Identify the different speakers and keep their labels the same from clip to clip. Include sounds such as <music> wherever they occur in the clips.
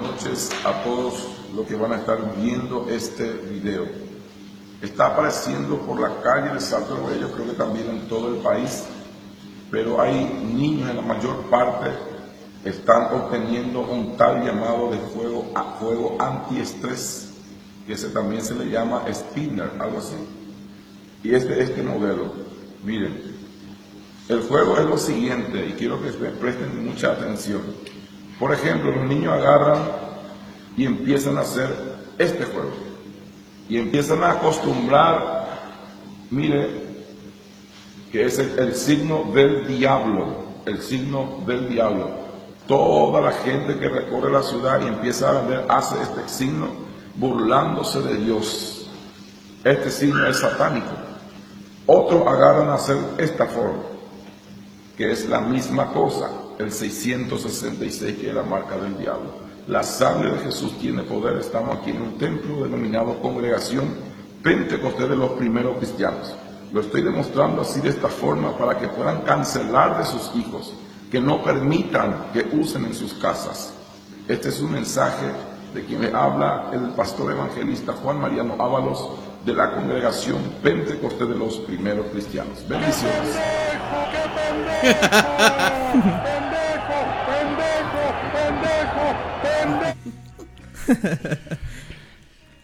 Speaker 1: noches a todos los que van a estar viendo este video. Está apareciendo por la calle de Salto del Guayo, creo que también en todo el país, pero hay niños en la mayor parte están obteniendo un tal llamado de fuego, a fuego antiestrés, que se, también se le llama spinner, algo así. Y es de este modelo. Miren, el juego es lo siguiente, y quiero que presten mucha atención. Por ejemplo, los niños agarran y empiezan a hacer este juego. Y empiezan a acostumbrar, mire, que es el, el signo del diablo, el signo del diablo. Toda la gente que recorre la ciudad y empieza a vender hace este signo burlándose de Dios. Este signo es satánico. Otros agarran a hacer esta forma que es la misma cosa, el 666 que es la marca del diablo. La sangre de Jesús tiene poder. Estamos aquí en un templo denominado Congregación Pentecostés de los Primeros Cristianos. Lo estoy demostrando así de esta forma para que puedan cancelar de sus hijos, que no permitan que usen en sus casas. Este es un mensaje de quien me habla el pastor evangelista Juan Mariano Ábalos de la Congregación Pentecostés de los Primeros Cristianos. Bendiciones.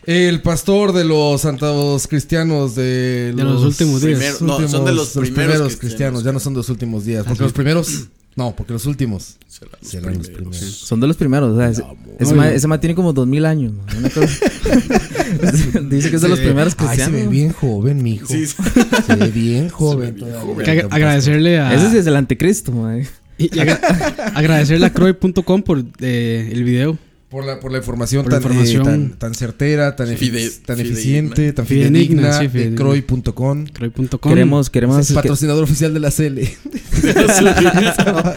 Speaker 2: El pastor de los santos cristianos de los,
Speaker 3: De los últimos días.
Speaker 2: últimos-
Speaker 4: No, son de los primeros
Speaker 2: primeros
Speaker 4: cristianos.
Speaker 2: cristianos, ya no son de los últimos días. Porque los primeros, no, porque los últimos
Speaker 4: Serán los
Speaker 2: serán los
Speaker 4: primeros.
Speaker 2: primeros.
Speaker 5: Son de los primeros, o sea, ese, ese ma, ese ma tiene como 2000 años. man, una cosa.
Speaker 2: <laughs>
Speaker 5: Dice que es de los primeros
Speaker 2: Ay, se
Speaker 5: cristianos.
Speaker 2: ve bien joven, mijo.
Speaker 4: Sí, sí.
Speaker 2: <laughs> Se ve bien joven.
Speaker 3: Que ag- agradecerle a.
Speaker 5: Ese sí es el anticristo, man.
Speaker 3: y- y agra- <laughs> agradecerle a Croy.com por eh, el video.
Speaker 2: Por la, por la información,
Speaker 3: Por la
Speaker 2: tan, eh,
Speaker 3: información.
Speaker 2: tan, tan certera, tan, efic-
Speaker 4: Fide-
Speaker 2: tan
Speaker 4: fidedigna.
Speaker 2: eficiente, tan
Speaker 3: Fidedigna,
Speaker 2: fidedigna,
Speaker 3: sí,
Speaker 2: de
Speaker 3: fidedigna.
Speaker 2: croy.com.
Speaker 3: Croy.com.
Speaker 5: Queremos, queremos.
Speaker 2: Es patrocinador oficial de la CL.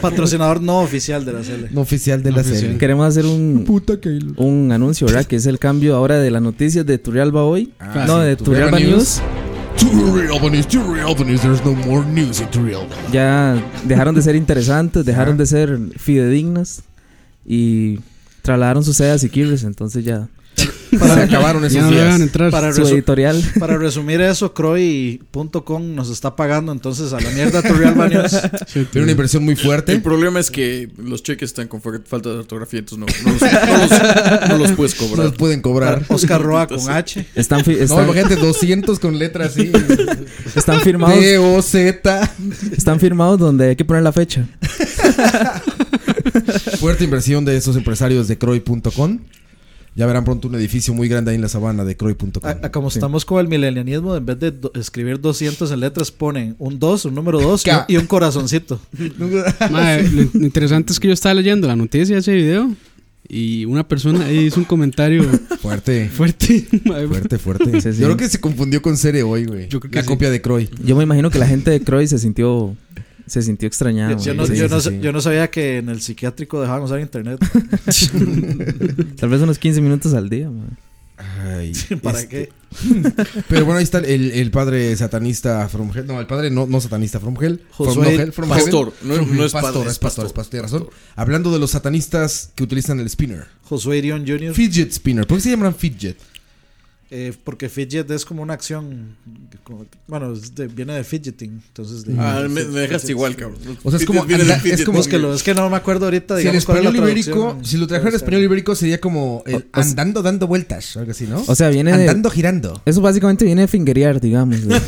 Speaker 6: <laughs> Patrocinador no oficial de la CL.
Speaker 2: No oficial de la CL.
Speaker 5: Queremos hacer un,
Speaker 2: Puta que
Speaker 5: un anuncio, ¿verdad? Que es el cambio ahora de las noticias de Turrialba hoy.
Speaker 2: Ah,
Speaker 5: no,
Speaker 2: sí,
Speaker 5: de
Speaker 2: Turrialba
Speaker 5: Turrialba News.
Speaker 2: Turrialba News, Turrialba News, there's no more news in Turrialba.
Speaker 5: Ya dejaron de ser interesantes, dejaron de ser fidedignas y trasladaron sus sedes a Siquirres. Entonces ya
Speaker 2: <laughs> Se acabaron esos
Speaker 3: Ya no lo
Speaker 2: días.
Speaker 3: dejan entrar.
Speaker 6: Para,
Speaker 5: su
Speaker 6: resu-
Speaker 5: editorial.
Speaker 6: para resumir eso, Croy.com nos está pagando entonces a la mierda
Speaker 3: <laughs>
Speaker 6: Turrialba
Speaker 2: <laughs>
Speaker 6: News.
Speaker 3: Sí,
Speaker 2: Tiene una inversión muy
Speaker 4: El
Speaker 2: fuerte.
Speaker 4: problema es que los cheques están con fa- falta de ortografía, entonces no, no, los, no los- no los puedes
Speaker 2: <laughs> No
Speaker 4: cobrar.
Speaker 2: los pueden cobrar.
Speaker 6: <laughs> Oscar Roa con H.
Speaker 5: están, fi-
Speaker 2: No,
Speaker 5: están,
Speaker 2: imagínate, 200 con letras así.
Speaker 5: <laughs> <laughs>
Speaker 2: <laughs>
Speaker 5: están firmados.
Speaker 2: D, O, Z.
Speaker 5: Están firmados donde hay que poner la fecha.
Speaker 2: Fuerte inversión de esos empresarios de Croy.com. Ya verán pronto un edificio muy grande ahí en la sabana de Croy.com.
Speaker 6: A- a como estamos con el milenianismo, en vez de do- escribir 200 en letras, ponen un 2, un número 2
Speaker 2: Ca.
Speaker 6: y, un
Speaker 2: <laughs>
Speaker 6: corazoncito.
Speaker 5: <laughs>
Speaker 3: Mae, lo in- interesante es que yo estaba leyendo la noticia de ese video y una persona ahí hizo un comentario
Speaker 2: Fuerte.
Speaker 3: fuerte. mae.
Speaker 2: Fuerte,
Speaker 3: <laughs>
Speaker 2: fuerte.
Speaker 5: Sí, sí.
Speaker 2: Yo creo que se confundió con Cere hoy, güey.
Speaker 3: Yo creo que
Speaker 2: La
Speaker 3: sí.
Speaker 2: copia de Croy.
Speaker 5: Yo me imagino que la gente de Croy se sintió se sintió extrañada.
Speaker 6: yo, yo
Speaker 5: güey.
Speaker 6: no,
Speaker 2: sí,
Speaker 6: yo
Speaker 2: sí,
Speaker 6: no-
Speaker 2: sí.
Speaker 6: yo no sabía que en el psiquiátrico dejaban usar
Speaker 2: <laughs>
Speaker 6: internet.
Speaker 5: Tal vez unos 15 minutos al día. man.
Speaker 2: Ay,
Speaker 6: ¿Para
Speaker 2: este-
Speaker 6: qué?
Speaker 2: <laughs> Pero bueno, ahí está el, el padre satanista From Hell. No, el padre no, no satanista From Hell. From
Speaker 6: Josué
Speaker 2: no Hell, From
Speaker 4: Pastor,
Speaker 2: Heaven.
Speaker 4: no,
Speaker 2: From-
Speaker 4: no es
Speaker 2: pastor,
Speaker 4: padre,
Speaker 2: es pastor, es pastor, tienes razón. Hablando de los satanistas que utilizan el spinner.
Speaker 6: Josué Irion Jr.
Speaker 2: Fidget spinner. ¿Por qué se llaman fidget?
Speaker 6: eh, porque fidget es como una acción. como- bueno, es de- viene de fidgeting. Entonces de-
Speaker 4: Ah, me,
Speaker 6: fidget-
Speaker 4: me dejaste
Speaker 6: fidget-
Speaker 4: igual, cabrón.
Speaker 2: O sea, es como
Speaker 4: Viene del
Speaker 2: andar- es
Speaker 4: fidget.
Speaker 2: como-
Speaker 6: Búsquelo, es que no me acuerdo ahorita.
Speaker 2: Si el
Speaker 6: Digamos, cuál es la
Speaker 2: español ibérico,
Speaker 6: traducción.
Speaker 2: si lo trajeran al
Speaker 6: Pero
Speaker 2: español ibérico sería como el
Speaker 5: o-
Speaker 2: andando dando vueltas, algo así, ¿no?
Speaker 5: O sea, viene de-
Speaker 2: andando girando.
Speaker 5: Eso básicamente viene de fingerear, digamos. güey.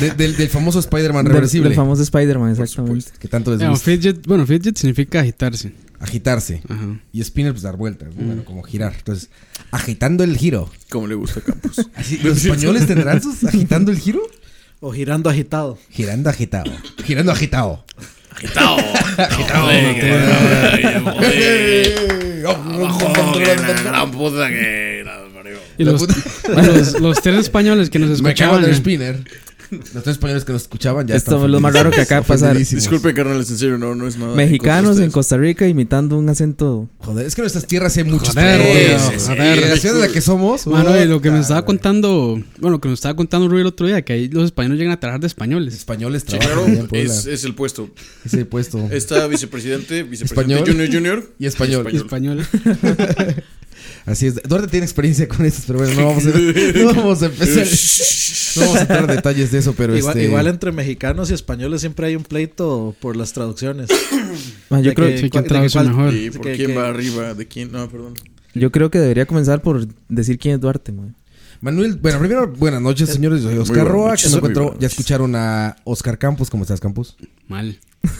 Speaker 2: De- del, del famoso Spider-Man
Speaker 5: Del- del,
Speaker 2: reversible.
Speaker 5: famoso Spider-Man, exactamente.
Speaker 2: que tanto les
Speaker 3: Digamos,
Speaker 2: gusta.
Speaker 3: fidget- bueno, fidget significa agitarse.
Speaker 2: Agitarse.
Speaker 3: Ajá.
Speaker 2: Y spinner, pues dar vueltas, ¿no? bueno, como girar. Entonces, agitando el giro.
Speaker 4: Mm. Como le gusta a Campos.
Speaker 2: <laughs> Así, ¿Los españoles tendrán sus agitando el giro?
Speaker 6: O girando agitado.
Speaker 2: Girando agitado. Girando agitado.
Speaker 4: Agitado. Agitado.
Speaker 2: <laughs>
Speaker 4: puta que
Speaker 3: Y los, los, los tres españoles que nos
Speaker 2: <laughs> Me cago
Speaker 3: escuchaban.
Speaker 2: en el
Speaker 3: eh,
Speaker 2: spinner.
Speaker 3: <laughs>
Speaker 2: Los tres españoles que nos escuchaban ya
Speaker 5: Esto
Speaker 2: están
Speaker 5: es lo más raro que acaba de pasar.
Speaker 2: ofendidísimos.
Speaker 4: Disculpen, carnales, en serio, no, no es nada. en contra de
Speaker 5: Mexicanos en
Speaker 4: ustedes.
Speaker 5: Costa Rica imitando un acento.
Speaker 2: Joder, es que en nuestras tierras hay muchos
Speaker 3: Joder,
Speaker 2: peores.
Speaker 3: sí, sí,
Speaker 2: Joder,
Speaker 4: sí.
Speaker 2: la ciudad de la que somos.
Speaker 3: Mano, y lo que me
Speaker 2: puta,
Speaker 3: estaba
Speaker 2: güey.
Speaker 3: contando, bueno, lo que nos estaba contando Rubio el otro día, que ahí los españoles llegan a trabajar de españoles.
Speaker 2: Españoles
Speaker 4: Sí,
Speaker 2: trabajan
Speaker 4: claro,
Speaker 2: allá en Puebla.
Speaker 4: es, es el puesto.
Speaker 2: Ese puesto.
Speaker 4: Está vicepresidente, vicepresidente
Speaker 2: Español.
Speaker 4: junior, junior.
Speaker 2: Y español.
Speaker 3: Españoles.
Speaker 4: <laughs>
Speaker 2: Así es. Duarte tiene experiencia con esto, pero bueno, no vamos
Speaker 6: <laughs>
Speaker 2: a, no vamos a empezar. No vamos a entrar en detalles de eso, pero
Speaker 6: igual,
Speaker 2: este.
Speaker 6: igual entre mexicanos y españoles siempre hay un pleito por las
Speaker 3: <coughs>
Speaker 6: traducciones.
Speaker 3: Ah,
Speaker 5: Man, yo,
Speaker 6: De
Speaker 5: creo,
Speaker 6: que-
Speaker 3: Sí,
Speaker 6: ¿cuál-
Speaker 3: ¿quién
Speaker 6: de
Speaker 3: traduce
Speaker 6: cuál-
Speaker 3: mejor?
Speaker 4: ¿Y por
Speaker 6: Que-
Speaker 4: quién
Speaker 6: que-
Speaker 4: va arriba? ¿De quién? No, perdón.
Speaker 5: yo creo que debería comenzar por decir quién es Duarte, man.
Speaker 2: Manuel, bueno, primero, buenas noches, señores. Soy Oscar
Speaker 4: buenas
Speaker 2: Roa,
Speaker 4: noches,
Speaker 2: que me
Speaker 4: muy
Speaker 2: encontró.
Speaker 4: buenas
Speaker 2: Ya
Speaker 4: noches.
Speaker 2: escucharon a Oscar Campos. ¿Cómo estás, Campos?
Speaker 3: Mal.
Speaker 2: <laughs>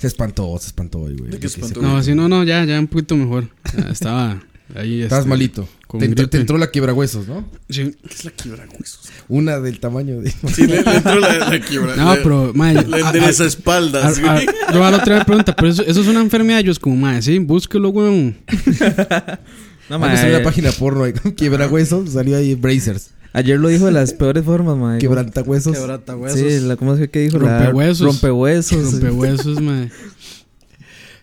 Speaker 2: Se espantó, se espantó hoy, güey.
Speaker 4: ¿De qué
Speaker 2: Yo sé.
Speaker 4: espantó?
Speaker 3: No, así no, no, ya, ya un poquito mejor. Ya Estaba ahí.
Speaker 2: Estabas
Speaker 3: este,
Speaker 2: malito.
Speaker 3: con
Speaker 2: Te, entró-
Speaker 3: gripe.
Speaker 2: te entró la quiebra huesos, ¿no?
Speaker 3: Sí.
Speaker 4: ¿Qué es la quiebra huesos?
Speaker 2: Una del tamaño de.
Speaker 4: Sí, le, le entró la, la quiebra.
Speaker 3: No,
Speaker 4: le,
Speaker 3: pero, mae,
Speaker 4: Le
Speaker 3: a-
Speaker 4: endereza
Speaker 3: A-
Speaker 4: espaldas,
Speaker 3: a-
Speaker 4: güey.
Speaker 3: Yo a la otra vez pregunta, pero eso, eso es una enfermedad. Yo es como, madre, sí, búsquelo, weón.
Speaker 5: No,
Speaker 2: Hay
Speaker 5: man,
Speaker 2: que salió
Speaker 5: eh,
Speaker 2: una página porno ahí. <laughs> Quiebra huesos, salió ahí Brazers.
Speaker 5: Ayer lo dijo de las peores formas, man.
Speaker 2: Quebranta huesos.
Speaker 6: Quebrantahuesos.
Speaker 5: Sí, la, ¿cómo es que dijo? La-
Speaker 3: Rompehuesos.
Speaker 5: Rompehuesos.
Speaker 3: Rompehuesos, madre.
Speaker 2: <laughs>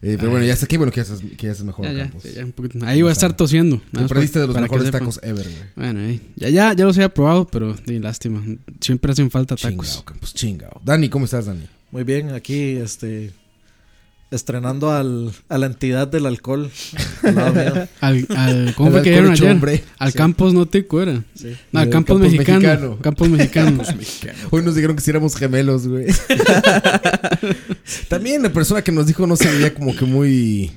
Speaker 2: Eh, pero bueno, ya está aquí. Bueno, que ya estás, que ya estás mejor,
Speaker 3: Ya, ya,
Speaker 2: Campos.
Speaker 3: ya, ya, un poquito. Ahí voy a estar tosiendo. nada
Speaker 2: Te
Speaker 3: más
Speaker 2: perdiste
Speaker 3: para-
Speaker 2: de los
Speaker 3: para que
Speaker 2: mejores
Speaker 3: sepan.
Speaker 2: tacos eh, ever, güey.
Speaker 3: Bueno, ahí. ya, ya, ya los había probado, pero sí, lástima. Siempre hacen falta
Speaker 2: Chingao,
Speaker 3: tacos.
Speaker 2: Campos, chingao. Dani, ¿cómo estás, Dani?
Speaker 6: Muy bien, aquí este estrenando al, a la entidad del alcohol. al lado mío.
Speaker 3: <laughs> Al,
Speaker 6: <laughs>
Speaker 3: al, ¿Cómo fue
Speaker 2: Al
Speaker 3: que dieron
Speaker 2: alcohol
Speaker 3: ayer?
Speaker 2: hombre.
Speaker 3: Al Campos Nótico era.
Speaker 6: Sí.
Speaker 3: No, al
Speaker 2: Al
Speaker 3: Campos,
Speaker 2: Campos
Speaker 3: mexicano,
Speaker 2: Mexicano. <laughs>
Speaker 3: Campos Mexicano.
Speaker 2: Hoy nos dijeron que si éramos gemelos,
Speaker 3: <laughs>
Speaker 2: güey. También la persona que nos dijo no se veía como que muy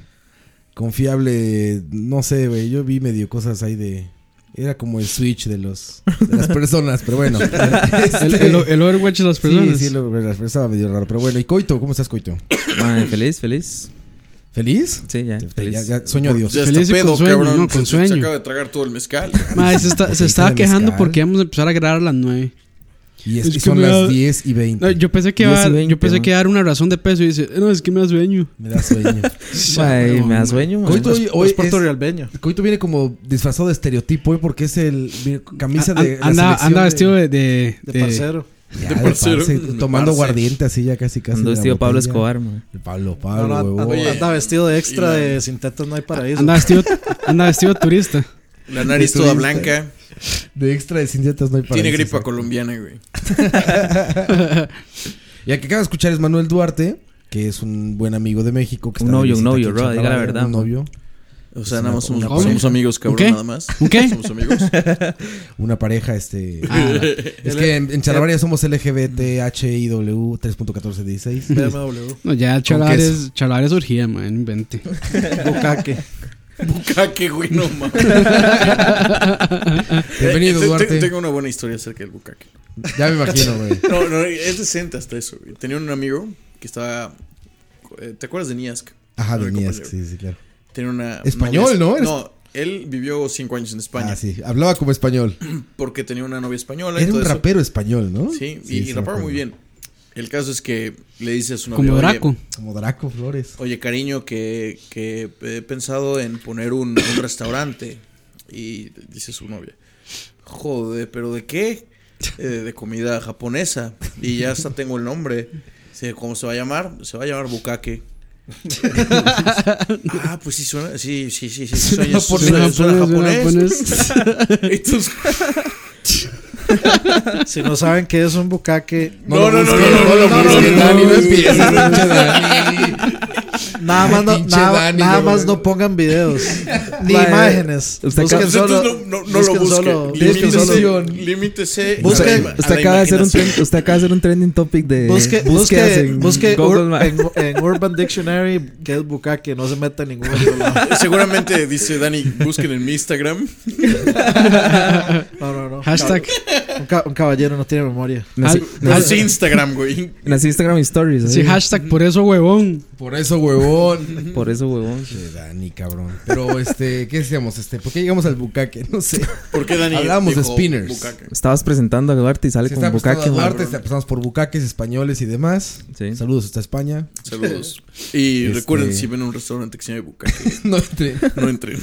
Speaker 2: confiable. No sé, güey. Yo vi medio cosas ahí de. Era como el switch de los de las personas, pero bueno.
Speaker 3: <laughs>
Speaker 2: Este,
Speaker 3: el, el, el Overwatch de las
Speaker 2: Sí,
Speaker 3: personas.
Speaker 2: sí, lo, las personas estaban medio raro. Pero bueno, ¿y Coito? ¿Cómo estás, Coito?
Speaker 5: Man, feliz, feliz.
Speaker 2: ¿Feliz?
Speaker 5: Sí, ya.
Speaker 2: Ya,
Speaker 5: feliz.
Speaker 2: ya, sueño a Dios.
Speaker 4: Ya está
Speaker 3: Feliz y con
Speaker 4: pedo,
Speaker 3: sueño,
Speaker 4: cabrón.
Speaker 3: no,
Speaker 4: Se-
Speaker 3: con
Speaker 4: se,
Speaker 3: sueño.
Speaker 4: acaba de tragar todo el mezcal.
Speaker 3: Madre, se,
Speaker 2: <laughs>
Speaker 3: Ah, está- se
Speaker 2: Botellita
Speaker 3: estaba
Speaker 2: de
Speaker 3: quejando
Speaker 2: mezcal.
Speaker 3: porque íbamos a empezar a grabar a las 9.
Speaker 2: Y es-
Speaker 3: Es
Speaker 2: y
Speaker 3: que
Speaker 2: son
Speaker 3: me da-
Speaker 2: las 10 y 20.
Speaker 3: No, yo pensé que
Speaker 5: Diez y
Speaker 3: iba, yo
Speaker 5: veinte,
Speaker 3: pensé
Speaker 5: ¿no?
Speaker 3: que iba a dar una razón de peso y dice, no, es que me da sueño.
Speaker 2: <laughs> Me da
Speaker 3: <laughs>
Speaker 2: sueño.
Speaker 5: Mae,
Speaker 3: No,
Speaker 5: me da
Speaker 3: no.
Speaker 5: sueño, man.
Speaker 2: Coito hoy, hoy
Speaker 6: es
Speaker 2: es-
Speaker 6: puertorrialbeño.
Speaker 2: Coito viene como disfrazado de estereotipo, ¿eh? Porque es el. mira, Camisa
Speaker 3: An-
Speaker 2: de. la
Speaker 3: anda,
Speaker 2: selección
Speaker 3: anda
Speaker 2: de-
Speaker 3: vestido de, de,
Speaker 6: De
Speaker 3: de-
Speaker 6: parcero.
Speaker 2: Ya,
Speaker 4: De
Speaker 2: de
Speaker 4: parcero.
Speaker 2: parce,
Speaker 4: De
Speaker 2: tomando
Speaker 4: parce.
Speaker 2: guardiente así ya casi casi.
Speaker 5: Ando
Speaker 2: de la
Speaker 5: vestido Pablo
Speaker 2: botella.
Speaker 5: Escobar, man.
Speaker 2: El Pablo,
Speaker 6: No,
Speaker 2: Pablo,
Speaker 6: no, anda,
Speaker 2: huevón.
Speaker 4: oye.
Speaker 6: anda vestido de extra
Speaker 4: Y la-
Speaker 6: de sin tetas no hay paraíso.
Speaker 3: Ah,
Speaker 6: <laughs>
Speaker 3: Anda vestido, anda vestido turista.
Speaker 4: La nariz
Speaker 2: De
Speaker 4: toda
Speaker 2: turista.
Speaker 3: <laughs>
Speaker 4: blanca.
Speaker 2: De extra de cintas no hay para
Speaker 4: Tiene
Speaker 2: eso,
Speaker 4: gripa
Speaker 2: sí.
Speaker 4: colombiana, güey.
Speaker 2: <laughs> Y al que acaba de escuchar es Manuel Duarte, que es un buen amigo de México. Que está
Speaker 5: Un
Speaker 2: de
Speaker 5: novio, un
Speaker 2: visita aquí
Speaker 5: novio,
Speaker 2: en
Speaker 5: bro, diga la
Speaker 2: Chalabaria,
Speaker 5: verdad,
Speaker 2: Un
Speaker 5: man.
Speaker 2: novio,
Speaker 4: O sea, nada
Speaker 2: Es una-
Speaker 4: más somos,
Speaker 2: una
Speaker 4: somos
Speaker 2: pareja.
Speaker 4: amigos, cabrón,
Speaker 3: ¿Un qué?
Speaker 4: nada más.
Speaker 3: ¿Un
Speaker 4: <laughs>
Speaker 3: qué?
Speaker 4: Somos amigos.
Speaker 2: <laughs> una pareja, este.
Speaker 3: Ah,
Speaker 4: <laughs>
Speaker 2: es que en, en Chalabaria somos LGBTHIW 3.1416.
Speaker 6: BMW.
Speaker 3: no, ya
Speaker 2: Con
Speaker 3: Chalabar
Speaker 2: queso.
Speaker 3: es, Chalabar es orgía,
Speaker 2: <laughs>
Speaker 3: man, invente.
Speaker 6: Bucaque.
Speaker 4: Bucaque, güey, no mames.
Speaker 2: <laughs>
Speaker 3: <laughs>
Speaker 2: Bienvenido,
Speaker 4: Eh, te-
Speaker 2: Duarte.
Speaker 4: te- Tengo una buena historia acerca del bucaque.
Speaker 2: Ya me imagino, güey.
Speaker 4: <laughs> No, no, es decente hasta eso, güey. Tenía un amigo que estaba. eh, ¿Te acuerdas de Niasc?
Speaker 2: Ajá,
Speaker 4: Un
Speaker 2: de
Speaker 4: compañero.
Speaker 2: Niasc, sí, sí, claro.
Speaker 4: Tenía una. novia-
Speaker 2: Español, ¿no? Eres-
Speaker 4: No, él vivió cinco años en España.
Speaker 2: Ah, sí. Hablaba como español.
Speaker 4: <clears throat> Porque tenía una novia española. y
Speaker 2: Era
Speaker 4: todo
Speaker 2: un
Speaker 4: eso.
Speaker 2: rapero español, ¿no?
Speaker 4: Sí, y, y
Speaker 2: sí, me
Speaker 4: rapaba muy
Speaker 2: acuerdo.
Speaker 4: bien. El caso es que le dice a su novia.
Speaker 3: Como
Speaker 4: "Oye,
Speaker 3: Draco.
Speaker 2: Como Draco Flores.
Speaker 4: Oye, cariño, que, que he pensado en poner un, un restaurante. Y dice su novia, joder, ¿pero de qué? "Eh, de comida japonesa. Y ya hasta tengo el nombre. Dice, ¿Cómo se va a llamar? Se va a llamar
Speaker 3: <laughs>
Speaker 4: Bukake. ah, pues sí suena, sí, sí, sí, sí, sí, suena,
Speaker 3: Por
Speaker 4: suena- suena japonés.
Speaker 3: japonés.
Speaker 4: <laughs> Entonces,
Speaker 6: <laughs> Si no saben qué es un bucaque,
Speaker 4: No, no, no, no, no, no, no, no, no,
Speaker 2: Dani,
Speaker 4: no,
Speaker 2: no
Speaker 4: no,
Speaker 2: empieces,
Speaker 4: no,
Speaker 2: pinche Dani.
Speaker 6: nada más no,
Speaker 2: Pinche
Speaker 6: nada,
Speaker 2: Dani,
Speaker 6: nada
Speaker 2: no,
Speaker 6: más
Speaker 2: güey.
Speaker 6: no
Speaker 4: <laughs>
Speaker 6: pongan videos ni
Speaker 5: Mae,
Speaker 6: imágenes.
Speaker 5: usted
Speaker 6: Busquen
Speaker 5: acaba-
Speaker 4: eh, entonces
Speaker 6: solo,
Speaker 4: no, no, no lo
Speaker 6: busquen solo-
Speaker 4: busque.
Speaker 6: busquen solo-
Speaker 4: Limítese, limítese a
Speaker 6: Busque-
Speaker 4: la
Speaker 5: Usted,
Speaker 4: ima-
Speaker 5: usted
Speaker 4: a la
Speaker 5: acaba de hacer un
Speaker 4: imaginación.
Speaker 5: trend- usted acaba de hacer un trending topic de
Speaker 6: Busque,
Speaker 5: búsquedas
Speaker 6: busque,
Speaker 5: en
Speaker 6: busque
Speaker 5: Google
Speaker 6: Ur-
Speaker 5: Maps.
Speaker 6: en, en Urban Dictionary que es bucaque, no se meta en ningún otro lado.
Speaker 4: Seguramente dice Dani, busquen en mi
Speaker 3: <laughs>
Speaker 4: Instagram.
Speaker 6: No, no, no.
Speaker 3: Hashtag.
Speaker 6: Un, ca- un caballero no tiene memoria.
Speaker 5: En las-
Speaker 3: Al-
Speaker 5: en las-
Speaker 4: No es Instagram, güey.
Speaker 5: en las Instagram Stories.
Speaker 3: Sí,
Speaker 5: ahí.
Speaker 3: hashtag por eso, huevón.
Speaker 2: Por eso, huevón.
Speaker 5: <laughs> Por eso, huevón.
Speaker 2: Che, Dani, cabrón. Pero, este, ¿qué decíamos? Este, ¿Por qué llegamos al bucaque? No sé.
Speaker 4: ¿Por qué Dani?
Speaker 2: Hablamos de
Speaker 4: dijo
Speaker 2: spinners.
Speaker 4: bucaque?
Speaker 5: Estabas presentando a Duarte y sale
Speaker 2: Se
Speaker 5: con
Speaker 2: está
Speaker 5: bucaque.
Speaker 2: Bucaque,
Speaker 5: man.
Speaker 2: Duarte, se pasamos por bucaques españoles y demás.
Speaker 5: Sí.
Speaker 2: Saludos hasta España.
Speaker 4: Saludos. Y
Speaker 2: Este-
Speaker 4: recuerden, si ven un restaurante que se llama bucaque,
Speaker 2: <laughs> No entre.
Speaker 4: no entren.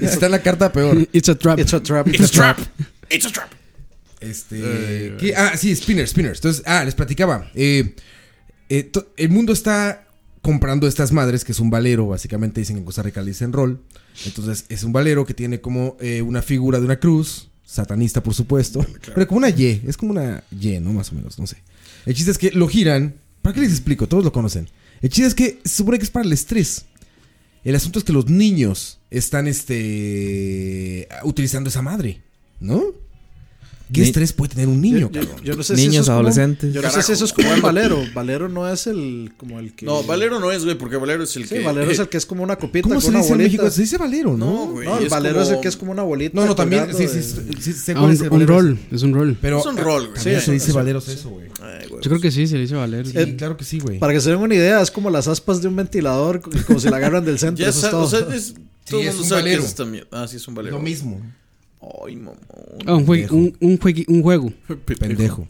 Speaker 2: <laughs> Está en la carta peor.
Speaker 3: It's a trap.
Speaker 6: It's a trap.
Speaker 4: It's a trap. It's a trap.
Speaker 2: Este,
Speaker 3: Eh,
Speaker 2: ¿qué? Ah, sí, spinners, spinners. Entonces, ah, les platicaba. eh, eh, to- el mundo está comprando estas madres, que es un valero, básicamente dicen que en Costa Rica le dicen rol. Entonces, es un valero que tiene como eh, una figura de una cruz, satanista, por supuesto, pero como una Y, es como una Y, ¿no? Más o menos, no sé. El chiste es que lo giran. ¿Para qué les explico? Todos lo conocen. El chiste es que se supone que es para el estrés. El asunto es que los niños están este utilizando esa madre, ¿no? ¿Qué
Speaker 5: Ni-
Speaker 2: estrés puede tener un niño, cabrón?
Speaker 6: Yo no sé si eso
Speaker 5: Niños,
Speaker 6: es como-
Speaker 5: adolescentes.
Speaker 6: yo no sé si eso es como
Speaker 2: <laughs>
Speaker 6: el Valero. Valero no es el como el que.
Speaker 4: No, Valero no es, güey, porque Valero es el
Speaker 6: Sí,
Speaker 4: que. eh,
Speaker 6: Valero es el que es como una copita
Speaker 2: ¿Cómo
Speaker 6: con
Speaker 2: se
Speaker 6: una
Speaker 2: dice en
Speaker 6: bolita.
Speaker 2: México? Se dice valero,
Speaker 4: No,
Speaker 2: ¿no?
Speaker 4: güey.
Speaker 6: No, el
Speaker 4: es
Speaker 6: Valero es
Speaker 4: como-
Speaker 6: el que es como una bolita.
Speaker 2: No, no, también.
Speaker 6: colgando
Speaker 2: Sí,
Speaker 6: de-
Speaker 2: sí, sí, sí, sé
Speaker 3: Ah,
Speaker 2: cuál
Speaker 3: un,
Speaker 2: es el
Speaker 3: un
Speaker 2: valero.
Speaker 3: rol, es un rol.
Speaker 2: Pero
Speaker 4: eh.
Speaker 2: eh,
Speaker 4: Es un rol, güey.
Speaker 2: también
Speaker 4: Sí,
Speaker 2: se
Speaker 4: no,
Speaker 2: dice
Speaker 4: no,
Speaker 2: valeros eso, güey.
Speaker 4: Ay, güey.
Speaker 3: Yo creo que sí, se le dice valer.
Speaker 4: Eh,
Speaker 2: Sí, claro que sí, güey.
Speaker 6: Para que se den una idea, es como las aspas de un ventilador, co- como si la agarran del centro.
Speaker 4: Ya
Speaker 6: eso es
Speaker 4: sabes, o
Speaker 6: todo.
Speaker 3: <laughs>
Speaker 4: sea, es. Todo el
Speaker 2: es
Speaker 4: mundo
Speaker 2: un
Speaker 4: sabe que
Speaker 2: Valero.
Speaker 4: es esta mierda. Ah, sí, es un Valero.
Speaker 2: Lo mismo.
Speaker 4: Ay, mamón.
Speaker 3: Ah, un, jue- un, un juegui- un
Speaker 4: <laughs>
Speaker 3: juego.
Speaker 2: <laughs> Pendejo.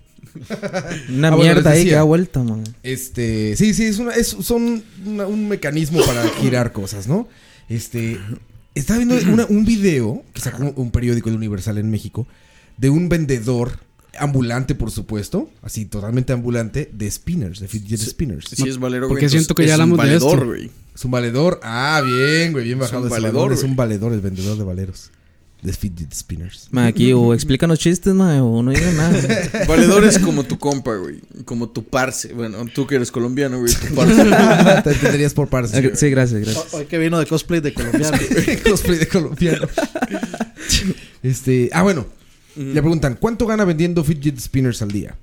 Speaker 5: Una
Speaker 2: Ah, bueno, les
Speaker 5: mierda ahí que
Speaker 2: decía.
Speaker 5: da vuelta, man.
Speaker 2: Este, sí, sí, es una- es- son una- un mecanismo
Speaker 5: <coughs>
Speaker 2: para girar cosas, ¿no? Este, estaba viendo una- un video que sacó un, un periódico de Universal en México de un vendedor ambulante, por supuesto, así totalmente ambulante, de spinners, de fidget spinners.
Speaker 4: Si es Valero,
Speaker 3: Porque
Speaker 4: güey,
Speaker 3: siento que
Speaker 4: entonces
Speaker 3: ya
Speaker 4: es un
Speaker 3: hablamos de esto.
Speaker 5: este.
Speaker 4: valedor, güey.
Speaker 2: Es un valedor. Ah, bien, güey, bien
Speaker 4: Es
Speaker 2: bajado
Speaker 4: un
Speaker 2: ese
Speaker 4: valedor,
Speaker 2: valor. Es
Speaker 4: güey.
Speaker 2: un valedor, el vendedor de valeros, de fidget spinners.
Speaker 5: Ma, aquí o explícanos chistes, ma, o no digas nada. ma.
Speaker 4: <laughs> Valedor es como tu compa, güey. Como tu parce. Bueno, tú que eres colombiano, güey.
Speaker 2: <laughs>
Speaker 4: Tu parce.
Speaker 2: Te entenderías por parce.
Speaker 5: sí, gracias, gracias.
Speaker 6: Hoy que vino de cosplay de colombiano.
Speaker 2: <laughs> Cosplay de colombiano. este, ah, bueno. Le preguntan, ¿cuánto gana vendiendo fidget spinners al día?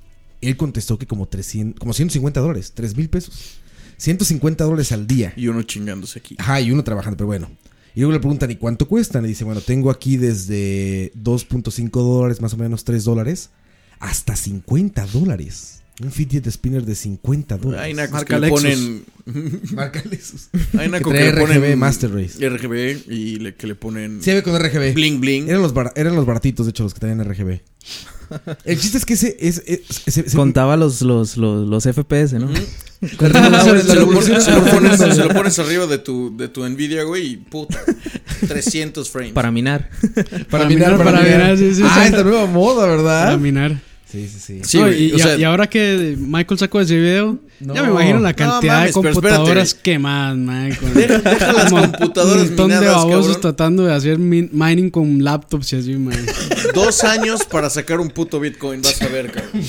Speaker 2: Él contestó que como 300, como 150 dólares, 3 mil pesos. 150 dólares al día.
Speaker 4: y uno chingándose aquí.
Speaker 2: Ajá, y uno trabajando, pero bueno. Y luego le preguntan, ¿y cuánto cuestan? Y dice, bueno, tengo aquí desde 2.5 dólares, más o menos 3 dólares, hasta 50 dólares. Un fidget spinner de 50
Speaker 4: Hay
Speaker 2: dólares.
Speaker 4: nacos
Speaker 6: Marca
Speaker 4: que le
Speaker 6: Lexus.
Speaker 2: <laughs>
Speaker 4: ponen.
Speaker 2: Márcale esos.
Speaker 4: Hay nacos
Speaker 2: Que
Speaker 4: que,
Speaker 2: trae
Speaker 4: le ponen.
Speaker 2: RGB Master Race.
Speaker 4: RGB y le, que le ponen.
Speaker 2: Se ve con RGB.
Speaker 4: Bling bling.
Speaker 2: Eran los, bar- eran los baratitos, de hecho, los que tenían RGB. El chiste es que <laughs> ese. Es, es- ese- ese-
Speaker 5: Contaba los, los, los, los FPS, ¿no? <laughs>
Speaker 2: con
Speaker 4: <laughs>
Speaker 2: revoluciones-
Speaker 4: Se lo, pones,
Speaker 2: revoluciones
Speaker 4: se lo
Speaker 2: <laughs> por
Speaker 4: pones-
Speaker 2: segundo.
Speaker 4: se lo pones arriba de tu, de tu Nvidia, güey, y puta. 300 frames.
Speaker 5: Para minar.
Speaker 2: Para mirar, para mirar.
Speaker 3: sí, sí,
Speaker 2: Ah,
Speaker 3: sí.
Speaker 2: esta nueva moda,
Speaker 3: Para
Speaker 2: ¿verdad?
Speaker 3: minar.
Speaker 2: Sí, sí, sí.
Speaker 4: Sí,
Speaker 3: No,
Speaker 4: güey,
Speaker 3: y,
Speaker 4: o
Speaker 3: y-
Speaker 4: sea-
Speaker 3: y ahora que Michael sacó ese video, ya me
Speaker 2: No.
Speaker 3: imagino la
Speaker 4: No,
Speaker 3: cantidad
Speaker 4: mames,
Speaker 3: de
Speaker 4: pero espérate.
Speaker 3: computadoras
Speaker 4: <laughs>
Speaker 3: quemadas, man. Con
Speaker 4: Deja- deja las
Speaker 3: un mon-
Speaker 4: computadoras
Speaker 3: Un montón de
Speaker 4: minadas,
Speaker 3: babosos
Speaker 4: cabrón.
Speaker 3: tratando de hacer min- mining con laptops y así, man.
Speaker 4: <laughs> Dos años para sacar un puto Bitcoin, vas a ver, cabrón.
Speaker 2: <laughs>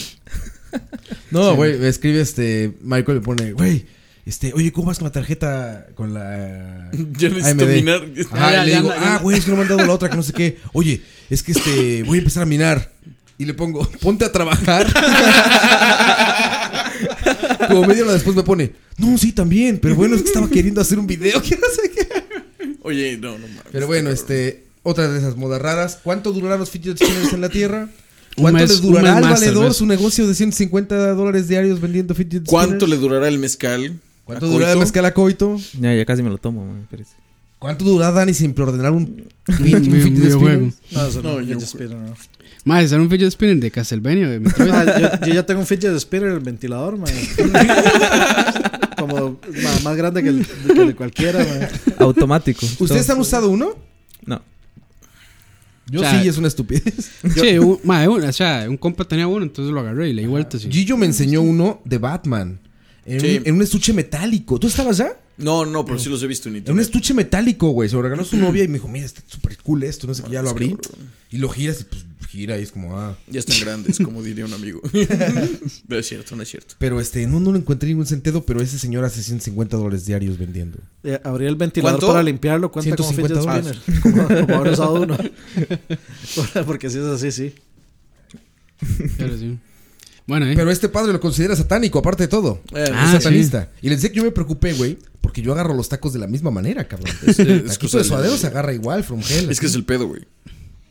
Speaker 2: No, güey, me escribe este. Michael le pone, güey. Este, oye, ¿cómo vas con la tarjeta? Con la.
Speaker 4: Ya necesito minar.
Speaker 2: Ajá,
Speaker 3: Ya, ya,
Speaker 2: y le
Speaker 3: ya
Speaker 2: digo,
Speaker 3: anda, ya
Speaker 2: ah,
Speaker 3: anda".
Speaker 2: güey, es que no me han dado la otra, que no sé qué. Oye, es que este, voy a empezar a minar. Y le pongo, ponte a trabajar. <laughs> Como media hora después me pone, no, sí, también. Pero bueno, es que estaba queriendo hacer un video, <laughs> que no sé qué.
Speaker 4: Oye, no, no mames.
Speaker 2: Pero bueno, este, otra de esas modas raras. ¿Cuánto durarán los fidget spinners en la Tierra?
Speaker 3: Un
Speaker 2: ¿Cuánto
Speaker 3: mes,
Speaker 2: le
Speaker 3: un mes
Speaker 2: durará al
Speaker 3: más, tal
Speaker 2: valedor
Speaker 3: vez.
Speaker 2: su negocio de 150 dólares diarios vendiendo fidget spinners?
Speaker 4: ¿Cuánto le durará el mezcal?
Speaker 2: ¿Cuánto
Speaker 4: ¿A
Speaker 2: durará el
Speaker 4: coito?
Speaker 2: mezcal a coito?
Speaker 5: Ya, ya casi me lo tomo, ma, espérese.
Speaker 2: ¿Cuánto durará Dani sin preordenar
Speaker 3: <laughs>
Speaker 2: un, un
Speaker 3: Un
Speaker 2: fidget spinner?
Speaker 3: videojuego.
Speaker 6: No, eso no,
Speaker 4: No, yo-
Speaker 6: fidget spinner, no.
Speaker 3: Más, era un fidget spinner de
Speaker 2: <laughs>
Speaker 3: Castlevania, de Metroid.
Speaker 6: Ah, yo, yo ya tengo un fidget spinner, el
Speaker 4: <laughs>
Speaker 6: ventilador, man. Como ma, más grande que el, que el de cualquiera, man.
Speaker 2: <laughs>
Speaker 5: Automático.
Speaker 2: ¿Ustedes han usado uno?
Speaker 5: No.
Speaker 2: Yo
Speaker 3: O sea,
Speaker 2: sí, es una estupidez.
Speaker 3: <laughs> Sí, un, ma, un- o sea, un compa tenía uno, entonces lo agarré y le di vueltas. y-
Speaker 2: Gillo me enseñó uno de Batman. En,
Speaker 4: Sí.
Speaker 2: un, en un estuche metálico. ¿Tú estabas ya?
Speaker 4: No, no, pero sí los he visto en
Speaker 2: En un
Speaker 4: internet.
Speaker 2: estuche metálico, güey. Se lo regaló su novia y me dijo, mira, está súper cool esto. No sé qué, ya lo abrí. Y lo giras y pues gira y es como, ah.
Speaker 4: Ya están grandes, como diría un
Speaker 2: <laughs>
Speaker 4: amigo. no es cierto, no es cierto.
Speaker 2: Pero este, no, no le encontré ningún sentido, pero ese señor hace 150 dólares diarios vendiendo.
Speaker 6: Eh, Abrí el ventilador
Speaker 4: ¿Cuánto?
Speaker 6: para limpiarlo, cuenta como fidget
Speaker 2: 150
Speaker 6: spinner. <laughs> Como, como haber usado
Speaker 2: <laughs>
Speaker 6: uno. Porque si es así, sí.
Speaker 3: Pero sí. Bueno, eh.
Speaker 2: Pero este padre lo considera satánico, aparte de todo.
Speaker 4: Eh,
Speaker 3: Ah,
Speaker 2: es satanista. Y le decía que yo me preocupé, güey, porque yo agarro los tacos de la misma manera,
Speaker 3: <laughs>
Speaker 2: cabrón.
Speaker 4: es
Speaker 2: Taquito
Speaker 4: cosa
Speaker 2: de
Speaker 4: del-
Speaker 2: suadero se agarra igual, from hell.
Speaker 4: Es que es el pedo, güey.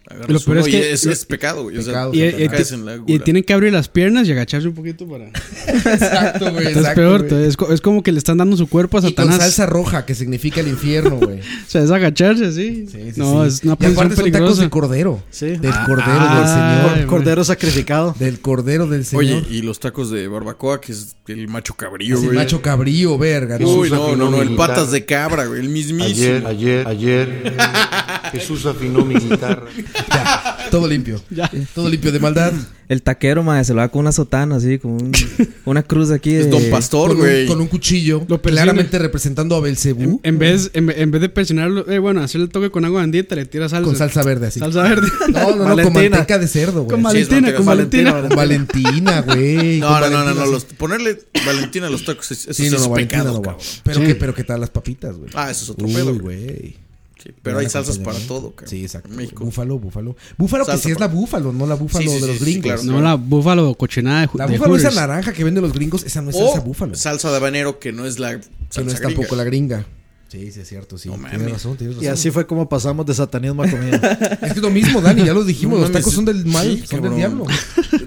Speaker 4: Agarras
Speaker 3: Lo peor
Speaker 4: uno
Speaker 3: es
Speaker 4: y
Speaker 3: que-
Speaker 4: es, es pecado, güey. O sea,
Speaker 2: Pecado,
Speaker 3: y,
Speaker 2: sea,
Speaker 3: eh, eh,
Speaker 4: caes
Speaker 3: te-
Speaker 4: en la
Speaker 3: y
Speaker 4: gula.
Speaker 3: tienen que abrir las piernas y agacharse un poquito para.
Speaker 2: Exacto, güey.
Speaker 3: Entonces,
Speaker 2: exacto,
Speaker 3: peor,
Speaker 2: güey.
Speaker 3: to- es, co- es como que le están dando su cuerpo a
Speaker 2: Y con
Speaker 3: Satanás.
Speaker 2: salsa roja, que significa el infierno, güey.
Speaker 3: <laughs> O sea, es agacharse, sí.
Speaker 2: Sí, sí,
Speaker 3: no,
Speaker 2: sí.
Speaker 3: es una
Speaker 2: Y aparte
Speaker 3: posición
Speaker 2: son tacos
Speaker 3: peligrosa.
Speaker 2: de cordero.
Speaker 6: Sí.
Speaker 2: Del
Speaker 6: Ah,
Speaker 2: cordero
Speaker 3: ah,
Speaker 2: del
Speaker 3: Ay,
Speaker 2: señor.
Speaker 3: man.
Speaker 6: Cordero sacrificado.
Speaker 2: Del cordero del señor.
Speaker 4: Oye, y los tacos de barbacoa, que es el macho cabrío,
Speaker 2: Sí,
Speaker 4: güey.
Speaker 2: macho cabrío, verga. ¿no?
Speaker 4: Uy,
Speaker 7: Jesús
Speaker 4: no, no,
Speaker 7: afinó mi
Speaker 4: no, el
Speaker 7: guitarra.
Speaker 4: patas de cabra, güey, el mismísimo. <laughs>
Speaker 7: Ayer, ayer, ayer, Jesús afinó mi guitarra.
Speaker 2: Todo limpio.
Speaker 3: Ya.
Speaker 2: Todo limpio de maldad.
Speaker 5: El taquero, mae, se lo da con una sotana, así,
Speaker 2: <laughs>
Speaker 5: con un- una cruz aquí.
Speaker 4: Es
Speaker 5: de-
Speaker 4: Don Pastor,
Speaker 2: eh, con, un,
Speaker 4: güey.
Speaker 2: con un cuchillo.
Speaker 3: Lo persigue.
Speaker 2: claramente
Speaker 3: <laughs>
Speaker 2: representando a
Speaker 3: En,
Speaker 2: Belcebú.
Speaker 3: en vez, en, en vez de presionarlo, eh, bueno, hacerle el toque con agua bendita, le tira salsa.
Speaker 2: Con salsa verde, así. <laughs>
Speaker 3: Salsa verde.
Speaker 2: No, no, no, con
Speaker 6: Valentina.
Speaker 2: manteca de cerdo, güey.
Speaker 3: con
Speaker 4: mal-
Speaker 3: Valentina,
Speaker 4: manteca,
Speaker 3: con Valentina.
Speaker 2: Con Valentina,
Speaker 4: <laughs>
Speaker 2: güey.
Speaker 4: No,
Speaker 2: con
Speaker 4: no, no, no,
Speaker 2: Valentina,
Speaker 4: no,
Speaker 2: sí.
Speaker 4: los- ponerle Valentina a los tacos, es- eso
Speaker 2: Sí,
Speaker 4: sí
Speaker 2: no,
Speaker 4: es
Speaker 2: no, Valentina
Speaker 4: pecado,
Speaker 2: no va.
Speaker 4: cabrón.
Speaker 2: Pero,
Speaker 3: Sí.
Speaker 2: qué, pero qué tal las papitas, güey.
Speaker 4: Ah, eso es otro
Speaker 2: Uy,
Speaker 4: pedo. güey.
Speaker 2: güey.
Speaker 4: Sí, pero
Speaker 2: Gran
Speaker 4: hay salsas para
Speaker 2: acompañamiento.
Speaker 4: todo, cabrón.
Speaker 2: Sí, exacto.
Speaker 4: En México.
Speaker 2: Búfalo, búfalo. Búfalo que
Speaker 4: Salsa
Speaker 2: sí es la
Speaker 4: para-
Speaker 2: búfalo, no la búfalo
Speaker 4: Sí, sí,
Speaker 2: de
Speaker 4: sí,
Speaker 2: los
Speaker 4: sí,
Speaker 2: gringos.
Speaker 4: claro.
Speaker 3: No, la búfalo cochinada de, Ju-
Speaker 2: La
Speaker 3: de
Speaker 2: búfalo esa
Speaker 3: Hooters.
Speaker 2: naranja que venden los gringos, esa no es
Speaker 4: O
Speaker 2: salsa búfalo.
Speaker 4: salsa de habanero que no es la
Speaker 2: que
Speaker 4: salsa
Speaker 2: no es
Speaker 4: gringa.
Speaker 2: tampoco la gringa. Sí, sí, es cierto, sí.
Speaker 4: No
Speaker 2: tienes
Speaker 4: mames.
Speaker 2: razón, tienes razón.
Speaker 6: Y así fue como pasamos de satanismo a comida.
Speaker 2: Es que es lo mismo, Dani, ya lo dijimos.
Speaker 4: No
Speaker 2: los tacos
Speaker 4: mames,
Speaker 2: son del mal,
Speaker 4: sí,
Speaker 2: son del
Speaker 4: cabrón.
Speaker 2: diablo.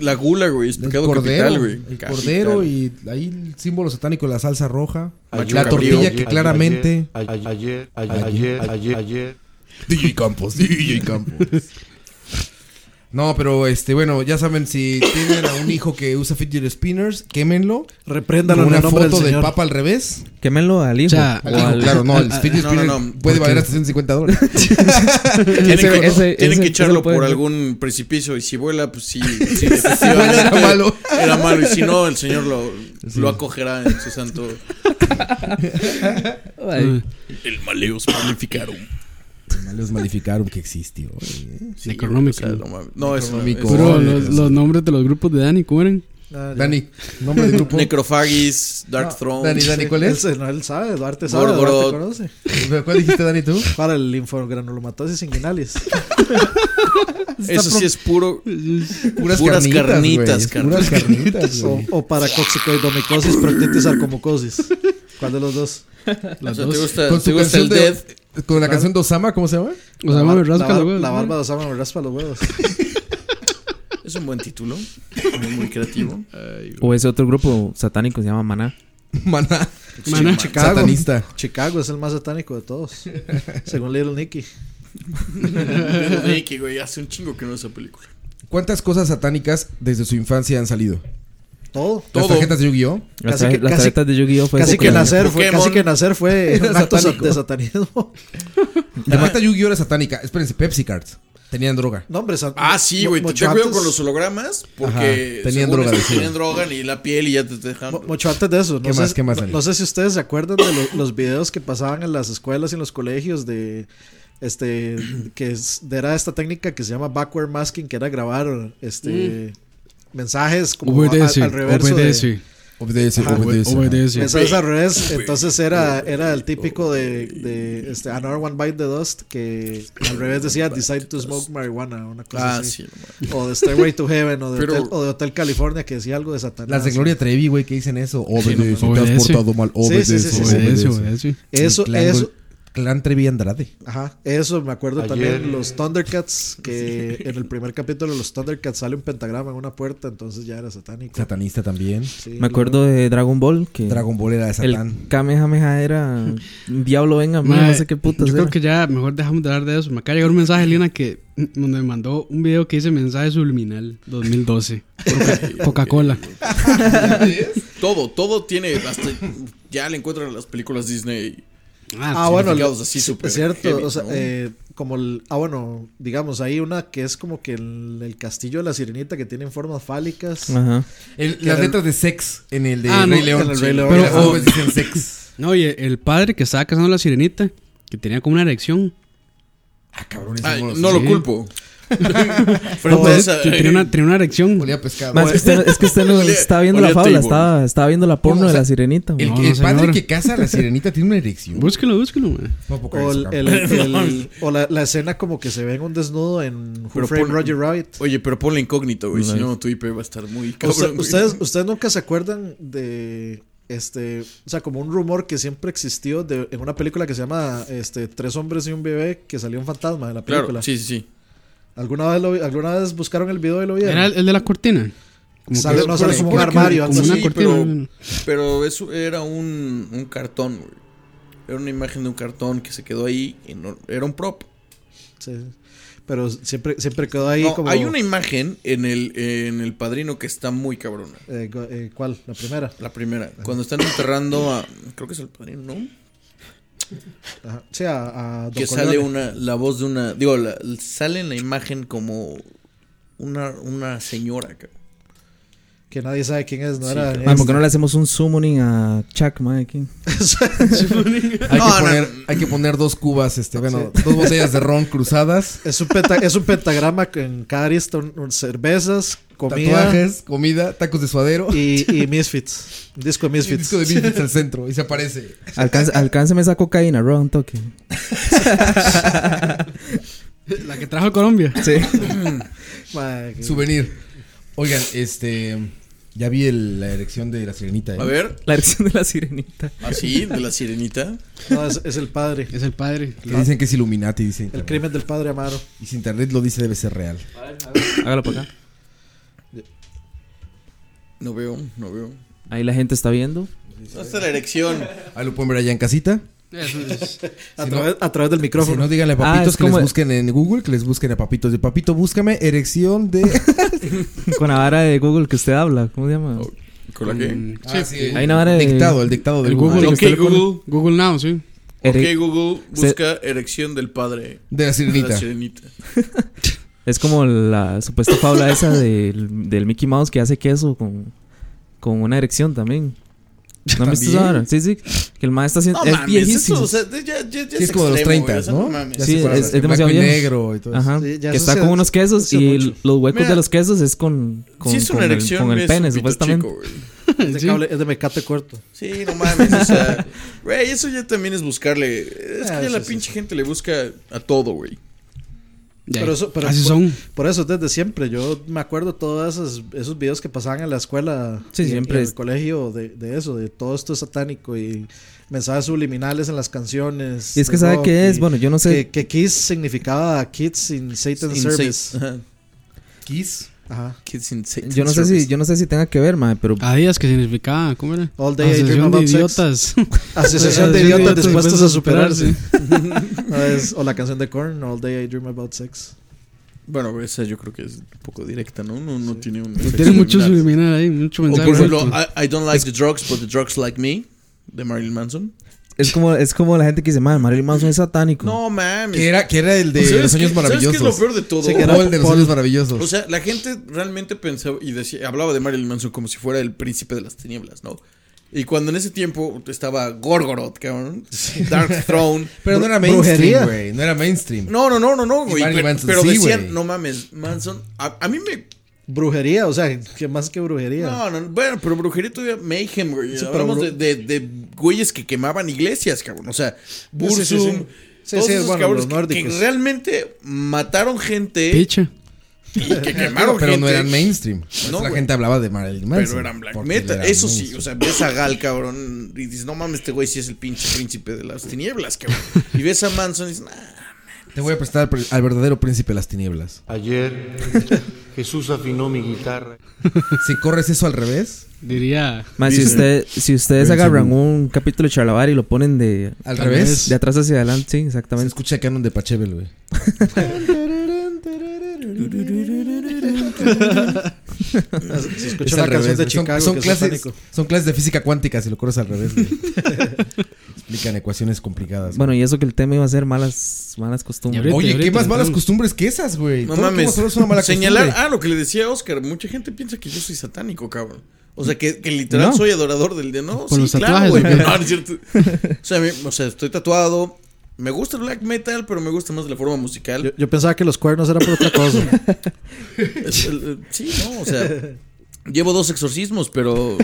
Speaker 4: La gula, güey, es
Speaker 2: El
Speaker 4: pecado
Speaker 2: cordero,
Speaker 4: capital, güey.
Speaker 2: el
Speaker 4: Capital.
Speaker 2: cordero y ahí el símbolo satánico de la salsa roja.
Speaker 4: Macho
Speaker 2: la
Speaker 4: cabrío.
Speaker 2: tortilla
Speaker 4: Ayer,
Speaker 2: que claramente.
Speaker 7: Ayer, ayer, ayer, ayer, ayer, ayer.
Speaker 2: DJ Campos, DJ Campos. <laughs> No, pero este, bueno, ya saben, si tienen a un hijo que usa fidget spinners, quémenlo.
Speaker 6: Repréndalo en
Speaker 2: una
Speaker 6: el nombre del
Speaker 2: foto del
Speaker 6: Señor.
Speaker 2: Papa al revés.
Speaker 5: Quémelo al hijo.
Speaker 3: O sea,
Speaker 2: Al hijo, claro, no, el fidget
Speaker 4: Ah, no,
Speaker 2: spinner
Speaker 4: no, no,
Speaker 2: puede
Speaker 5: ¿por
Speaker 2: valer
Speaker 5: qué?
Speaker 2: hasta 150 dólares.
Speaker 4: <laughs>
Speaker 2: <laughs>
Speaker 4: Tienen
Speaker 5: Ese-
Speaker 4: que,
Speaker 5: ese-
Speaker 4: tienen
Speaker 5: ese-
Speaker 4: que
Speaker 5: ese
Speaker 4: echarlo
Speaker 5: lo pueden-
Speaker 4: por algún precipicio y si vuela, pues sí. sí,
Speaker 2: vuela, era malo.
Speaker 4: <laughs> Era malo y si no, el Señor lo, lo acogerá en su santo.
Speaker 5: Ay,
Speaker 4: El maleus magnificarum.
Speaker 2: Los malificaron que existió. eh.
Speaker 4: O
Speaker 3: Necronómica.
Speaker 4: sea, no mames. No, eso no.
Speaker 2: Necronómico.
Speaker 4: eso no.
Speaker 3: Puro,
Speaker 2: Ay,
Speaker 3: los,
Speaker 2: Dios.
Speaker 3: los nombres de los grupos de Dani, ¿cómo eran?
Speaker 6: Ah, ya.
Speaker 2: Dani, <laughs> nombre del grupo.
Speaker 4: Necrophagis, Dark Throne.
Speaker 2: Dani, Dani, ¿cuál
Speaker 6: Él,
Speaker 2: es?
Speaker 6: se- no, él sabe, Duarte sabe,
Speaker 4: Gorgorot.
Speaker 6: Duarte conoce.
Speaker 2: ¿Cuál dijiste, Dani, tú?
Speaker 6: Para el linfogranulomatosis sanguinalis.
Speaker 4: <laughs> Eso sí es puro.
Speaker 2: Puras,
Speaker 4: Puras carnitas,
Speaker 2: carnitas, güey. Puras
Speaker 6: <laughs>
Speaker 2: carnitas,
Speaker 6: o,
Speaker 2: güey.
Speaker 6: o para coxicoidomicosis, proctitis, sarcomucosis. ¿Cuál de los dos?
Speaker 4: O sea, ¿te gusta,
Speaker 2: Con
Speaker 4: te
Speaker 2: su
Speaker 4: gusta
Speaker 2: canción
Speaker 4: el
Speaker 2: de...
Speaker 4: Death?
Speaker 2: Con la canción de Osama, ¿cómo se llama?
Speaker 3: O sea,
Speaker 6: Ah. la,
Speaker 3: me
Speaker 6: bar-
Speaker 3: rasca
Speaker 6: la,
Speaker 3: los
Speaker 6: bar-
Speaker 3: huevos,
Speaker 6: la
Speaker 3: ¿no?
Speaker 6: barba de Osama me raspa los huevos.
Speaker 4: Es un buen título. Muy, muy creativo.
Speaker 5: O ese otro grupo satánico se llama Maná.
Speaker 6: <laughs>
Speaker 2: Maná.
Speaker 4: Sí,
Speaker 3: Maná.
Speaker 4: man.
Speaker 6: Chicago.
Speaker 2: Satanista.
Speaker 6: Chicago es el más satánico de
Speaker 2: <laughs>
Speaker 6: todos. según Little Nicky.
Speaker 4: Nicky, güey, hace un chingo que no es esa película.
Speaker 2: ¿Cuántas cosas satánicas desde su infancia han salido?
Speaker 6: Todo.
Speaker 2: Las
Speaker 4: Todo.
Speaker 2: tarjetas de Yu-Gi-oh.
Speaker 5: Las,
Speaker 6: Casi
Speaker 5: tar-
Speaker 6: que-
Speaker 5: las
Speaker 6: casi-
Speaker 5: tarjetas de Yu-Gi-Oh! fue
Speaker 6: Casi
Speaker 5: ese
Speaker 6: que
Speaker 5: que-
Speaker 6: nacer fue, casi
Speaker 4: Pokémon.
Speaker 6: que nacer fue
Speaker 2: Era
Speaker 6: un acto sa-
Speaker 2: satánico.
Speaker 6: de
Speaker 2: <laughs>
Speaker 6: satanismo.
Speaker 2: La tarjeta Yu-Gi-Oh era satánica. Espérense, Pepsi Cards. Tenían droga.
Speaker 6: No, hombre, sa-
Speaker 4: <laughs> Ah, sí,
Speaker 6: mu-
Speaker 4: güey. Te
Speaker 6: mucho
Speaker 4: cuido
Speaker 6: antes-
Speaker 4: con los hologramas porque
Speaker 2: Ajá, tenían
Speaker 4: según
Speaker 2: droga,
Speaker 4: esto,
Speaker 2: decía.
Speaker 4: tenían droga ni la piel y ya te dejan.
Speaker 6: Mu- Mucho antes de eso, no,
Speaker 2: ¿Qué
Speaker 6: sé,
Speaker 2: más, qué más,
Speaker 6: no,
Speaker 2: Dani?
Speaker 6: no sé si ustedes se acuerdan de lo- los videos que pasaban en las escuelas y en los colegios de este que es- de- era esta técnica que se llama backward masking, que era grabar este
Speaker 4: Mm.
Speaker 6: mensajes como a-
Speaker 3: Obedece,
Speaker 6: al reverso de-
Speaker 3: obedece,
Speaker 2: Obedece,
Speaker 6: Ajá.
Speaker 2: obedece.
Speaker 3: obedece.
Speaker 6: mensajes al revés, entonces era era el típico de, de, este another one bite the dust que al revés decía decide to smoke marijuana, una cosa
Speaker 4: Ah,
Speaker 6: así.
Speaker 4: sí. no mames.
Speaker 6: O de Stairway to Heaven o de,
Speaker 4: Pero-
Speaker 6: Hotel, o de Hotel California que decía algo de Satanás.
Speaker 2: Las de Gloria Trevi, güey, que dicen eso. Obedece,
Speaker 3: no,
Speaker 2: te
Speaker 3: obedece.
Speaker 2: has portado mal.
Speaker 6: Sí,
Speaker 2: Obedece,
Speaker 6: sí, sí, sí, sí.
Speaker 2: obedece.
Speaker 3: Obedece, obedece.
Speaker 6: Eso,
Speaker 2: El clan,
Speaker 6: eso,
Speaker 2: Gol- Clan
Speaker 6: <laughs>
Speaker 2: Trevi Andrade.
Speaker 6: Ajá, eso me acuerdo
Speaker 7: Ayer.
Speaker 6: también los Thundercats, que en el primer capítulo de los Thundercats sale un pentagrama en una puerta, entonces ya era satánico.
Speaker 2: Satanista también.
Speaker 6: Sí,
Speaker 5: Me acuerdo de Dragon Ball. que
Speaker 2: Dragon Ball era de Satán.
Speaker 5: El Kamehameha era.
Speaker 2: <laughs>
Speaker 5: Diablo, venga, mía, no
Speaker 3: Mae,
Speaker 5: sé qué putas.
Speaker 3: Yo creo
Speaker 5: era.
Speaker 3: que ya mejor dejamos de hablar de eso. Me acaba de llegar un mensaje, Lina, que donde me mandó un video que dice mensaje subliminal 2012. Coca- Coca-Cola.
Speaker 4: <laughs> Todo, todo tiene. Hasta ya le encuentran las películas Disney.
Speaker 6: Ah,
Speaker 3: sí.
Speaker 6: bueno,
Speaker 4: significados así
Speaker 6: sí,
Speaker 4: súper
Speaker 6: es cierto,
Speaker 4: heavy,
Speaker 6: o sea,
Speaker 4: ¿no?
Speaker 6: eh, como el, ah bueno, digamos, hay una que es como que el, el castillo de la sirenita que tienen formas fálicas.
Speaker 5: Ajá.
Speaker 2: El- las
Speaker 6: era-
Speaker 2: letras de sex en el de
Speaker 3: Ah, no,
Speaker 2: Rey León.
Speaker 6: en el
Speaker 2: Sí,
Speaker 6: Rey León.
Speaker 2: Pero,
Speaker 3: Pero-
Speaker 2: las nubes dicen sex.
Speaker 3: No, y el padre que estaba casando a la sirenita, que tenía como una erección.
Speaker 2: Ah, cabrón, ese
Speaker 4: Ay,
Speaker 2: no lo
Speaker 4: no
Speaker 2: sé.
Speaker 4: lo
Speaker 3: <laughs>
Speaker 4: culpo. Frente a
Speaker 3: Pues,
Speaker 4: esa-
Speaker 3: que tenía una, tenía una erección.
Speaker 2: Olía a pescado.
Speaker 5: Mae, es, que usted, es que usted no
Speaker 4: Olía-
Speaker 5: estaba viendo la
Speaker 4: olía
Speaker 5: fábula,
Speaker 4: table.
Speaker 5: estaba, estaba viendo la porno
Speaker 2: ¿Cómo?
Speaker 5: de
Speaker 2: O sea,
Speaker 5: la sirenita.
Speaker 2: El,
Speaker 5: mae.
Speaker 3: No,
Speaker 2: el
Speaker 3: no,
Speaker 2: padre
Speaker 3: señora.
Speaker 2: que casa a la sirenita tiene una erección.
Speaker 3: Búsquelo, búsquelo, man.
Speaker 2: No, poco
Speaker 6: O,
Speaker 2: eso,
Speaker 6: el-
Speaker 2: cabrón.
Speaker 6: el-
Speaker 2: <laughs>
Speaker 6: el- o la, la escena como que se ve en un desnudo en Who
Speaker 4: Pero
Speaker 6: Framed
Speaker 4: pon-
Speaker 2: <laughs>
Speaker 6: Roger Rabbit.
Speaker 4: Oye, pero ponle incógnito, güey. Si
Speaker 5: Nice.
Speaker 4: no, tu IP va a estar muy
Speaker 6: O sea,
Speaker 4: cabrón. güey.
Speaker 6: ustedes, ustedes nunca se acuerdan de este, o sea, como un rumor que siempre existió de, en una película que se llama este, Tres hombres y un bebé que salió un fantasma de la película.
Speaker 4: Claro, sí, sí, sí.
Speaker 6: ¿Alguna vez, lo vi- alguna vez buscaron el video y lo vieron?
Speaker 3: Era el, el de la cortina. Como que-
Speaker 6: Sale- no, sale como un
Speaker 4: Creo que-
Speaker 6: armario, algo
Speaker 3: como una
Speaker 4: sí,
Speaker 3: cortina.
Speaker 4: Pero, pero eso era un, un cartón, güey. Era una imagen de un cartón que se quedó ahí. y no- era un prop.
Speaker 6: Sí. Pero siempre, siempre quedó ahí
Speaker 4: No,
Speaker 6: como...
Speaker 4: Hay una imagen en el, en el padrino que está muy cabrona.
Speaker 6: eh, go- eh, ¿Cuál? La primera.
Speaker 4: La primera. Cuando están enterrando a. Creo que es el padrino, ¿no?
Speaker 6: Ajá. Sí, a, a Don
Speaker 4: Que
Speaker 6: Corleone.
Speaker 4: sale una, la voz de una, digo, la- sale en la imagen como una, una señora. cabrón.
Speaker 6: Que nadie sabe quién es, no
Speaker 4: Sí,
Speaker 6: era.
Speaker 4: claro.
Speaker 5: Man, ¿por qué no le hacemos un summoning a Chuck,
Speaker 2: <laughs>
Speaker 5: man, aquí? <laughs>
Speaker 2: Hay,
Speaker 4: No,
Speaker 2: que
Speaker 4: no.
Speaker 2: poner, hay que poner dos cubas, este, bueno, dos botellas de ron cruzadas,
Speaker 6: <laughs> Es un, penta- es un pentagrama en cada arista, un- un- cervezas, comida
Speaker 2: tatuajes, comida, tacos de suadero <laughs>
Speaker 6: y, y Misfits. Un disco de
Speaker 2: y un
Speaker 6: Misfits. <laughs>
Speaker 2: disco de Misfits al centro y se aparece.
Speaker 5: Alcánce- alcánceme esa cocaína, bro, un toque.
Speaker 3: La que trajo a Colombia. <laughs>
Speaker 5: Sí.
Speaker 6: Ma, que-
Speaker 2: Souvenir. Oigan, este, ya vi el- la erección de la sirenita. ¿eh?
Speaker 4: A ver,
Speaker 5: La erección de la sirenita.
Speaker 4: así, de la sirenita.
Speaker 6: no, es, es el padre.
Speaker 3: Es el padre.
Speaker 2: Que dicen que es Illuminati, dice
Speaker 6: El
Speaker 2: internet.
Speaker 6: crimen del padre Amaro.
Speaker 2: Y si internet lo dice, debe ser real.
Speaker 5: Hágalo para acá.
Speaker 4: No veo, no veo.
Speaker 5: Ahí la gente está viendo.
Speaker 4: No está la erección.
Speaker 2: Ahí lo pueden ver allá en casita.
Speaker 3: Eso es.
Speaker 6: <laughs> A,
Speaker 2: Si no-
Speaker 6: través, a través del
Speaker 2: Si
Speaker 6: micrófono.
Speaker 2: no, díganle a
Speaker 5: Ah,
Speaker 2: papitos
Speaker 5: es
Speaker 2: que
Speaker 5: como-
Speaker 2: les busquen en Google, que les busquen a papitos de papito, búscame erección
Speaker 5: <laughs>
Speaker 2: de.
Speaker 5: Con la vara de Google que usted habla. ¿Cómo se llama?
Speaker 4: Oh, ¿Con la
Speaker 3: Mm,
Speaker 4: qué?
Speaker 2: Ah, sí, el
Speaker 5: Hay una vara de-
Speaker 2: dictado, el dictado del
Speaker 3: El
Speaker 2: Google.
Speaker 3: Google.
Speaker 4: Ok,
Speaker 3: usted le pone-
Speaker 4: Google.
Speaker 3: Google Now, sí.
Speaker 5: Ere-
Speaker 4: Ok, Google, busca erección del padre.
Speaker 2: De la
Speaker 4: De la
Speaker 2: sirenita.
Speaker 4: sirenita.
Speaker 5: Es como la supuesta fábula esa del, del Mickey Mouse que hace queso con, con una erección también. ¿No han visto esa vara? Sí, sí. Que el maestro está haciendo.
Speaker 4: No
Speaker 5: es
Speaker 4: mames, eso,
Speaker 5: viejísimo.
Speaker 4: o sea, ya, ya, ya
Speaker 2: Sí, es como de los
Speaker 4: extremo,
Speaker 2: 30,
Speaker 4: güey, o sea,
Speaker 2: ¿no?
Speaker 4: mames.
Speaker 2: Ya
Speaker 5: Sí,
Speaker 2: sé cuál
Speaker 5: es-
Speaker 2: hablas,
Speaker 5: es
Speaker 2: en
Speaker 5: demasiado
Speaker 2: blanco y
Speaker 5: viejo.
Speaker 2: negro y todo eso.
Speaker 5: Ajá.
Speaker 6: Sí, ya eso
Speaker 5: que está
Speaker 6: se-
Speaker 5: con unos quesos
Speaker 6: se
Speaker 5: y
Speaker 6: mucho.
Speaker 5: el- los huecos
Speaker 4: Mira,
Speaker 5: de los quesos es con, con,
Speaker 4: sí, es una
Speaker 5: con el,
Speaker 4: erección.
Speaker 5: con el
Speaker 4: es un
Speaker 5: pene,
Speaker 4: pito
Speaker 5: supuestamente. <laughs>
Speaker 4: chico, güey.
Speaker 6: Es de,
Speaker 3: Sí.
Speaker 6: cable- es de mecate corto.
Speaker 4: Sí, no mames, o
Speaker 6: <laughs>
Speaker 4: sea, güey, eso ya también es buscarle. Es que
Speaker 6: Ah,
Speaker 4: ya la
Speaker 6: sí, sí,
Speaker 4: pinche gente le busca a todo, güey.
Speaker 3: Ya,
Speaker 6: Pero eso- pero-
Speaker 5: Ah,
Speaker 3: así son.
Speaker 6: Por eso, desde siempre, yo me acuerdo todos esos, esos videos que pasaban en la escuela.
Speaker 5: Sí,
Speaker 6: y-
Speaker 5: siempre
Speaker 6: y en
Speaker 5: es-
Speaker 6: el colegio de, de eso, de todo esto satánico y mensajes subliminales en las canciones.
Speaker 5: Y es que
Speaker 6: de
Speaker 5: sabe
Speaker 6: rock
Speaker 5: qué es,
Speaker 6: y
Speaker 5: bueno, yo no sé.
Speaker 6: Que, que Kiss significaba Kids in Satan
Speaker 4: In
Speaker 6: Service.
Speaker 4: sa- ajá.
Speaker 2: Kiss.
Speaker 6: Ajá.
Speaker 4: Kids in Satan
Speaker 5: Yo no sé
Speaker 4: Service.
Speaker 5: si, yo no sé si tenga que ver, mae, pero
Speaker 3: A Ah, días que significaba, ¿cómo era?
Speaker 6: All day I dream
Speaker 3: Asociación de
Speaker 6: about sex.
Speaker 3: idiotas.
Speaker 6: <laughs> Asociación de idiotas dispuestos a superarse.
Speaker 3: sí.
Speaker 6: <laughs> No, es- o la canción de Korn, All Day I Dream About Sex.
Speaker 4: Bueno, eh. esa yo creo que es un poco directa, ¿no? No, no tiene un.
Speaker 3: No tiene mucho subliminal ahí, mucho
Speaker 4: O
Speaker 3: mensaje.
Speaker 4: por ejemplo,
Speaker 3: oculto.
Speaker 4: I, I don't like the drugs, but the drugs like me, de Marilyn Manson.
Speaker 5: es como, es como la gente que dice, mae, Marilyn Manson es satánico.
Speaker 4: No mames.
Speaker 2: Que era, que era el de
Speaker 4: Pues, ¿Sabes
Speaker 2: los
Speaker 4: qué- ¿Sabes qué
Speaker 2: años
Speaker 4: es
Speaker 2: maravillosos.
Speaker 4: lo peor de todo?
Speaker 6: Sí, que era-
Speaker 2: O el de los
Speaker 6: Paul-
Speaker 2: años maravillosos.
Speaker 4: O sea, la gente realmente pensaba y decía, hablaba de Marilyn Manson como si fuera el príncipe de las tinieblas, ¿no? Y cuando en ese tiempo estaba Gorgoroth, cabrón,
Speaker 2: <laughs>
Speaker 4: Dark Throne.
Speaker 2: pero no era mainstream,
Speaker 6: brujería.
Speaker 2: güey. No era mainstream.
Speaker 4: No, no, no, no, no, güey.
Speaker 2: Marilyn
Speaker 4: Pero,
Speaker 2: Manson,
Speaker 4: pero
Speaker 2: sí,
Speaker 4: decían,
Speaker 2: güey.
Speaker 4: no mames, Manson. A, a mí me.
Speaker 6: Brujería, o sea, que más que brujería.
Speaker 4: No, no, bueno, pero brujería todavía Mayhem, güey.
Speaker 6: Sí, pero
Speaker 4: Hablamos
Speaker 6: bru-
Speaker 4: de, de, de güeyes que quemaban iglesias, cabrón. O sea, Bursum.
Speaker 6: sí, sí. Sí,
Speaker 4: todos
Speaker 6: sí,
Speaker 4: esos
Speaker 6: bueno,
Speaker 4: cabrones
Speaker 6: los
Speaker 4: que- que,
Speaker 6: nórdicos.
Speaker 4: realmente mataron gente
Speaker 3: Picha.
Speaker 4: y
Speaker 6: <laughs>
Speaker 4: que quemaron
Speaker 2: pero
Speaker 4: gente.
Speaker 2: no eran mainstream. Pues
Speaker 4: No,
Speaker 2: la
Speaker 4: güey.
Speaker 2: gente hablaba de Marilyn Manson.
Speaker 4: Pero eran black
Speaker 2: porque
Speaker 4: metal.
Speaker 2: él era
Speaker 4: Eso sí,
Speaker 2: mainstream.
Speaker 4: o sea, ves a Gal, cabrón, y dices, no mames, este güey sí es el pinche príncipe de las tinieblas, cabrón. Y ves a Manson y dices, nah.
Speaker 2: Te voy a prestar al, pr- al verdadero príncipe de las tinieblas.
Speaker 4: <laughs>
Speaker 7: Ayer Jesús afinó mi guitarra.
Speaker 2: Si corres eso
Speaker 6: <laughs>
Speaker 2: al revés,
Speaker 3: Diría. ah,
Speaker 5: Mae, si, usted, si ustedes agarran un capítulo de Chalabar y lo ponen de,
Speaker 2: al
Speaker 3: Al
Speaker 2: revés,
Speaker 3: revés.
Speaker 5: de atrás hacia adelante, sí,
Speaker 2: se
Speaker 5: exactamente.
Speaker 2: escucha canon de Pachebel, güey.
Speaker 6: Se
Speaker 2: Es
Speaker 6: escucha
Speaker 2: al
Speaker 6: la canción
Speaker 2: revés.
Speaker 6: de
Speaker 2: güey. Son-
Speaker 6: Chicago,
Speaker 2: son,
Speaker 6: que es
Speaker 2: clases,
Speaker 6: satánico.
Speaker 2: son clases de física cuántica si lo corres al
Speaker 6: <laughs>
Speaker 2: revés, güey. Explican ecuaciones complicadas.
Speaker 5: <laughs> Bueno, y eso que el tema iba a ser malas, malas costumbres.
Speaker 3: ahorita-
Speaker 2: Oye, ¿qué
Speaker 3: ahorita
Speaker 2: más malas
Speaker 3: entramos.
Speaker 2: costumbres que esas, güey?
Speaker 4: No
Speaker 2: Todo lo que
Speaker 4: mames.
Speaker 2: hemos hablado es una mala
Speaker 4: Señalar,
Speaker 2: costumbre.
Speaker 4: ah, lo que le decía a Oscar, mucha gente piensa que yo soy satánico, cabrón. O sea, que, que literal
Speaker 5: No.
Speaker 4: soy adorador del de no.
Speaker 3: Por
Speaker 4: sí,
Speaker 3: los
Speaker 4: claro,
Speaker 3: tatuajes,
Speaker 4: güey.
Speaker 3: ¿o qué?
Speaker 4: <laughs> No, no es cierto. O sea, me- o sea, estoy tatuado. Me gusta el black metal, pero me gusta más la forma musical.
Speaker 6: Yo, yo pensaba que los cuernos eran por otra cosa.
Speaker 4: Es el- eh, <laughs> sí, no, o sea. Llevo dos exorcismos, pero.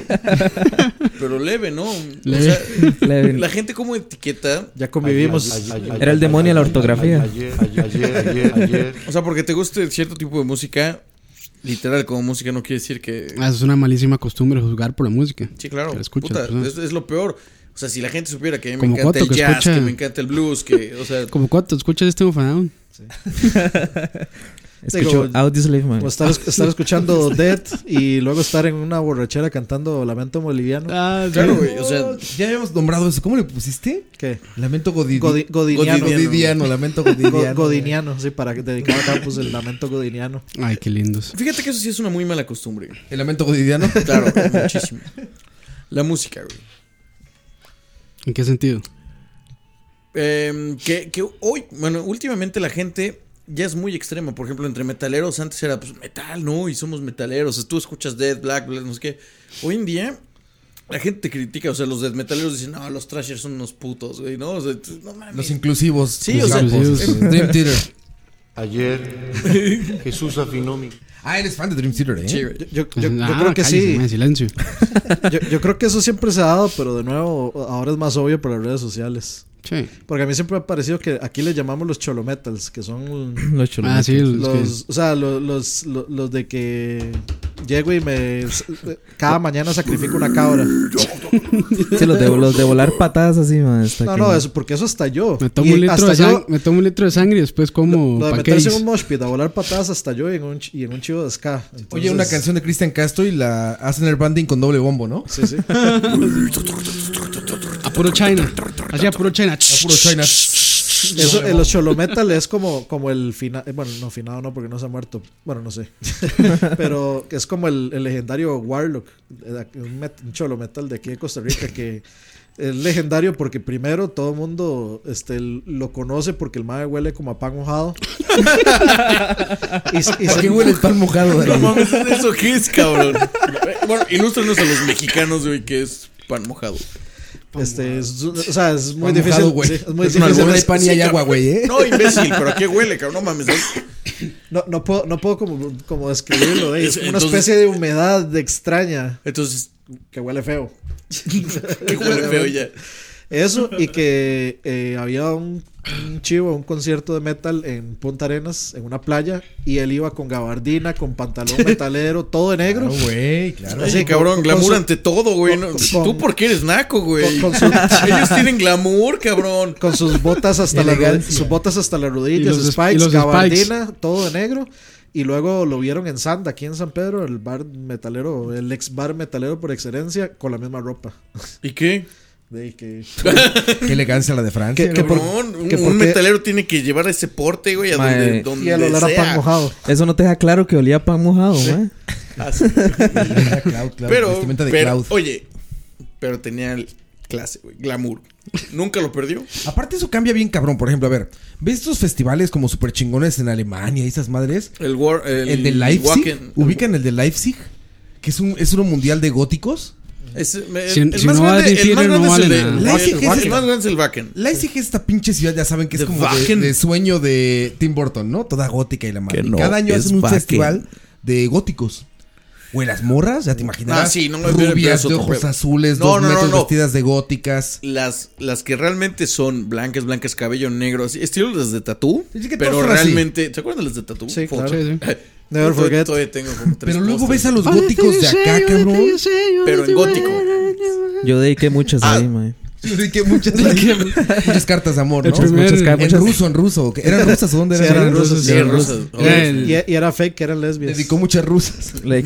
Speaker 4: Pero leve, ¿no?
Speaker 3: Leve.
Speaker 4: O sea,
Speaker 5: Leve.
Speaker 4: la gente como etiqueta.
Speaker 6: Ya convivimos.
Speaker 5: Era el demonio de la ortografía.
Speaker 7: Ayer, ayer, ayer, ayer, ayer.
Speaker 4: O sea, porque te guste cierto tipo de música, literal, como música no quiere decir que.
Speaker 3: Ah, eso es una malísima costumbre juzgar por la música.
Speaker 4: Sí, claro.
Speaker 3: Que la escucha
Speaker 4: puta,
Speaker 3: la persona.
Speaker 4: es, es lo peor. O sea, si la gente supiera que a mí me
Speaker 3: Como
Speaker 4: encanta
Speaker 3: Coto,
Speaker 4: el
Speaker 3: que
Speaker 4: jazz,
Speaker 3: escucha-
Speaker 4: que me encanta el blues, que. O sea.
Speaker 3: Como cuánto escuchas este Down?
Speaker 5: Escucho
Speaker 6: Digo,
Speaker 5: Audioslave, mae.
Speaker 6: Como estar, estar escuchando Dead y luego estar en una borrachera cantando Lamento Boliviano.
Speaker 3: Ah,
Speaker 4: Claro, güey. O sea.
Speaker 2: Ya habíamos nombrado eso. ¿Cómo le pusiste?
Speaker 6: ¿Qué?
Speaker 2: Lamento Godidi-
Speaker 6: Godi- godiniano.
Speaker 2: Godidiano, Lamento
Speaker 6: Go-
Speaker 2: Godidiano.
Speaker 6: godiniano, sí, para dedicar a Campos el Lamento Godiniano.
Speaker 3: Ay, qué lindos.
Speaker 4: Fíjate que eso sí es una muy mala costumbre.
Speaker 2: El
Speaker 6: <laughs>
Speaker 2: Lamento Godidiano.
Speaker 3: <laughs>
Speaker 4: Claro, muchísimo. La música, güey.
Speaker 3: ¿En qué sentido?
Speaker 4: Eh, que, que hoy, bueno, últimamente la gente ya es muy extrema. Por ejemplo, entre metaleros antes era pues metal, ¿no? Y somos metaleros. Tú escuchas Dead, Black, Black, no sé qué. Hoy en día la gente te critica, o sea, los death metaleros dicen, no, los thrashers son unos putos, güey, ¿no? O sea, tú- no mames.
Speaker 2: Los inclusivos.
Speaker 4: Sí, o sea,
Speaker 2: digamos.
Speaker 6: pues,
Speaker 4: eh,
Speaker 2: Dream Theater.
Speaker 4: <laughs>
Speaker 7: Ayer Jesús afinó mi
Speaker 2: Ah, eres fan de Dream Theater, ¿eh?
Speaker 4: Sí, güey.
Speaker 6: Yo, yo- yo- yo
Speaker 3: Ah,
Speaker 6: creo que
Speaker 3: cállese,
Speaker 6: sí.
Speaker 3: mae, <laughs> silencio.
Speaker 6: Yo, yo creo que eso siempre se ha dado, pero de nuevo, ahora es más obvio por las redes sociales.
Speaker 3: Sí.
Speaker 6: Porque a mí siempre me ha parecido que aquí le llamamos los cholometals, que son
Speaker 5: Los chulos.
Speaker 3: Ah, sí, <laughs> los que-
Speaker 6: los, o sea, lo- los, lo- los, de que llego y me cada mañana sacrifico una
Speaker 3: <laughs>
Speaker 6: cabra.
Speaker 5: Sí, los de, los de volar patadas así, man. hasta
Speaker 6: No,
Speaker 5: que-
Speaker 6: no, eso porque eso hasta yo.
Speaker 3: me, tomo
Speaker 6: Y
Speaker 3: un litro
Speaker 6: hasta
Speaker 3: de sang-
Speaker 6: yo,
Speaker 3: me tomo un litro de sangre y después como
Speaker 6: lo de meterse en
Speaker 3: pancakes.
Speaker 6: un mosh pit a volar patadas hasta yo y en un, ch- y en un chivo de ska.
Speaker 2: Oye,
Speaker 6: Entonces,
Speaker 2: una canción de Christian Castro y la hacen el banding con doble bombo, ¿no?
Speaker 6: Sí, sí.
Speaker 3: <laughs> A puro China. Así a puro China.
Speaker 2: Puro China.
Speaker 6: Eso, eh, los cholometal es como, como el final. Bueno, no, finado no, porque no se ha muerto. Bueno, no
Speaker 2: <laughs>
Speaker 6: sé. Pero es como el, el legendario Warlock, eh, un, met- un cholometal de aquí de Costa Rica que. Es legendario porque primero todo el mundo este, lo conoce porque el madre huele como a pan
Speaker 2: <laughs>
Speaker 6: mojado. y, y
Speaker 2: ¿Por
Speaker 6: se-
Speaker 2: qué huele el pan mojado?
Speaker 4: No
Speaker 6: <laughs>
Speaker 2: Dani?
Speaker 4: mames, ¿eso qué es, cabrón? <laughs> bueno, ilústranos a los mexicanos, güey, que es pan mojado.
Speaker 6: este, es, o sea, es muy
Speaker 2: Pan
Speaker 6: difícil.
Speaker 2: mojado, güey.
Speaker 6: sí, es muy
Speaker 2: Es
Speaker 6: difícil
Speaker 2: una algodón de
Speaker 6: es-
Speaker 2: pan y hay agua,
Speaker 4: cabrón.
Speaker 2: güey, ¿eh?
Speaker 4: No, imbécil, pero ¿a qué huele, cabrón? No mames. ¿no?
Speaker 6: No, no puedo, no puedo como, como describirlo. eh, Es
Speaker 4: Es-
Speaker 6: una
Speaker 4: entonces-
Speaker 6: especie de humedad de extraña
Speaker 4: Entonces,
Speaker 6: que
Speaker 4: <laughs>
Speaker 6: huele feo.
Speaker 4: ¿qué huele feo ya?
Speaker 6: Eso y que eh, había un, un chivo, un concierto de metal en Punta Arenas, en una playa, y él iba con gabardina, con
Speaker 4: <laughs>
Speaker 6: pantalón metalero, todo de negro.
Speaker 2: Claro, güey, claro.
Speaker 4: Oye,
Speaker 6: con-
Speaker 4: cabrón,
Speaker 6: con-
Speaker 4: glamour
Speaker 6: con-
Speaker 4: ante todo, güey. ¿no?
Speaker 6: con- con-
Speaker 4: ¿Tú por qué eres naco, güey?
Speaker 6: con- con su-
Speaker 4: <laughs> Ellos tienen glamour, cabrón.
Speaker 6: Con sus botas hasta la rodi-
Speaker 2: <laughs> Elegancia.
Speaker 6: sus botas hasta las rodillas,
Speaker 3: Y los- y
Speaker 6: spikes,
Speaker 3: los
Speaker 6: gabardina, todo de negro. Y luego lo vieron en Sanda, aquí en San Pedro, el bar metalero, el ex bar metalero por excelencia, con la misma ropa.
Speaker 4: ¿Y qué?
Speaker 6: De ahí que
Speaker 2: Qué elegancia la de Francia.
Speaker 6: Que- que
Speaker 2: ¿no?
Speaker 6: por-
Speaker 4: Cabrón, un,
Speaker 6: que por
Speaker 4: un
Speaker 6: qué-
Speaker 4: metalero tiene que llevar ese porte, güey,
Speaker 2: <laughs>
Speaker 4: a donde,
Speaker 5: Mae.
Speaker 4: donde
Speaker 6: y el olor a pan
Speaker 4: sea.
Speaker 6: mojado.
Speaker 5: Eso no te deja claro que olía pan mojado,
Speaker 2: <laughs>
Speaker 5: man.
Speaker 4: Así.
Speaker 5: <laughs>
Speaker 2: Vestimenta Cloud, claro,
Speaker 4: Ah, Pero,
Speaker 2: vestimenta de
Speaker 4: pero,
Speaker 2: Cloud.
Speaker 4: oye, pero tenía el clase, güey, glamour. Nunca lo perdió.
Speaker 2: Aparte, eso cambia bien, cabrón. Por ejemplo, a ver, ¿ves estos festivales como super chingones en Alemania y esas madres?
Speaker 4: El, war, el,
Speaker 2: El, de Leipzig.
Speaker 4: Wacken-
Speaker 2: ¿Ubican el de Leipzig? Que es, un, es uno mundial de góticos.
Speaker 4: Es- me-
Speaker 3: Si-
Speaker 4: el
Speaker 3: si
Speaker 4: más
Speaker 3: no va a
Speaker 4: grande, el
Speaker 3: decir,
Speaker 4: más
Speaker 3: no
Speaker 4: grande es el
Speaker 3: vale
Speaker 4: de-
Speaker 3: nada.
Speaker 4: el-
Speaker 2: Leipzig
Speaker 4: el
Speaker 2: es
Speaker 4: más
Speaker 2: el-
Speaker 4: grande es el Wacken.
Speaker 2: Leipzig es esta pinche ciudad, ya saben que es
Speaker 4: De
Speaker 2: como de,
Speaker 4: Wacken.
Speaker 2: de sueño de Tim Burton, ¿no? Toda gótica y la madre.
Speaker 4: Que
Speaker 2: Y
Speaker 4: no,
Speaker 2: Cada año
Speaker 4: es
Speaker 2: hacen un
Speaker 4: Wacken.
Speaker 2: festival de góticos. Güey, las morras, ya te imaginarás.
Speaker 4: Ah, sí, no, pero- pero
Speaker 2: rubias
Speaker 4: es
Speaker 2: de
Speaker 4: otro
Speaker 2: ojos
Speaker 4: pedo.
Speaker 2: azules,
Speaker 4: No,
Speaker 2: dos
Speaker 4: no, no,
Speaker 2: metros
Speaker 4: no.
Speaker 2: vestidas de góticas.
Speaker 4: Las, las que realmente son blancas, blancas, cabello negro, así, estilo las de tatú,
Speaker 2: Sí, que
Speaker 4: pero
Speaker 2: todas son así.
Speaker 4: realmente, ¿se acuerdan de las de tatú?
Speaker 6: Sí,
Speaker 4: Foto.
Speaker 6: claro.
Speaker 3: Sí, sí.
Speaker 6: Never
Speaker 4: Yo todavía-
Speaker 6: forget.
Speaker 4: todavía tengo como tres
Speaker 2: Pero luego
Speaker 4: pósters.
Speaker 2: ves a los góticos de acá, cabrón.
Speaker 4: Pero en gótico.
Speaker 5: Yo dediqué muchas
Speaker 2: Ah. <laughs>
Speaker 5: ahí, man.
Speaker 2: Sí, que muchas, muchas cartas de amor,
Speaker 3: El
Speaker 2: ¿no?
Speaker 3: primer-
Speaker 2: Muchas cartas.
Speaker 5: muchas-
Speaker 2: En ruso, en ruso. ¿qué?
Speaker 4: <laughs>
Speaker 2: ¿Eran rusas o dónde
Speaker 6: Sí,
Speaker 2: eran?
Speaker 6: eran
Speaker 2: rusas.
Speaker 6: rusas, sí,
Speaker 4: Sí,
Speaker 6: eran rusas.
Speaker 4: rosas.
Speaker 3: Era el-
Speaker 6: Y, y era fake que eran lesbias.
Speaker 2: Dedicó muchas
Speaker 6: <laughs>
Speaker 2: rusas.
Speaker 5: Le-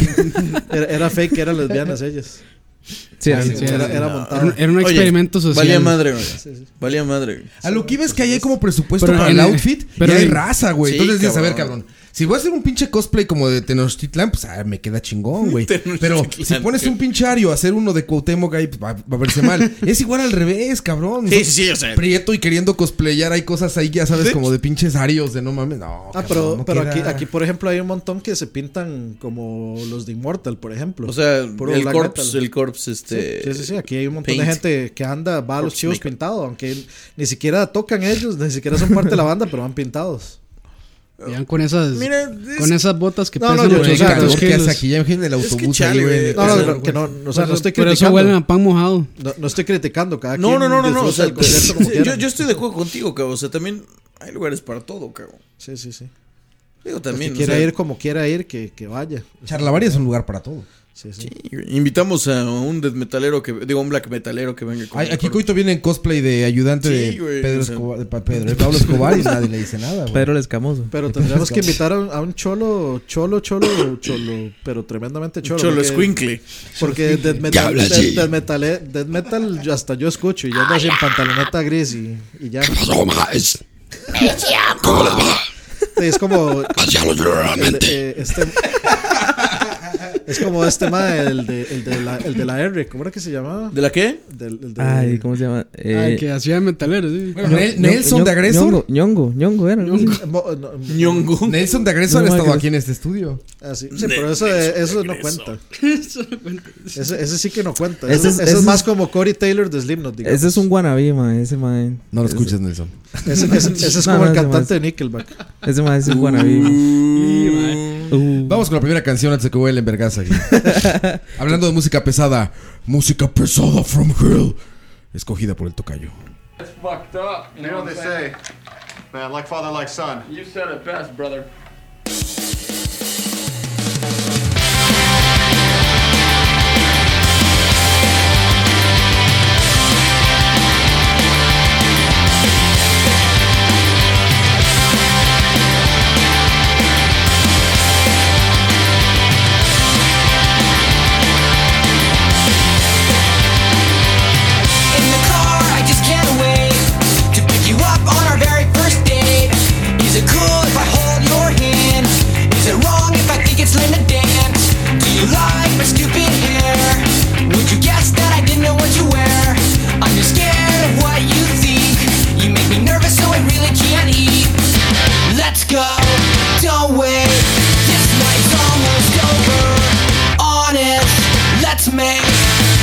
Speaker 6: Era, era fake que eran lesbianas ellas.
Speaker 5: Sí,
Speaker 3: Sí,
Speaker 5: así.
Speaker 3: sí,
Speaker 6: Era,
Speaker 3: era-
Speaker 6: era
Speaker 4: no.
Speaker 3: era un-
Speaker 6: montada.
Speaker 3: era un
Speaker 4: Oye,
Speaker 3: experimento social.
Speaker 4: Valía madre, güey.
Speaker 6: Ah. Sí, sí.
Speaker 4: Valía madre. güey.
Speaker 2: A lo que ves que ahí hay como presupuesto
Speaker 3: Pero
Speaker 2: para
Speaker 3: en-
Speaker 2: el outfit
Speaker 3: pero
Speaker 2: y hay
Speaker 3: en-
Speaker 2: raza, güey.
Speaker 4: Sí,
Speaker 2: Entonces dices, a ver,
Speaker 4: cabrón.
Speaker 2: cabrón. Si voy a hacer un pinche cosplay como de Tenochtitlan, pues ah, me queda chingón,
Speaker 4: <laughs>
Speaker 2: güey. Pero si
Speaker 4: Tenochtitlán,
Speaker 2: pones
Speaker 4: sí.
Speaker 2: un pinchario a hacer uno de Cuauhtémoc ahí, pues, va, va a verse
Speaker 4: <laughs>
Speaker 2: mal. es igual al revés, cabrón.
Speaker 4: Sí,
Speaker 2: Son
Speaker 4: sí, sí, o sea.
Speaker 2: Prieto y queriendo cosplayar, hay cosas ahí, ya sabes,
Speaker 4: Sí.
Speaker 2: como de pinches arios de no mames. No,
Speaker 6: Ah,
Speaker 2: cabrón,
Speaker 6: pero,
Speaker 2: no
Speaker 6: pero
Speaker 2: queda.
Speaker 6: aquí, aquí, por ejemplo, hay un montón que se pintan como los de Immortal, por ejemplo.
Speaker 4: O sea,
Speaker 6: Puro
Speaker 4: el
Speaker 6: black
Speaker 4: corpse,
Speaker 6: metal.
Speaker 4: el corpse, este.
Speaker 6: Sí, sí, sí. Aquí hay un montón de
Speaker 4: paint.
Speaker 6: gente que anda, va a los
Speaker 4: Corpse
Speaker 6: chivos
Speaker 4: makeup.
Speaker 6: pintados, aunque ni siquiera tocan ellos, ni siquiera son parte de la banda, pero van pintados.
Speaker 3: <laughs> Vean con esas,
Speaker 4: Mira, es-
Speaker 3: con esas botas que
Speaker 6: No, no,
Speaker 3: pesan
Speaker 6: yo- o
Speaker 2: Güey,
Speaker 3: 800
Speaker 6: sea,
Speaker 2: calor que
Speaker 3: kilos.
Speaker 2: hace aquí, ya imagínate el autobús
Speaker 4: chale,
Speaker 2: ahí, güey.
Speaker 4: güey.
Speaker 6: No,
Speaker 4: Eso-
Speaker 6: no, no, que no, o sea, no estoy
Speaker 3: Por eso huelen
Speaker 6: criticando.
Speaker 3: a pan mojado.
Speaker 6: No, no estoy criticando cada
Speaker 4: No,
Speaker 6: quien
Speaker 4: no, no, no, no.
Speaker 6: disfruta
Speaker 4: O sea,
Speaker 6: el concierto
Speaker 4: <laughs>
Speaker 6: como
Speaker 4: yo,
Speaker 6: quiera.
Speaker 4: yo estoy de acuerdo contigo, cabrón. O sea, también hay lugares para todo, cabrón.
Speaker 6: Sí, sí, sí. El
Speaker 4: Digo,
Speaker 6: que
Speaker 4: también. o
Speaker 6: quiera
Speaker 4: sea,
Speaker 6: ir como quiera ir, que, que vaya.
Speaker 2: Charlavaria es un lugar para todo.
Speaker 6: Sí, sí.
Speaker 4: sí, güey. invitamos a un death metalero que. Digo, un black metalero que venga con.
Speaker 2: Ay, aquí Coito viene en cosplay de ayudante
Speaker 4: Sí,
Speaker 2: de
Speaker 4: güey,
Speaker 2: Pedro
Speaker 4: o sea.
Speaker 2: Escobar, de pa- Pedro, de Pablo Escobar y nadie le dice nada, güey.
Speaker 5: Pedro el Escamoso.
Speaker 2: <laughs>
Speaker 6: Pero tendríamos que invitar a un, a un cholo, cholo, cholo, cholo, pero tremendamente cholo.
Speaker 4: Cholo
Speaker 6: porque-
Speaker 4: Squinkle.
Speaker 6: Porque death metal, death, death metal, eh, death metal, yo- hasta yo escucho y yo ando así en pantaloneta gris y, y ya. Sí, es como eh, eh, este, Es como este tema el de, el, de la, el de la R. ¿Cómo era que se llamaba?
Speaker 4: ¿De la qué?
Speaker 6: Del- el de-
Speaker 5: Ay, ¿cómo se llama? Eh,
Speaker 3: Ay, que hacía de metalero, sí.
Speaker 2: Bueno, Nel-
Speaker 5: <laughs>
Speaker 2: Nelson de Agresor.
Speaker 5: Ñongo, Ñongo, Ñongo era. ¿no?
Speaker 6: eh, mo- no, mm,
Speaker 4: Ñongo.
Speaker 2: Nelson de Agresor
Speaker 5: No,
Speaker 2: ha estado
Speaker 5: madre.
Speaker 2: aquí en este estudio.
Speaker 6: ah, sí. Sí, pero eso, eso no cuenta. <laughs> Ese, ese sí que no cuenta. Ese,
Speaker 5: Ese es-
Speaker 6: ese
Speaker 5: ese
Speaker 6: es
Speaker 5: es-
Speaker 6: más como Corey Taylor de Slipknot, digamos.
Speaker 5: Ese es un wannabe, mae, Ese mae.
Speaker 2: No lo escuches, Nelson.
Speaker 6: Ese, ese- ese es
Speaker 5: No,
Speaker 6: como
Speaker 5: no,
Speaker 6: el
Speaker 5: ese
Speaker 6: cantante de Nickelback.
Speaker 5: Ese mae es un wannabe. Uh,
Speaker 2: Vamos con la primera canción antes de que vuele en vergas
Speaker 5: <laughs>
Speaker 2: aquí. Hablando de música pesada. Música pesada from Hell. Escogida por el tocayo.
Speaker 8: That's fucked up. You
Speaker 9: You
Speaker 8: know
Speaker 9: know
Speaker 8: what
Speaker 9: they
Speaker 8: I'm saying?
Speaker 9: say, man, like father, like son.
Speaker 8: You said it best, brother.
Speaker 10: In the car, I just can't wait to pick you up on our very first date. Is it cool if I hold your hand? Is it wrong if I think it's Linda Dance? Do you like my stupid hair? Would you guess that I didn't know what you wear? I'm just scared of what you think. You make me nervous, so I really can't eat. Let's go, don't wait. This night's almost over. Honest, let's make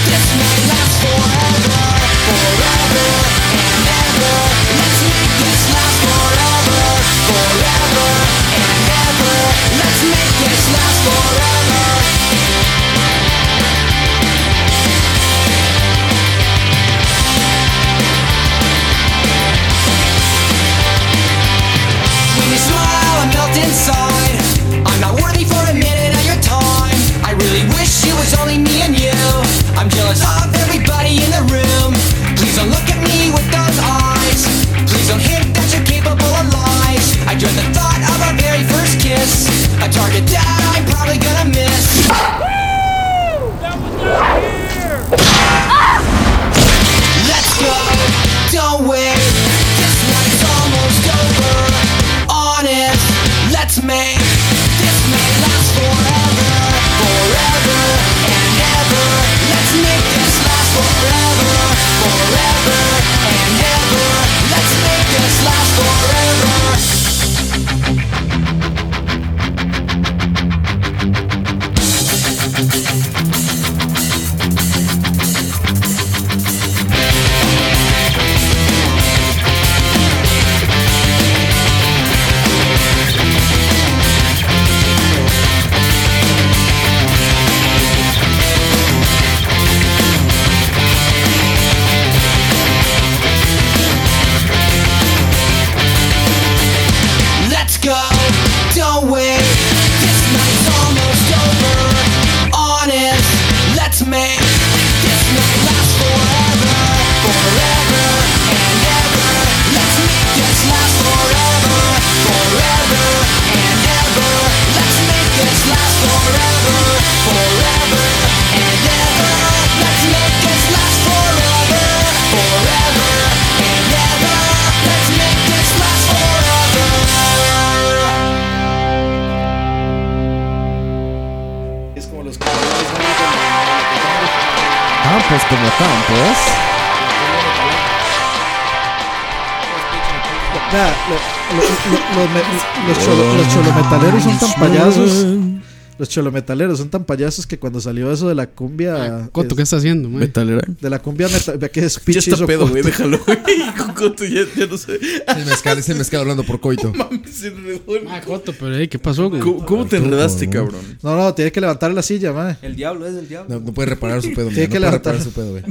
Speaker 10: this night last forever. Forever and ever. Let's make this last forever. Forever and ever. Let's make this last forever. When you smile, I melt inside. I'm not worthy for a minute of your time. I really wish it was only me and you. I'm jealous of everybody in the room. Please don't look at me with those eyes. Please don't hint that you're capable of lies. I dread the thought of our very first kiss. A target that I'm probably gonna miss. Let's go, don't wait. This night's almost over. Honest, let's make this night last forever, forever and ever. Let's make this last forever, forever and ever. Let's make this last forever. Let's go, don't wait. This night's almost over. Honest, let's make this night last forever, forever and ever. Let's make this last forever, forever and ever. Let's make this last forever, forever and ever. Let's make this last forever, forever and ever. Let's make this last forever.
Speaker 6: Es como los
Speaker 5: Campos como Campos.
Speaker 6: Vea, lo- lo- lo- lo- me- los, cholo- los cholometaleros son tan payasos. Los cholometaleros son tan payasos que cuando salió eso de la cumbia.
Speaker 3: Coto, ¿qué
Speaker 6: es-
Speaker 3: está haciendo, mae?
Speaker 4: Metalera.
Speaker 6: de la cumbia meta. Vea que es
Speaker 4: Ya
Speaker 6: pinche
Speaker 4: está
Speaker 6: hizo
Speaker 4: pedo, güey.
Speaker 6: Coto.
Speaker 4: Déjalo,
Speaker 2: <laughs>
Speaker 4: güey. Con Coto ya, ya no sé.
Speaker 2: Es el mezcal,
Speaker 5: <laughs>
Speaker 2: es el mezcal hablando
Speaker 6: <laughs>
Speaker 2: por coito.
Speaker 4: Mames, se enredó.
Speaker 3: Ah, Coto, pero ey, ¿qué pasó? güey?
Speaker 4: ¿Cómo, cómo te enredaste, cabrón?
Speaker 6: No, no, tiene que levantar la silla, madre.
Speaker 5: El diablo es el diablo.
Speaker 2: No, no puede reparar su
Speaker 6: <laughs>
Speaker 2: pedo, mira,
Speaker 6: Tiene que
Speaker 2: no
Speaker 6: levantar.
Speaker 2: puede reparar su pedo, güey.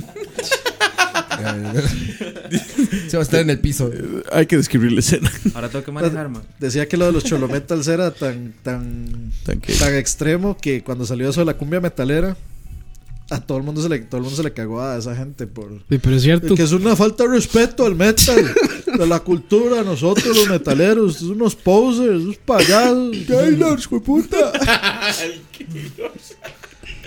Speaker 2: Se va a estar en el piso.
Speaker 4: Hay que describir la escena.
Speaker 5: Ahora <laughs> tengo que manejar, man.
Speaker 6: Decía que lo de los cholometals era tan, tan,
Speaker 4: Tranquilo.
Speaker 6: tan extremo que cuando salió eso de la cumbia metalera, a todo el mundo se le, todo el mundo se le cagó a esa gente por.
Speaker 3: Sí, pero es cierto.
Speaker 6: Que es una falta <laughs> de respeto al metal, a la cultura, a nosotros los metaleros, es unos posers, unos payasos.
Speaker 2: Gaylord, hijo de puta.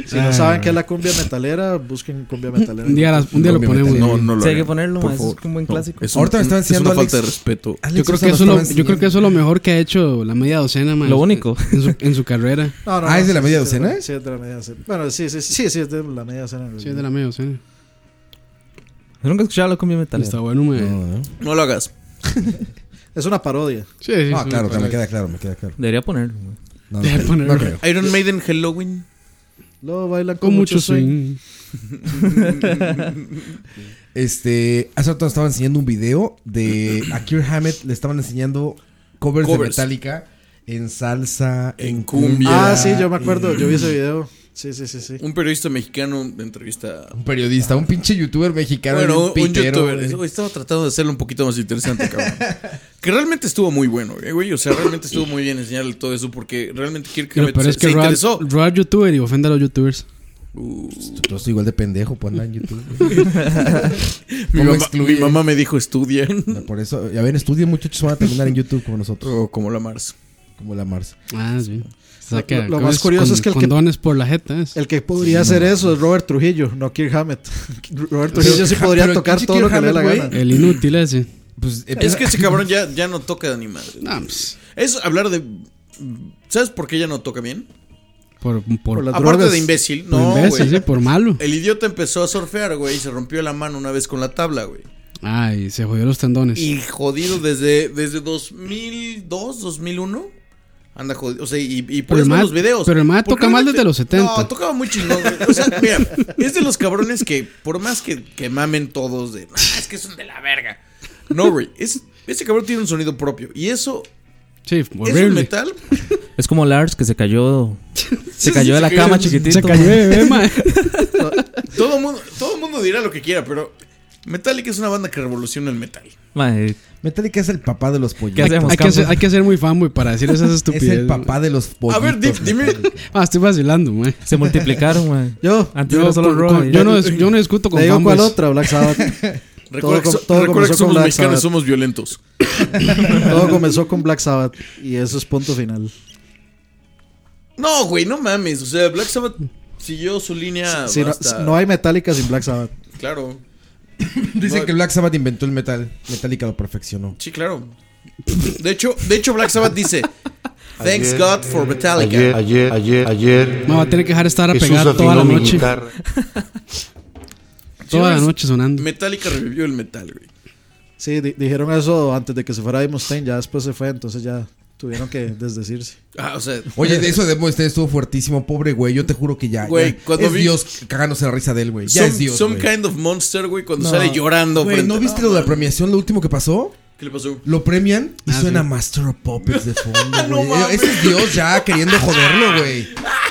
Speaker 6: Si no saben qué es la cumbia metalera, busquen cumbia metalera.
Speaker 3: Eh. Un día, las- un día lo
Speaker 2: Obviamente,
Speaker 4: No,
Speaker 3: ponemos.
Speaker 4: no lo
Speaker 5: Sí, hay que
Speaker 4: hagan,
Speaker 5: ponerlo,
Speaker 4: por
Speaker 5: ma, eso es
Speaker 4: favor.
Speaker 5: como un
Speaker 4: No,
Speaker 5: clásico.
Speaker 4: es
Speaker 2: Ahorita me está
Speaker 4: es
Speaker 2: enseñando
Speaker 4: una
Speaker 2: Alex-
Speaker 4: falta de respeto.
Speaker 3: yo, creo que eso lo, yo creo que eso es lo mejor que ha hecho la media docena, man.
Speaker 5: Lo único.
Speaker 3: En su, en su carrera.
Speaker 6: No, no,
Speaker 2: Ah,
Speaker 6: no,
Speaker 2: ¿es de la
Speaker 6: sí,
Speaker 2: media
Speaker 6: sí,
Speaker 2: docena?
Speaker 6: Sí, es de la media docena. Bueno, sí, sí, sí, sí, es de la media docena. en
Speaker 3: Sí, es de
Speaker 6: realidad.
Speaker 3: la media docena.
Speaker 5: Yo nunca he escuchado la cumbia metal.
Speaker 3: Está bueno, man.
Speaker 4: No lo hagas.
Speaker 6: <laughs> Es una parodia.
Speaker 3: Sí, sí.
Speaker 2: Ah,
Speaker 3: sí,
Speaker 2: claro, claro, me
Speaker 3: me parece.
Speaker 2: queda claro, me queda claro.
Speaker 5: Debería ponerlo. ma.
Speaker 2: No, no,
Speaker 3: Deja
Speaker 2: creo,
Speaker 3: ponerlo.
Speaker 2: no creo.
Speaker 4: Iron Maiden Halloween.
Speaker 6: Lo bailan
Speaker 3: Con mucho swing.
Speaker 6: <laughs>
Speaker 2: Este, hace rato nos estaban enseñando un video
Speaker 4: <clears throat>
Speaker 2: de a Kirk Hammett le estaban enseñando covers, de
Speaker 4: Covers.
Speaker 2: Metallica en salsa, en,
Speaker 4: En cumbia.
Speaker 6: Ah, sí, yo me acuerdo. Yo vi ese video. Sí, sí, sí, sí.
Speaker 4: Mm. Un periodista mexicano de entrevista.
Speaker 2: Un periodista, un pinche youtuber mexicano,
Speaker 4: bueno, un,
Speaker 2: pitero,
Speaker 4: youtuber.
Speaker 2: güey.
Speaker 4: Eso, güey,
Speaker 2: <laughs>
Speaker 4: Estaba tratando de hacerlo un poquito más interesante, cabrón. que realmente estuvo muy bueno, eh, güey. O sea, realmente estuvo muy bien enseñarle todo eso porque realmente Kirk
Speaker 3: Pero,
Speaker 4: Hammett
Speaker 3: pero
Speaker 4: se,
Speaker 3: es que
Speaker 4: se
Speaker 3: robar,
Speaker 4: interesó.
Speaker 3: robar youtuber y ofender a los youtubers.
Speaker 4: Uh,
Speaker 2: Yo estoy igual de pendejo, ponla en YouTube.
Speaker 4: <laughs> mi,
Speaker 2: ¿Cómo
Speaker 4: mamá,
Speaker 2: excluye?
Speaker 4: mi mamá me dijo estudia.
Speaker 2: güey. Por eso, ya ven, estudien muchachos, van a terminar en YouTube como nosotros,
Speaker 4: O como la Mars.
Speaker 2: como la Mars.
Speaker 3: Ah, sí.
Speaker 6: Lo- lo- lo más curioso es que el que-
Speaker 3: Condones por la jeta. es.
Speaker 6: El que podría hacer eso es Robert Trujillo, no Kirk Hammett. <laughs> Robert Trujillo Pues sí
Speaker 2: Kirk Ha-
Speaker 6: podría
Speaker 2: pero
Speaker 6: tocar
Speaker 2: pinche
Speaker 6: todo
Speaker 2: Kirk
Speaker 6: lo que le dé la
Speaker 2: Hammett,
Speaker 6: gana. Eh,
Speaker 3: El inútil ese.
Speaker 4: Es
Speaker 2: Pues
Speaker 6: <laughs>
Speaker 2: empieza-
Speaker 4: que ese cabrón ya, ya no toca ni madre.
Speaker 3: Nah, pues,
Speaker 4: Es hablar de. ¿Sabes por qué ya no toca bien?
Speaker 3: por, por,
Speaker 6: Por las
Speaker 4: Aparte
Speaker 6: drogas.
Speaker 4: de imbécil,
Speaker 3: por
Speaker 4: no,
Speaker 3: imbécil,
Speaker 4: güey.
Speaker 3: sí, por malo.
Speaker 4: El idiota empezó a surfear, güey, y se rompió la mano una vez con la tabla, güey.
Speaker 3: Ay, se jodió los tendones.
Speaker 4: Y jodido desde, desde 2002, 2001. Anda jodido. O sea, y, y por
Speaker 3: Pero el
Speaker 4: eso
Speaker 3: ma-
Speaker 4: los videos.
Speaker 3: pero el ma
Speaker 4: Porque
Speaker 3: toca mal
Speaker 4: realmente-
Speaker 3: desde los 70.
Speaker 4: No, tocaba muy chingón, güey. O sea, mira, es de los cabrones que, por más que, que mamen todos de. "Ah, es que son de la verga. No, güey. Ese, ese cabrón tiene un sonido propio. Y eso,
Speaker 3: sí,
Speaker 4: eso es
Speaker 3: horrible.
Speaker 4: metal.
Speaker 5: Es como Lars que se cayó. Se cayó de la cama chiquitito.
Speaker 3: Se cayó
Speaker 5: ma. <laughs>
Speaker 3: de bebé, ma.
Speaker 4: Todo mundo, todo mundo dirá lo que quiera, pero Metallica es una banda que revoluciona el metal.
Speaker 5: Ma, eh,
Speaker 2: Metallica es el papá de los pollos.
Speaker 5: ¿Qué hacemos?
Speaker 3: hay, que
Speaker 5: Campos?
Speaker 3: ser, hay que ser muy fanboy para decir esas
Speaker 2: Es
Speaker 3: estupideces.
Speaker 2: el papá de los pollos.
Speaker 4: A ver, di- dime.
Speaker 3: <laughs> Ah, estoy vacilando, ma.
Speaker 5: se multiplicaron, ma.
Speaker 6: <laughs> Yo,
Speaker 5: Antes
Speaker 3: Yo,
Speaker 5: era solo
Speaker 3: con-
Speaker 5: rock.
Speaker 3: con- yo
Speaker 6: <laughs>
Speaker 3: no, dis- yo no discuto con
Speaker 6: te digo cuál
Speaker 3: fanboys.
Speaker 6: otra, Black Sabbath.
Speaker 4: Recuerda, que,
Speaker 6: com-
Speaker 4: so-
Speaker 6: todo
Speaker 4: recuerda que
Speaker 6: comenzó con
Speaker 4: somos
Speaker 6: Black
Speaker 4: mexicanos y
Speaker 6: Sabbath.
Speaker 4: somos violentos.
Speaker 6: Todo comenzó con Black Sabbath y eso es punto final.
Speaker 4: No, güey, no mames. O sea, Black Sabbath siguió su línea.
Speaker 6: Si no,
Speaker 4: hasta-
Speaker 6: no hay Metallica sin
Speaker 4: <laughs>
Speaker 6: Black Sabbath.
Speaker 4: Claro.
Speaker 2: Dicen
Speaker 4: No.
Speaker 2: que Black Sabbath inventó el metal. Metallica lo perfeccionó.
Speaker 4: Sí, claro. De hecho, de hecho Black Sabbath dice: Thanks God for Metallica.
Speaker 11: Ayer, ayer, ayer, ayer.
Speaker 3: Ma, va a tener que dejar estar a
Speaker 11: Jesús
Speaker 3: pegar toda la
Speaker 11: afinó mi
Speaker 3: noche.
Speaker 11: guitarra.
Speaker 3: Toda la
Speaker 4: ¿Sabes?
Speaker 3: noche sonando.
Speaker 4: Metallica revivió el metal, güey.
Speaker 6: Sí, di- dijeron eso antes de que se fuera Dave Mustaine, ya después se fue, entonces ya tuvieron que desdecirse.
Speaker 4: Ah, o sea, <laughs>
Speaker 2: Oye, de eso de Moisés estuvo fuertísimo, pobre güey. Yo te juro que ya.
Speaker 4: Güey,
Speaker 2: ya.
Speaker 4: cuando
Speaker 2: es
Speaker 4: vi-
Speaker 2: Dios cagándose la risa de él, güey. Ya
Speaker 4: some,
Speaker 2: es Dios.
Speaker 4: some
Speaker 2: güey.
Speaker 4: kind of monster, güey, cuando sale llorando.
Speaker 2: Güey,
Speaker 4: frente- Ah,
Speaker 2: ¿no viste lo de la premiación, lo último que pasó?
Speaker 4: ¿Qué le pasó?
Speaker 2: Lo premian y
Speaker 3: Ah,
Speaker 2: suena
Speaker 3: sí.
Speaker 2: Master of Puppets
Speaker 4: <laughs>
Speaker 2: de fondo,
Speaker 4: No
Speaker 2: güey. Eh,
Speaker 4: mames.
Speaker 2: Ese es Dios
Speaker 4: <laughs>
Speaker 2: ya queriendo joderlo, güey.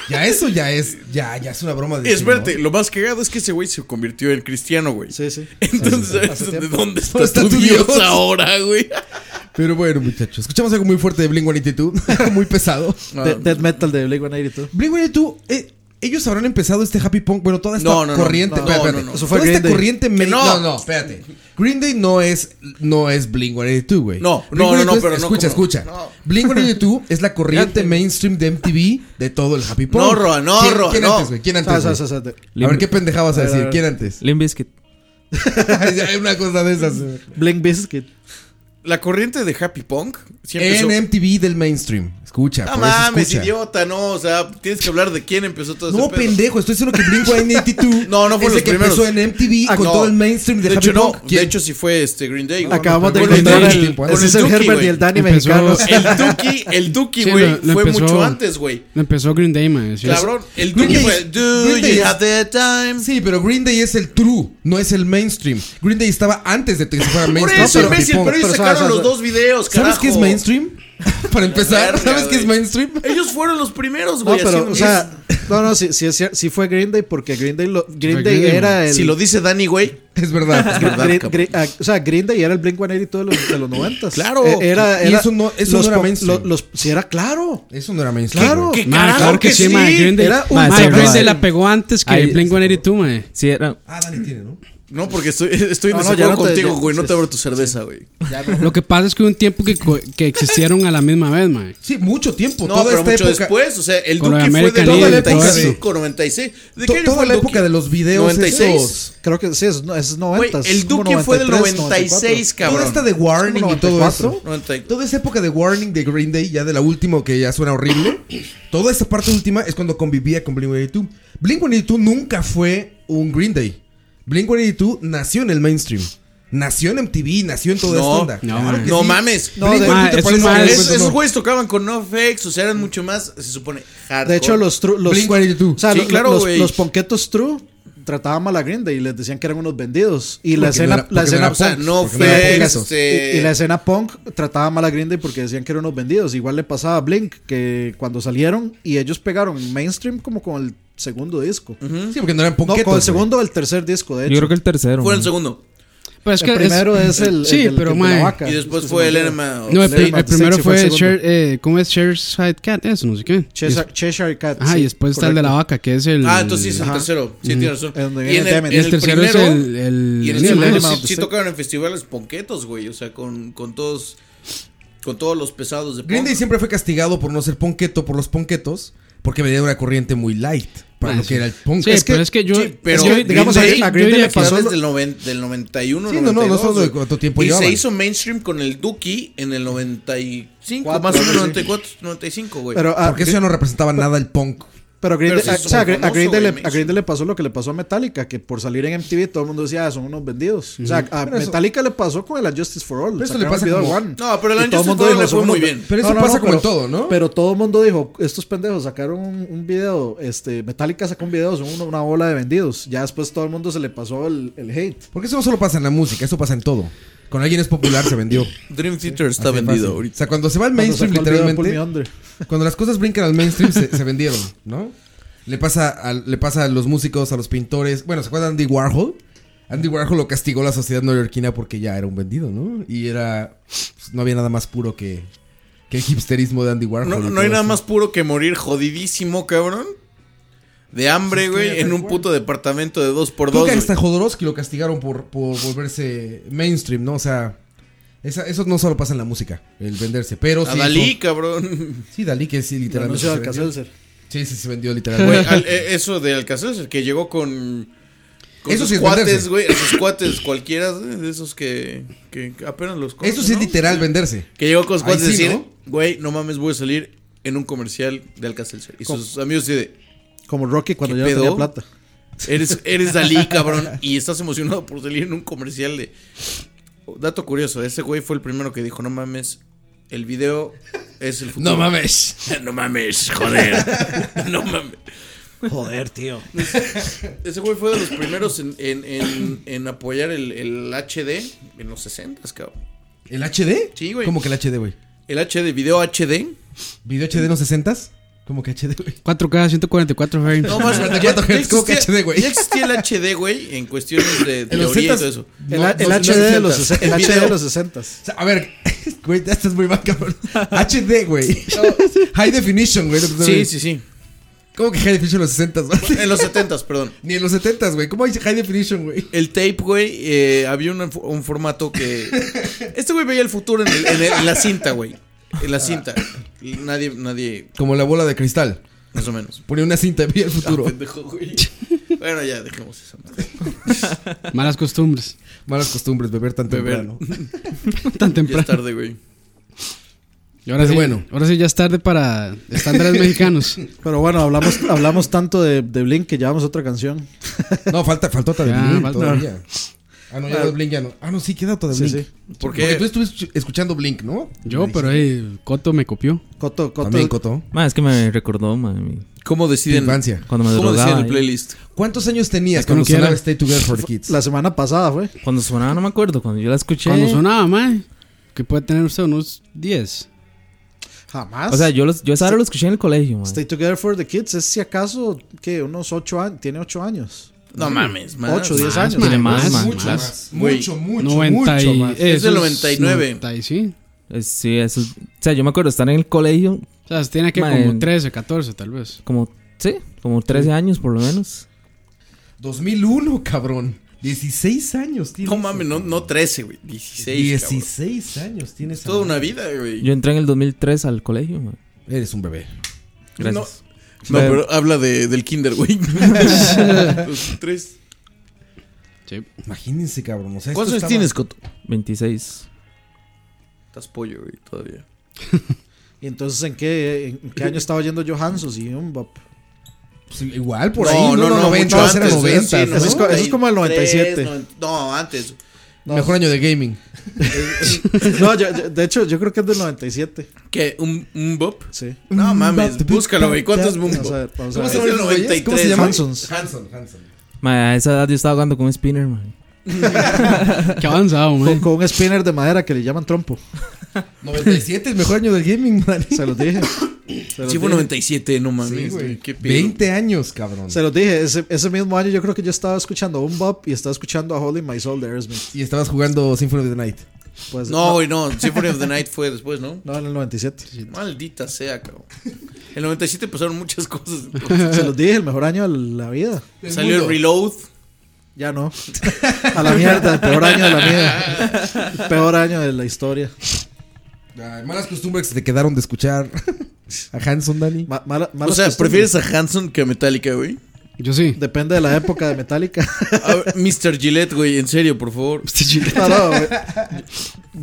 Speaker 2: Ya eso ya es, ya, ya es una broma de...
Speaker 4: Eh, Espérate, lo más cagado es que ese güey se convirtió en cristiano, güey.
Speaker 6: Sí, sí.
Speaker 4: Entonces,
Speaker 6: Hace
Speaker 4: ¿de
Speaker 6: tiempo.
Speaker 4: dónde está,
Speaker 2: está
Speaker 4: tu
Speaker 2: tu
Speaker 4: Dios,
Speaker 2: Dios?
Speaker 4: ahora,
Speaker 2: <laughs>
Speaker 4: güey?
Speaker 2: ¿no? Pero bueno, muchachos, escuchamos algo muy fuerte de <laughs> Blink-182, muy pesado.
Speaker 4: Ah.
Speaker 6: De- Death Metal de Blink 182.
Speaker 2: Blink-182, eh, ellos habrán empezado este happy punk, bueno, toda esta
Speaker 4: No, no, no,
Speaker 2: corriente...
Speaker 4: no,
Speaker 2: espérate,
Speaker 4: no,
Speaker 2: espérate.
Speaker 4: no, no.
Speaker 6: Eso fue
Speaker 2: toda esta
Speaker 6: Green Day.
Speaker 2: corriente...
Speaker 4: Que
Speaker 2: me-
Speaker 4: no.
Speaker 2: No. no, espérate. Green Day no es, no es Blink-182, güey.
Speaker 4: No, no, no, no,
Speaker 2: Blink-182
Speaker 4: pero no,
Speaker 2: Escucha,
Speaker 4: ¿cómo no?
Speaker 2: escucha.
Speaker 4: No.
Speaker 2: Blink-182 es la corriente mainstream de MTV de todo el happy punk.
Speaker 4: No, Roa, no,
Speaker 2: ¿Quién-
Speaker 4: Roa,
Speaker 2: ¿Quién
Speaker 4: no.
Speaker 2: antes, güey? ¿Quién antes,
Speaker 6: Ah, sí,
Speaker 2: güey?
Speaker 6: sí, sí, de-
Speaker 2: A ver, ¿qué pendeja vas a decir? ¿Quién antes?
Speaker 5: Limp Bizkit.
Speaker 2: Hay una cosa de esas.
Speaker 6: Blink Biscuit.
Speaker 4: La corriente de Happy Punk siempre
Speaker 2: En MTV del mainstream. Escucha,
Speaker 4: No
Speaker 2: por eso
Speaker 4: mames,
Speaker 2: escucha.
Speaker 4: idiota, no, o sea, tienes que hablar de quién empezó todo ese
Speaker 2: No,
Speaker 4: pedo.
Speaker 2: pendejo, estoy diciendo que
Speaker 4: <laughs>
Speaker 2: Blink-182
Speaker 4: No, no fue
Speaker 2: es
Speaker 4: los
Speaker 2: el que
Speaker 4: primeros.
Speaker 2: empezó en MTV
Speaker 4: Ah,
Speaker 2: con
Speaker 4: no.
Speaker 2: todo el mainstream de,
Speaker 4: De hecho,
Speaker 2: Happy
Speaker 4: no,
Speaker 2: Punk.
Speaker 4: de hecho sí fue este Green Day. güey.
Speaker 6: Acabamos de
Speaker 4: Con el
Speaker 6: encontrar
Speaker 4: Duki,
Speaker 6: el.
Speaker 4: con
Speaker 6: Ese
Speaker 4: el
Speaker 6: es el
Speaker 4: Duki,
Speaker 6: Herbert
Speaker 4: güey.
Speaker 6: y el Dani
Speaker 3: Empezó-
Speaker 6: mexicano. <laughs>
Speaker 3: <laughs>
Speaker 4: El Duki, el Duki,
Speaker 3: Sí,
Speaker 4: güey,
Speaker 3: lo- lo
Speaker 4: fue
Speaker 3: empezó-
Speaker 4: mucho antes, güey.
Speaker 3: Lo empezó Green Day, ma. sí.
Speaker 4: Cabrón, el
Speaker 2: Green
Speaker 4: Duki
Speaker 2: Day-
Speaker 4: fue Do
Speaker 2: Green Day
Speaker 4: you
Speaker 2: es-
Speaker 4: have the time?
Speaker 2: Sí, pero Green Day es el true, no es el mainstream. Green Day estaba antes de que se fuera
Speaker 4: Por
Speaker 2: mainstream.
Speaker 4: eso,
Speaker 2: pero
Speaker 4: imbécil, pero
Speaker 2: Happy Punk.
Speaker 4: ellos
Speaker 6: pero
Speaker 4: sacaron
Speaker 6: sabes,
Speaker 4: los dos videos, carajo.
Speaker 2: ¿Sabes qué es mainstream? <laughs> Para empezar,
Speaker 4: verga,
Speaker 2: ¿sabes qué es
Speaker 4: güey.
Speaker 2: mainstream?
Speaker 4: Ellos fueron los primeros,
Speaker 6: No,
Speaker 4: güey. así
Speaker 6: pero,
Speaker 4: un-
Speaker 6: o sea, no, no, sí, sí, es cier- sí fue Green Day porque Green Day, lo- Green
Speaker 3: Fue
Speaker 6: Day
Speaker 3: Green Day,
Speaker 6: era el.
Speaker 4: si lo dice Dani, güey.
Speaker 2: Es verdad.
Speaker 6: Gr-
Speaker 4: ¿verdad,
Speaker 6: Gr-
Speaker 4: cabrón?
Speaker 6: Gr- ah, o sea, Green Day era el Blink 182 de los, de los 90.
Speaker 4: Claro.
Speaker 6: E-, era,
Speaker 2: Y
Speaker 6: era-
Speaker 2: eso no- eso
Speaker 6: los
Speaker 2: no era
Speaker 6: po-
Speaker 2: mainstream.
Speaker 6: lo- los- sí, era claro.
Speaker 2: Eso no era mainstream.
Speaker 6: Claro.
Speaker 2: güey.
Speaker 4: ¿Qué
Speaker 3: Ma,
Speaker 4: carajo
Speaker 3: claro que,
Speaker 4: que
Speaker 3: sí,
Speaker 4: sí?
Speaker 3: ma. Green Day,
Speaker 6: Era un
Speaker 3: ma,
Speaker 5: maestro,
Speaker 3: Green
Speaker 5: ma.
Speaker 3: Day la pegó antes que
Speaker 5: Ahí-
Speaker 3: Blink-182, ma.
Speaker 5: Sí, era.
Speaker 2: Ah, Dani tiene, ¿no?
Speaker 4: No, porque estoy, estoy en
Speaker 6: No, no,
Speaker 4: desacuerdo
Speaker 6: ya no te-
Speaker 4: contigo,
Speaker 6: ya-
Speaker 4: güey. No
Speaker 6: sí,
Speaker 4: te abro tu cerveza, güey.
Speaker 3: Lo que pasa es que hubo un tiempo que, co- que existieron a la misma vez, mae.
Speaker 2: Sí, mucho tiempo.
Speaker 4: No,
Speaker 2: toda
Speaker 4: pero
Speaker 2: esta
Speaker 4: mucho
Speaker 2: época.
Speaker 4: después. O sea, el
Speaker 3: Con lo de
Speaker 4: Duque fue
Speaker 3: American
Speaker 4: del
Speaker 2: Eagle, todo
Speaker 4: 95, 96. ¿De
Speaker 2: To-
Speaker 4: qué año
Speaker 2: toda
Speaker 4: fue el
Speaker 2: la época
Speaker 4: Duque?
Speaker 2: de los videos
Speaker 4: 96.
Speaker 2: esos.
Speaker 6: Creo que sí, es, no, es 90.
Speaker 4: Güey, el Duque fue del 96,
Speaker 2: Toda
Speaker 4: cabrón.
Speaker 2: esta de Warning y todo
Speaker 6: 94.
Speaker 2: eso.
Speaker 4: 90.
Speaker 2: Toda esa época de Warning de Green Day, ya de la última que ya suena horrible. toda esa parte última es cuando convivía con Blink 182. Blink 182 nunca fue un Green Day. Blink 182 nació en el mainstream. Nació en MTV, nació en
Speaker 4: No,
Speaker 2: toda esta onda.
Speaker 3: no,
Speaker 2: Claro que
Speaker 4: no
Speaker 2: sí.
Speaker 4: mames.
Speaker 6: No,
Speaker 2: Blink
Speaker 6: de-
Speaker 2: 182
Speaker 3: Ma, es
Speaker 2: por
Speaker 3: un
Speaker 2: eso-
Speaker 3: mal-
Speaker 2: por
Speaker 4: Es-
Speaker 2: eso
Speaker 4: esos
Speaker 2: no.
Speaker 4: güeyes tocaban con no fakes, o sea, eran mucho más, se supone, hardcore.
Speaker 6: De hecho, los, tru- los,
Speaker 2: Blink-182.
Speaker 6: o sea,
Speaker 4: Sí,
Speaker 6: lo-
Speaker 4: claro,
Speaker 6: los,
Speaker 4: güey.
Speaker 6: los ponquetos true trataban mal a Green Day y les decían que eran unos vendidos. Y la
Speaker 2: Porque no
Speaker 6: escena,
Speaker 2: era- porque
Speaker 6: la
Speaker 2: no
Speaker 6: escena
Speaker 2: era
Speaker 4: O sea,
Speaker 2: punk,
Speaker 4: no
Speaker 2: porque no era punk
Speaker 4: fakes.
Speaker 2: eso.
Speaker 4: este,
Speaker 6: Y, y la escena punk trataba mal a Green Day porque decían que eran unos vendidos. Igual le pasaba a Blink, que cuando salieron y ellos pegaron mainstream como con el segundo disco.
Speaker 2: Sí, porque no eran
Speaker 6: No,
Speaker 2: ponquetos.
Speaker 6: con el
Speaker 2: güey.
Speaker 6: segundo o el tercer disco, de hecho.
Speaker 5: Yo creo que el tercero.
Speaker 4: Fue el
Speaker 5: man.
Speaker 4: segundo.
Speaker 3: Pero es
Speaker 6: el primero es, el, el
Speaker 3: Sí,
Speaker 6: del-
Speaker 3: pero,
Speaker 6: el de la
Speaker 3: mae,
Speaker 6: vaca.
Speaker 4: Y después fue el Enema.
Speaker 3: No,
Speaker 6: Lemon
Speaker 3: el, pri- el
Speaker 6: Sexy
Speaker 3: primero
Speaker 6: fue el
Speaker 3: fue,
Speaker 6: segundo.
Speaker 3: Share- eh, ¿cómo es Cheshire Cat? Eso, no sé qué.
Speaker 6: Cheshire, Cheshire Cat.
Speaker 3: Ajá,
Speaker 6: sí,
Speaker 3: y después está el de la vaca, que es el...
Speaker 4: Ah, entonces sí es el
Speaker 6: Ajá.
Speaker 4: tercero. Sí, tienes razón.
Speaker 6: Mm. Es donde
Speaker 4: Y
Speaker 6: viene
Speaker 4: en el,
Speaker 6: Damn It.
Speaker 4: en
Speaker 3: El
Speaker 4: el
Speaker 3: tercero es
Speaker 4: primero.
Speaker 3: el... el-
Speaker 4: y en
Speaker 3: el
Speaker 4: el
Speaker 3: animal.
Speaker 4: primero
Speaker 6: Enema of
Speaker 4: sí,
Speaker 6: the
Speaker 4: sí
Speaker 6: State.
Speaker 4: tocaron en festivales ponquetos, güey. O sea, con, con todos. Con todos los pesados de
Speaker 2: Green Day
Speaker 4: punk.
Speaker 2: siempre fue castigado por no ser ponqueto por los ponquetos, porque venía de una corriente muy light para
Speaker 3: Ah,
Speaker 2: lo
Speaker 3: sí.
Speaker 2: que era el punk.
Speaker 3: Sí,
Speaker 2: Es que-
Speaker 3: pero es que yo...
Speaker 4: Sí, pero
Speaker 3: es que yo-
Speaker 4: digamos,
Speaker 3: yo-
Speaker 4: a- a
Speaker 3: yo
Speaker 6: Green Day
Speaker 3: diría
Speaker 6: le
Speaker 3: que-
Speaker 6: pasó
Speaker 4: Pasó
Speaker 6: lo-
Speaker 4: del, noven- del 91,
Speaker 2: Sí, no, no, no
Speaker 4: 92,
Speaker 2: solo de
Speaker 4: güey.
Speaker 2: cuánto tiempo
Speaker 4: Y
Speaker 2: llevaban.
Speaker 4: se hizo mainstream con el Duki en el 95,
Speaker 6: Cuatro,
Speaker 4: más o menos
Speaker 6: sí.
Speaker 4: 94, 95, güey.
Speaker 6: Pero, ah,
Speaker 2: porque eso ya no
Speaker 6: <laughs>
Speaker 2: representaba nada el punk.
Speaker 6: Pero, Green
Speaker 4: Pero
Speaker 6: Day-
Speaker 4: sí
Speaker 6: o sea, a,
Speaker 4: son
Speaker 6: Green- a Green
Speaker 4: famosos,
Speaker 6: Day le,
Speaker 4: güey,
Speaker 6: a Green Day le pasó lo que le pasó a Metallica, que por salir en MTV todo el mundo decía, ah, son unos vendidos. O sea, a
Speaker 2: Pero eso-
Speaker 6: Metallica le pasó con el Justice for All.
Speaker 2: Pero eso
Speaker 6: sacaron
Speaker 2: le pasa
Speaker 6: el video
Speaker 2: como-
Speaker 6: de One.
Speaker 4: No, pero el
Speaker 6: Y
Speaker 4: Unjustice
Speaker 6: todo mundo
Speaker 4: for All
Speaker 6: dijo,
Speaker 4: le fue
Speaker 6: "Son unos
Speaker 4: muy
Speaker 6: ven-".
Speaker 4: bien.
Speaker 2: Pero eso pasa como en todo, ¿no?
Speaker 6: Pero todo el mundo dijo, estos pendejos sacaron un, un video, este, Metallica sacó un video, son una, una ola de vendidos. Ya después todo el mundo se le pasó el, el hate.
Speaker 2: Porque eso no solo pasa en la música, eso pasa en todo. Cuando alguien es popular se vendió.
Speaker 4: Dream Theater está
Speaker 2: Así
Speaker 4: <coughs>
Speaker 2: de
Speaker 4: vendido
Speaker 2: fácil.
Speaker 4: ahorita.
Speaker 2: O sea, cuando se va al
Speaker 6: Cuando
Speaker 2: mainstream,
Speaker 6: sacó el video de Pull Me
Speaker 2: literalmente.
Speaker 6: Under. <laughs>
Speaker 2: Cuando las cosas brincan al mainstream, se, se vendieron, ¿no? Le pasa, a, le pasa a los músicos, a los pintores. Bueno, ¿se acuerdan de Andy Warhol? Andy Warhol lo castigó la sociedad neoyorquina porque ya era un vendido, ¿no? Y era. pues, no había nada más puro que, que el hipsterismo de Andy Warhol.
Speaker 4: No,
Speaker 2: y
Speaker 4: no
Speaker 2: todo
Speaker 4: hay nada
Speaker 2: eso.
Speaker 4: más puro que morir jodidísimo, cabrón. De hambre, güey, en un puto departamento de dos por
Speaker 2: Creo
Speaker 4: dos.
Speaker 2: que
Speaker 4: güey.
Speaker 2: hasta Jodorowsky lo castigaron por, por volverse mainstream, ¿no? O sea, esa- eso no solo pasa en la música, el venderse, pero
Speaker 4: A
Speaker 2: sí.
Speaker 4: Dalí,
Speaker 2: eso-
Speaker 4: cabrón.
Speaker 2: sí, Dalí, que sí,
Speaker 6: El
Speaker 2: literalmente.
Speaker 6: anuncio de
Speaker 2: se vendió.
Speaker 6: Alka-Seltzer.
Speaker 2: sí, sí, se vendió
Speaker 4: Güey, <laughs>
Speaker 2: literalmente. <laughs>
Speaker 4: al- eh, eso de Alcacelser, que llegó con. con
Speaker 2: Eso
Speaker 4: sus
Speaker 2: sí es
Speaker 4: cuates,
Speaker 2: venderse.
Speaker 4: güey. Sus cuates, cualquiera de esos que, que apenas los conoce,
Speaker 2: eso sí es
Speaker 4: ¿no?
Speaker 2: literal venderse.
Speaker 4: Que llegó con sus
Speaker 2: Ahí
Speaker 4: cuates y
Speaker 2: sí,
Speaker 4: decir,
Speaker 2: ¿no?
Speaker 4: güey, ¿no? mames, voy a salir en un comercial de Alcacelser. Y sus amigos así de.
Speaker 6: Como Rocky cuando
Speaker 4: ¿Qué
Speaker 6: ya no tenía
Speaker 4: pedo?
Speaker 6: plata.
Speaker 4: Eres, eres
Speaker 2: <laughs>
Speaker 4: Dalí, cabrón,
Speaker 6: <laughs>
Speaker 4: y estás emocionado por salir en un comercial de... Dato curioso, ese güey fue el primero que dijo, no mames, el video es el futuro.
Speaker 2: No mames.
Speaker 4: <laughs> no mames, joder. no mames.
Speaker 6: Joder, tío.
Speaker 4: Ese güey fue de los primeros en, en- en- en apoyar el, el HD en los 60, cabrón.
Speaker 2: ¿El HD?
Speaker 4: Sí, güey.
Speaker 2: ¿Cómo que el HD, güey?
Speaker 4: El HD, video HD.
Speaker 2: ¿Video HD en los 60s? ¿Cómo que HD, güey?
Speaker 3: 4K, 144
Speaker 2: <laughs>
Speaker 3: frames.
Speaker 4: No
Speaker 3: <laughs>
Speaker 4: más, ya,
Speaker 2: 44
Speaker 4: ya
Speaker 2: Hz, ¿cómo que
Speaker 4: existía-
Speaker 2: HD, güey?
Speaker 4: Ya existía el HD, güey, en cuestiones de
Speaker 2: <laughs> En los
Speaker 4: teoría y
Speaker 2: 60s.
Speaker 4: todo eso.
Speaker 6: El,
Speaker 2: No,
Speaker 6: el
Speaker 2: no,
Speaker 6: HD de los
Speaker 4: 60s.
Speaker 6: 60. El
Speaker 4: El
Speaker 6: HD de
Speaker 4: video.
Speaker 6: los 60.
Speaker 2: O sea, a ver, <laughs> güey, ya estás muy mal, cabrón. HD, güey. High definition, güey.
Speaker 4: Sí, sí, sí.
Speaker 2: ¿Cómo que high definition en los 60s, güey? <laughs>
Speaker 4: En los 70, perdón.
Speaker 2: Ni en los 70s, güey. ¿Cómo hay high definition, güey?
Speaker 4: El tape, güey, eh, había un, un formato que...
Speaker 2: <laughs>
Speaker 4: Este güey veía el futuro en, el- en el- en la cinta, güey. En la cinta. Nadie, nadie,
Speaker 2: Como la bola de cristal.
Speaker 4: más o menos.
Speaker 2: Ponía una cinta y veía el
Speaker 4: Ah,
Speaker 2: futuro.
Speaker 4: pendejo,
Speaker 2: <laughs>
Speaker 4: güey. Bueno, ya, dejemos eso. madre.
Speaker 3: Malas costumbres.
Speaker 2: Malas costumbres, beber tan
Speaker 4: Beber. <laughs>
Speaker 2: temprano.
Speaker 3: <laughs> Tan
Speaker 4: Ya es
Speaker 3: temprano.
Speaker 4: tarde, güey.
Speaker 3: Y ahora
Speaker 2: Pero
Speaker 3: sí,
Speaker 2: bueno.
Speaker 3: ahora sí ya es tarde
Speaker 5: Ah,
Speaker 3: para estándares mexicanos.
Speaker 6: <laughs> Pero bueno, hablamos, hablamos tanto de, de Blink que llevamos otra canción.
Speaker 2: No, falta, falta otra de
Speaker 3: Ya,
Speaker 2: Blink
Speaker 3: falta-
Speaker 2: todavía. Ah, no, ya de Blink ya no. Ah, no, sí, queda otra de Blink.
Speaker 6: sí.
Speaker 4: ¿Por
Speaker 2: Porque tú
Speaker 4: qué?
Speaker 2: estuviste escuchando Blink, ¿no?
Speaker 3: Yo, pero eh, Coto me copió.
Speaker 6: Coto, Coto.
Speaker 2: También Coto.
Speaker 5: Ma, es que me recordó, ma, mi-
Speaker 4: ¿Cómo
Speaker 2: Tu
Speaker 4: deciden,
Speaker 2: infancia.
Speaker 5: cuando me
Speaker 4: ¿cómo deciden
Speaker 5: drogaba.
Speaker 4: el
Speaker 5: ahí.
Speaker 4: playlist?
Speaker 2: ¿Cuántos años tenías
Speaker 3: La que uno
Speaker 2: cuando sonaba
Speaker 3: quiera.
Speaker 2: Stay Together for the Kids?
Speaker 6: la semana pasada fue.
Speaker 5: Cuando sonaba, no me acuerdo. Cuando yo la escuché.
Speaker 3: Cuando sonaba, mae. Que puede tener usted unos 10.
Speaker 6: Jamás.
Speaker 4: Ah,
Speaker 5: O sea, yo, los, yo esa hora lo escuché en el colegio, ma.
Speaker 6: Stay Together for the Kids es si acaso que unos 8 años, tiene 8 años.
Speaker 4: No mames, man.
Speaker 6: 8, 10
Speaker 3: más,
Speaker 6: años.
Speaker 5: Tiene
Speaker 3: man.
Speaker 5: más,
Speaker 3: Más,
Speaker 5: ma,
Speaker 2: mucho
Speaker 5: más.
Speaker 2: más.
Speaker 4: Güey,
Speaker 2: Mucho, mucho,
Speaker 3: 90
Speaker 2: mucho
Speaker 3: y,
Speaker 2: más.
Speaker 3: eh,
Speaker 4: Es del
Speaker 3: eso
Speaker 4: 99.
Speaker 3: 90 y sí.
Speaker 5: Eh, Sí, eso. es- O sea, yo me acuerdo estar en el colegio
Speaker 3: O sea, se tiene que
Speaker 5: Mae.
Speaker 3: como 13, 14 tal vez.
Speaker 5: como, sí, como 13 años por lo menos.
Speaker 2: 2001, cabrón. 16 años tiene.
Speaker 4: No
Speaker 2: eso.
Speaker 4: mames, no, no 13, güey. 16. cabrón.
Speaker 2: 16 años tienes.
Speaker 4: Toda una vida, güey.
Speaker 5: Yo entré en el 2003 al colegio, man.
Speaker 2: Eres un bebé.
Speaker 5: Gracias.
Speaker 4: No,
Speaker 5: Bueno.
Speaker 4: pero habla de, del Kinder, güey. Los tres.
Speaker 3: Sí.
Speaker 2: Imagínense, cabrón. O sea, esto
Speaker 4: ¿Cuántos años
Speaker 2: estaba-
Speaker 4: tienes, Coto?
Speaker 5: 26.
Speaker 4: Estás pollo, güey, todavía.
Speaker 6: ¿Y entonces en qué, en qué año estaba yendo Johansson y Umbop?
Speaker 2: Pues, igual por
Speaker 4: No,
Speaker 2: ahí. No, no,
Speaker 4: no, no,
Speaker 2: 90,
Speaker 4: mucho
Speaker 2: va a ser
Speaker 4: antes,
Speaker 2: 90.
Speaker 4: sí, no,
Speaker 2: ¿no?
Speaker 6: Eso es co- eso es como el
Speaker 4: 93,
Speaker 6: 97.
Speaker 4: 90 No, antes.
Speaker 2: Mejor año de gaming.
Speaker 6: No, yo- yo- de hecho, yo creo que es del 97.
Speaker 4: ¿Qué? ¿Un, un bop?
Speaker 6: Sí.
Speaker 4: No mames,
Speaker 2: bop,
Speaker 4: búscalo, güey. ¿Cuántos es un
Speaker 6: Vamos a
Speaker 4: bop?
Speaker 6: ver, vamos a
Speaker 2: ¿Cómo
Speaker 6: ver.
Speaker 2: se llaman los güeyes? ¿Cómo se
Speaker 4: 93,
Speaker 2: llaman?
Speaker 6: Hansons.
Speaker 2: Hanson, Hanson.
Speaker 5: Ma, a esa edad yo estaba jugando con un spinner, man.
Speaker 3: <laughs> Qué avanzado,
Speaker 6: Con,
Speaker 3: man.
Speaker 6: con un spinner de madera que le llaman
Speaker 2: <laughs>
Speaker 6: trompo.
Speaker 2: 97, el mejor año del gaming, man.
Speaker 6: Se los dije. Se los
Speaker 4: Sí, fue
Speaker 6: dije.
Speaker 4: 97, no mames.
Speaker 2: Sí, güey.
Speaker 4: Qué pedo.
Speaker 2: 20 años, cabrón.
Speaker 6: Se los dije, ese, ese mismo año yo creo que yo estaba escuchando un bop y estaba escuchando a Holy My Soul de Aerosmith.
Speaker 2: Y estabas jugando Symphony of the Night.
Speaker 6: Pues,
Speaker 4: No, güey, no. Symphony of the Night fue después, ¿no?
Speaker 6: No, en el 97.
Speaker 4: Maldita sea, cabrón. El 97 pasaron muchas cosas.
Speaker 2: <laughs>
Speaker 6: Se los dije, el mejor año de la vida.
Speaker 4: Salió el Reload. <laughs>
Speaker 6: Ya no. A la mierda, el peor año de la mierda.
Speaker 4: <laughs>
Speaker 6: El peor año de la historia.
Speaker 2: Ay, Ah, malas costumbres que se te quedaron de escuchar a Hanson, Dani.
Speaker 6: Ma- mala-
Speaker 4: O
Speaker 6: malas
Speaker 4: sea,
Speaker 6: costumbres.
Speaker 4: ¿prefieres a Hanson que a Metallica, güey?
Speaker 3: Yo sí.
Speaker 6: Depende de la época de Metallica.
Speaker 4: A ver, Mr. Gillette, güey, en serio, por favor.
Speaker 6: No, no, güey.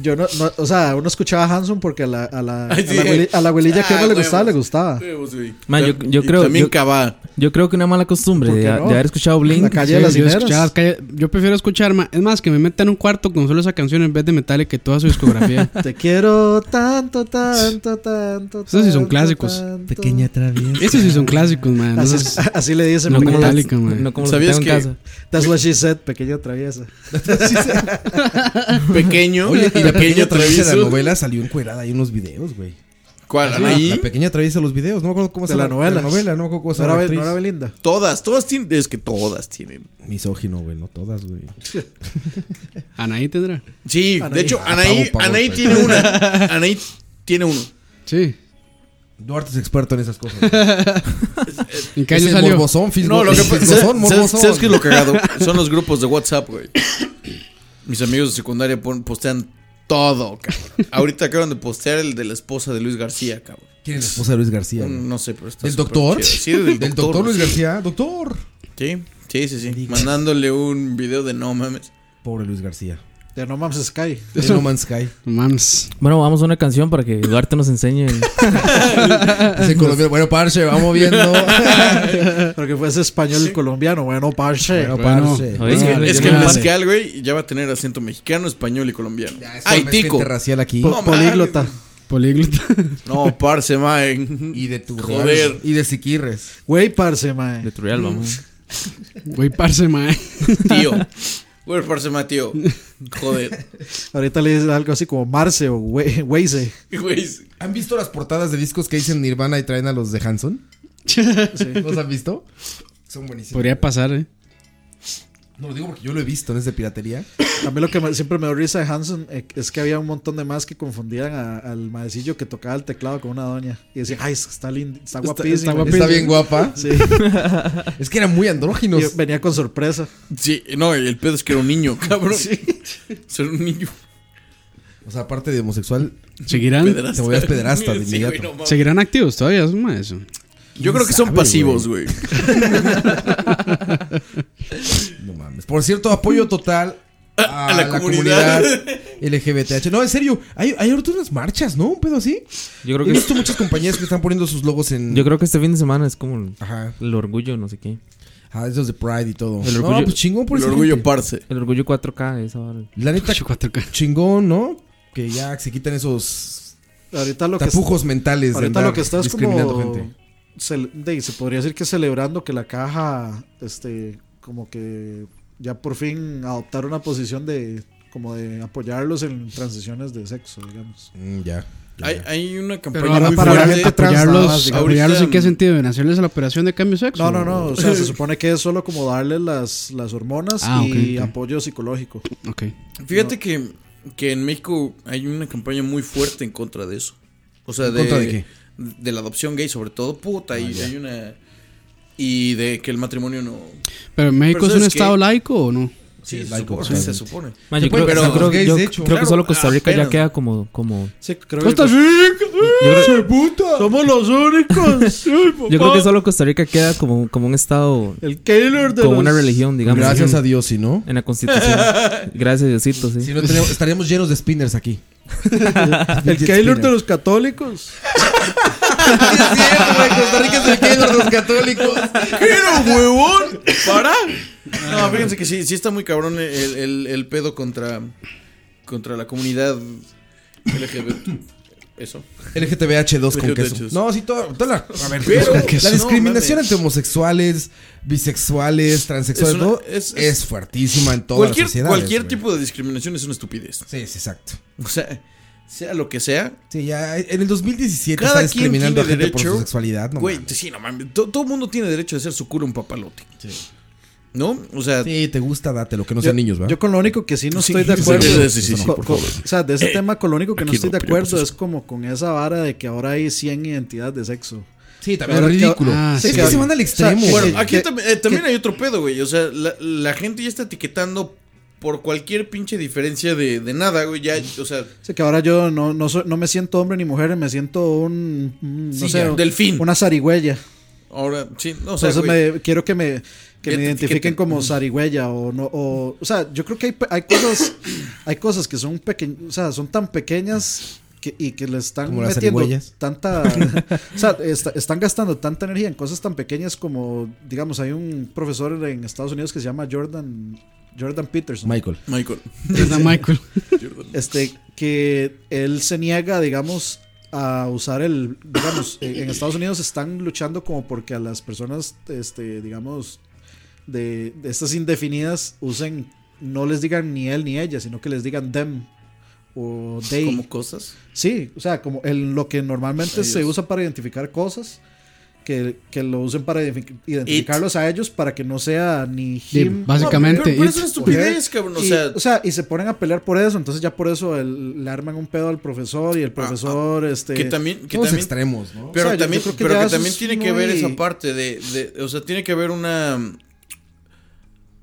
Speaker 6: Yo no, no, o sea, uno escuchaba a Hanson porque a la, a la,
Speaker 4: Ay, sí.
Speaker 6: a la, abueli- a la abuelilla que
Speaker 4: Ah,
Speaker 6: no le gustaba, le
Speaker 4: huevos.
Speaker 6: gustaba.
Speaker 4: Huevos, güey.
Speaker 5: Man, yo- yo
Speaker 4: Y
Speaker 5: creo-
Speaker 4: También
Speaker 5: yo-
Speaker 4: Cabá.
Speaker 5: Yo creo que una mala costumbre
Speaker 6: ¿Por
Speaker 5: de,
Speaker 6: qué no?
Speaker 5: de haber
Speaker 6: La
Speaker 5: escuchado Blink.
Speaker 6: calle
Speaker 3: Sí,
Speaker 6: de las
Speaker 3: yo, escuchaba
Speaker 6: hileras.
Speaker 3: las calles- yo prefiero escuchar, ma- es más, que me meta en un cuarto con solo esa canción en vez de Metallica y toda
Speaker 4: <laughs>
Speaker 3: su discografía. <laughs>
Speaker 6: Te quiero tanto, tanto, tanto.
Speaker 3: Esos sí son
Speaker 6: tanto,
Speaker 3: clásicos.
Speaker 6: tanto.
Speaker 2: traviesa.
Speaker 3: Esos sí son clásicos, man.
Speaker 6: Así,
Speaker 3: Esos-
Speaker 6: <laughs> así le dicen.
Speaker 3: No
Speaker 5: No como,
Speaker 6: pequeña-
Speaker 5: las-
Speaker 3: Metallica, man.
Speaker 5: no como los que
Speaker 4: ¿Sabías
Speaker 5: tengo en
Speaker 4: que-
Speaker 5: casa.
Speaker 6: That's what she said,
Speaker 4: <laughs>
Speaker 6: pequeña traviesa.
Speaker 4: <laughs> Pequeño.
Speaker 2: Oye, y la pequeña traviesa de la
Speaker 4: travieso.
Speaker 2: novela salió encuerada. Hay unos videos, güey.
Speaker 4: ¿Cuál?
Speaker 2: La,
Speaker 4: Anaí?
Speaker 2: la pequeña traviesa de los videos. No me acuerdo cómo
Speaker 6: De
Speaker 2: se
Speaker 6: la
Speaker 2: llama-
Speaker 6: novela.
Speaker 2: de la novela. No me acuerdo cómo se
Speaker 6: No
Speaker 2: llama
Speaker 6: era,
Speaker 2: la
Speaker 6: Bel- no era
Speaker 2: actriz.
Speaker 6: Belinda.
Speaker 4: Todas, todas tienen. Es que todas tienen.
Speaker 2: Misógino, güey. No todas, güey. <laughs>
Speaker 3: Anaí tendrá.
Speaker 4: Sí, de hecho,
Speaker 2: Ah,
Speaker 4: Anaí,
Speaker 2: pavo, pavo,
Speaker 4: Anaí
Speaker 2: pavo.
Speaker 4: tiene
Speaker 2: <laughs>
Speaker 4: una. Anaí tiene uno.
Speaker 3: Sí.
Speaker 2: Duarte es experto en esas cosas. güey.
Speaker 3: <laughs> ¿En qué
Speaker 2: Es
Speaker 3: año
Speaker 2: el
Speaker 3: salió?
Speaker 2: Morbosón,
Speaker 4: No, lo que pasa
Speaker 2: Fisgozón,
Speaker 4: ¿sabes,
Speaker 2: morbosón.
Speaker 4: ¿sabes qué es lo <laughs>
Speaker 2: <laughs>
Speaker 4: cagado? Son los grupos de WhatsApp, güey. Mis amigos de secundaria pon- postean todo, cabrón. Ahorita acaban de postear el de la esposa de Luis García, cabrón.
Speaker 2: ¿Quién es la esposa de Luis García? güey?
Speaker 4: Mm, No sé, pero está.
Speaker 2: ¿Del
Speaker 4: súper
Speaker 2: doctor?
Speaker 4: chido. Sí, del,
Speaker 2: <laughs> Del
Speaker 4: doctor.
Speaker 2: doctor Luis
Speaker 4: sí.
Speaker 2: García. Doctor.
Speaker 4: Sí, sí, sí. sí. Mandándole un video de no mames.
Speaker 2: Pobre Luis García.
Speaker 6: De No Man's Sky.
Speaker 2: De No Man's Sky.
Speaker 3: Mams.
Speaker 5: Bueno, vamos a una canción para que Duarte
Speaker 2: <laughs>
Speaker 5: nos enseñe.
Speaker 2: Dice en Colombia, bueno, parche,
Speaker 6: <laughs>
Speaker 2: vamos
Speaker 3: <laughs>
Speaker 2: viendo.
Speaker 6: Pero que fuese español colombiano. Bueno, parche.
Speaker 2: Bueno,
Speaker 3: Bueno,
Speaker 2: parche.
Speaker 5: oye,
Speaker 4: Es
Speaker 5: Ah,
Speaker 4: que,
Speaker 5: le
Speaker 4: es
Speaker 5: dio
Speaker 4: que
Speaker 5: una
Speaker 4: Pascal, güey, ya va a tener acento mexicano, español y colombiano.
Speaker 2: Ya, es una
Speaker 4: Ay,
Speaker 2: mezcla
Speaker 4: tico.
Speaker 2: interracial aquí.
Speaker 6: Po-
Speaker 4: No mames.
Speaker 6: políglota.
Speaker 3: Políglota.
Speaker 4: No, parce, man.
Speaker 2: Y de tu
Speaker 4: Joder.
Speaker 2: Y de Siquirres.
Speaker 6: <laughs> Güey, parce, mae.
Speaker 5: De Trial,
Speaker 6: Mm.
Speaker 5: vamos.
Speaker 3: Güey, parce, ma.
Speaker 4: Tío. Güey, parce, man, tío. Joder.
Speaker 6: <laughs> Ahorita le dices algo así como Marce o güey- Weise.
Speaker 4: <laughs> Güey,
Speaker 2: ¿Han visto las portadas de discos que dicen Nirvana y traen a los de Hanson? ¿Los han visto? Son buenísimos.
Speaker 3: Podría pasar, eh.
Speaker 2: No lo digo porque yo lo he visto, no es de piratería.
Speaker 6: A mí lo que me- siempre me dio risa de Hanson eh, es que había un montón de más que confundían a- al maecillo que tocaba el teclado con una doña. Y decían, ay, es que está lindo, está guapísimo.
Speaker 3: está guapísimo.
Speaker 2: Está bien guapa.
Speaker 6: <laughs> Sí.
Speaker 2: Es que eran muy andróginos.
Speaker 6: Y venía con sorpresa.
Speaker 4: Sí, no, el pedo es que era un niño, cabrón. Ser un niño.
Speaker 2: O sea, aparte de homosexual,
Speaker 3: ¿Seguirán?
Speaker 2: te volvías pederasta de
Speaker 4: Sí, güey,
Speaker 2: inmediato.
Speaker 4: no mames.
Speaker 3: ¿Seguirán activos todavía? Es ma, eso.
Speaker 4: Yo creo que son
Speaker 2: sabe,
Speaker 4: pasivos,
Speaker 3: <laughs>
Speaker 4: güey.
Speaker 2: <laughs> No mames. Por cierto, apoyo total a,
Speaker 4: a la
Speaker 2: la,
Speaker 4: comunidad.
Speaker 2: comunidad. LGBTH. No, en serio, hay, hay ahorita unas marchas, ¿no? Un pedo así.
Speaker 5: Yo creo
Speaker 2: He
Speaker 5: que
Speaker 2: visto muchas compañías que están poniendo sus logos en.
Speaker 5: yo creo que este fin de semana es como el,
Speaker 2: Ajá.
Speaker 5: el orgullo, no sé qué.
Speaker 2: Ah, esos de Pride y todo. no,
Speaker 5: El orgullo-
Speaker 2: pues chingón por
Speaker 4: El
Speaker 2: esa
Speaker 4: orgullo
Speaker 2: gente.
Speaker 4: parce.
Speaker 5: El orgullo 4K, esa vara.
Speaker 2: La neta,
Speaker 3: 4K.
Speaker 2: chingón, ¿no? Que ya se quitan esos
Speaker 6: Ahorita lo
Speaker 2: tapujos mentales
Speaker 6: que
Speaker 2: de
Speaker 6: ahorita
Speaker 2: andar
Speaker 6: lo que estás
Speaker 2: discriminando
Speaker 6: como
Speaker 2: gente.
Speaker 6: cel- de- se podría decir que celebrando que la caja este como que ya por fin adoptar una posición de como de apoyarlos en transiciones de sexo, digamos.
Speaker 2: Mm, ya. ya,
Speaker 4: Hay,
Speaker 2: ya.
Speaker 4: hay una
Speaker 3: Pero
Speaker 4: campaña
Speaker 3: ahora
Speaker 4: muy
Speaker 6: para la
Speaker 4: fuerte.
Speaker 6: gente trans nada más,
Speaker 3: apoyarlos,
Speaker 6: digamos.
Speaker 3: apoyarlos en
Speaker 4: Ahorita,
Speaker 3: qué sentido, en hacerles la operación de cambio de sexo.
Speaker 6: No, no, no, o
Speaker 4: <laughs>
Speaker 6: sea, se supone que es solo como darle las, las hormonas
Speaker 3: Ah,
Speaker 6: y
Speaker 3: ok, ok.
Speaker 6: apoyo psicológico.
Speaker 3: Ok.
Speaker 4: Fíjate que, que en México hay una campaña muy fuerte en contra de eso. O sea,
Speaker 2: ¿En
Speaker 4: de,
Speaker 2: contra de qué? Ah,
Speaker 4: de la adopción gay, sobre todo, puta. y hay una. Y de que el matrimonio no.
Speaker 3: Pero en México
Speaker 4: Pero
Speaker 3: es un
Speaker 4: ¿sabes qué?
Speaker 3: estado laico o no?
Speaker 4: Sí,
Speaker 2: es
Speaker 4: se
Speaker 2: laico,
Speaker 4: supone, se
Speaker 2: totalmente.
Speaker 4: supone.
Speaker 5: Ma,
Speaker 2: Se
Speaker 5: yo
Speaker 2: puede,
Speaker 5: creo,
Speaker 2: pero
Speaker 5: yo
Speaker 2: los
Speaker 5: creo-
Speaker 2: gays,
Speaker 5: yo
Speaker 2: de hecho.
Speaker 5: creo que
Speaker 4: Claro,
Speaker 5: Solo Costa Rica ya
Speaker 4: apenas.
Speaker 5: queda como, como
Speaker 4: Sí, creo que-
Speaker 3: ¡Costa Rica! ¡eh,
Speaker 4: Somos los
Speaker 3: <laughs>
Speaker 4: únicos.
Speaker 5: Yo creo que solo Costa Rica queda como, como un estado,
Speaker 4: El Keylor de
Speaker 5: como
Speaker 4: los-
Speaker 5: una religión, digamos. Mm.
Speaker 2: Gracias
Speaker 5: en,
Speaker 2: a Dios, si no.
Speaker 5: En la constitución. Gracias, Diosito, sí.
Speaker 2: Si no tenemos- estaríamos llenos de spinners
Speaker 5: <laughs>
Speaker 2: aquí.
Speaker 4: <laughs> El
Speaker 2: Fidget
Speaker 4: Keylor de
Speaker 2: spinner.
Speaker 4: los católicos.
Speaker 2: Costa Rica <laughs> es el Keylor de los católicos.
Speaker 4: ¡Pero, huevón! ¡Para! No, fíjense que sí, sí está muy cabrón el, el- el pedo contra, contra la comunidad LGBT. Eso.
Speaker 2: LGTBH2 con queso.
Speaker 4: LGTBH2.
Speaker 2: No, sí, todo, toda la, a ver,
Speaker 4: Pero-
Speaker 2: la
Speaker 4: queso.
Speaker 2: discriminación
Speaker 4: No, mames.
Speaker 2: entre homosexuales, bisexuales, transexuales,
Speaker 4: Es una-
Speaker 2: todo, es,
Speaker 4: es- es-
Speaker 2: fuertísima en todas
Speaker 4: Cualquier,
Speaker 2: las sociedades.
Speaker 4: cualquier
Speaker 2: güey.
Speaker 4: tipo de discriminación es una estupidez.
Speaker 2: Sí, sí, exacto.
Speaker 4: O sea, sea lo que sea,
Speaker 2: Sí, ya en el 2017
Speaker 4: cada
Speaker 2: está
Speaker 4: quien tiene
Speaker 2: discriminando a gente
Speaker 4: derecho.
Speaker 2: por su sexualidad, no
Speaker 4: Güey,
Speaker 2: mames.
Speaker 4: sí, no mames. To- Todo el mundo tiene derecho de hacer su cura un papalote. ¿No? O sea,
Speaker 2: Sí, te gusta, date, lo que no sean niños, ¿va?
Speaker 6: Yo con lo único que sí no
Speaker 4: Sí,
Speaker 6: estoy de
Speaker 4: sí, sí,
Speaker 6: acuerdo.
Speaker 4: sí, sí, sí,
Speaker 6: Co-
Speaker 4: por
Speaker 6: co-
Speaker 4: favor.
Speaker 6: O sea, de ese tema con lo único que
Speaker 4: Eh,
Speaker 6: no
Speaker 4: aquí
Speaker 6: estoy
Speaker 4: no,
Speaker 6: de
Speaker 4: pero yo
Speaker 6: acuerdo
Speaker 4: paso.
Speaker 6: es como con esa vara de que ahora hay 100 identidades de sexo.
Speaker 2: sí, también es
Speaker 6: Ahora que-
Speaker 2: ridículo.
Speaker 3: ah,
Speaker 2: es
Speaker 3: sí,
Speaker 2: que se
Speaker 6: claro.
Speaker 2: van al
Speaker 6: O sea,
Speaker 2: extremo.
Speaker 6: bueno,
Speaker 2: güey.
Speaker 4: Aquí
Speaker 6: ¿Qué-
Speaker 4: tam- eh, también hay otro pedo, güey. O sea, la, la gente ya está etiquetando por cualquier pinche diferencia de, de nada, güey. Ya, o sea,
Speaker 6: O sea, que ahora yo no, no, soy- no me siento hombre ni mujer, me siento un. un, no
Speaker 4: Sí,
Speaker 6: sé,
Speaker 4: ya,
Speaker 6: un-
Speaker 4: delfín.
Speaker 6: Una zarigüeya.
Speaker 4: ahora, sí, no, o sea,
Speaker 6: Entonces
Speaker 4: güey,
Speaker 6: me, quiero que me, que
Speaker 4: Ya
Speaker 6: me
Speaker 4: te
Speaker 6: identifiquen
Speaker 4: etiqueten.
Speaker 6: como zarigüeya o no. O, o sea, yo creo que hay, pe- hay cosas hay cosas que son pequeñas, o sea, son tan pequeñas que, y que le están
Speaker 2: Como las
Speaker 6: metiendo
Speaker 2: zarigüeyas. <laughs>
Speaker 6: tanta. o sea, est- están gastando tanta energía en cosas tan pequeñas como, digamos, hay un profesor en Estados Unidos que se llama Jordan, Jordan Peterson.
Speaker 2: Michael.
Speaker 4: Michael.
Speaker 3: Desde Michael.
Speaker 6: Este, que él se niega, digamos, a usar el, digamos, en en Estados Unidos están luchando como porque a las personas, este, digamos, de, de estas indefinidas usen, no les digan ni él ni ella, sino que les digan them o they.
Speaker 4: Pues, Como cosas.
Speaker 6: Sí, o sea, como el, lo que normalmente se usa para identificar cosas, que, que lo usen para identifi- identificarlos a ellos para que no sea ni him
Speaker 3: Básicamente.
Speaker 4: No, pero, pero es
Speaker 3: it's-
Speaker 4: una estupidez, cabrón. O sea,
Speaker 6: y, y se ponen a pelear por eso, entonces ya por eso el- le arman un pedo al profesor y el profesor, este...
Speaker 4: Ah, que también. Que
Speaker 2: Todos
Speaker 4: también
Speaker 2: extremos, ¿no?
Speaker 4: pero
Speaker 6: o sea, yo-
Speaker 4: también,
Speaker 6: yo creo que
Speaker 4: pero
Speaker 6: ya
Speaker 4: que
Speaker 6: eso
Speaker 4: también
Speaker 6: es
Speaker 4: tiene que ver
Speaker 6: muy-
Speaker 4: esa parte de, de- O sea, tiene que haber una.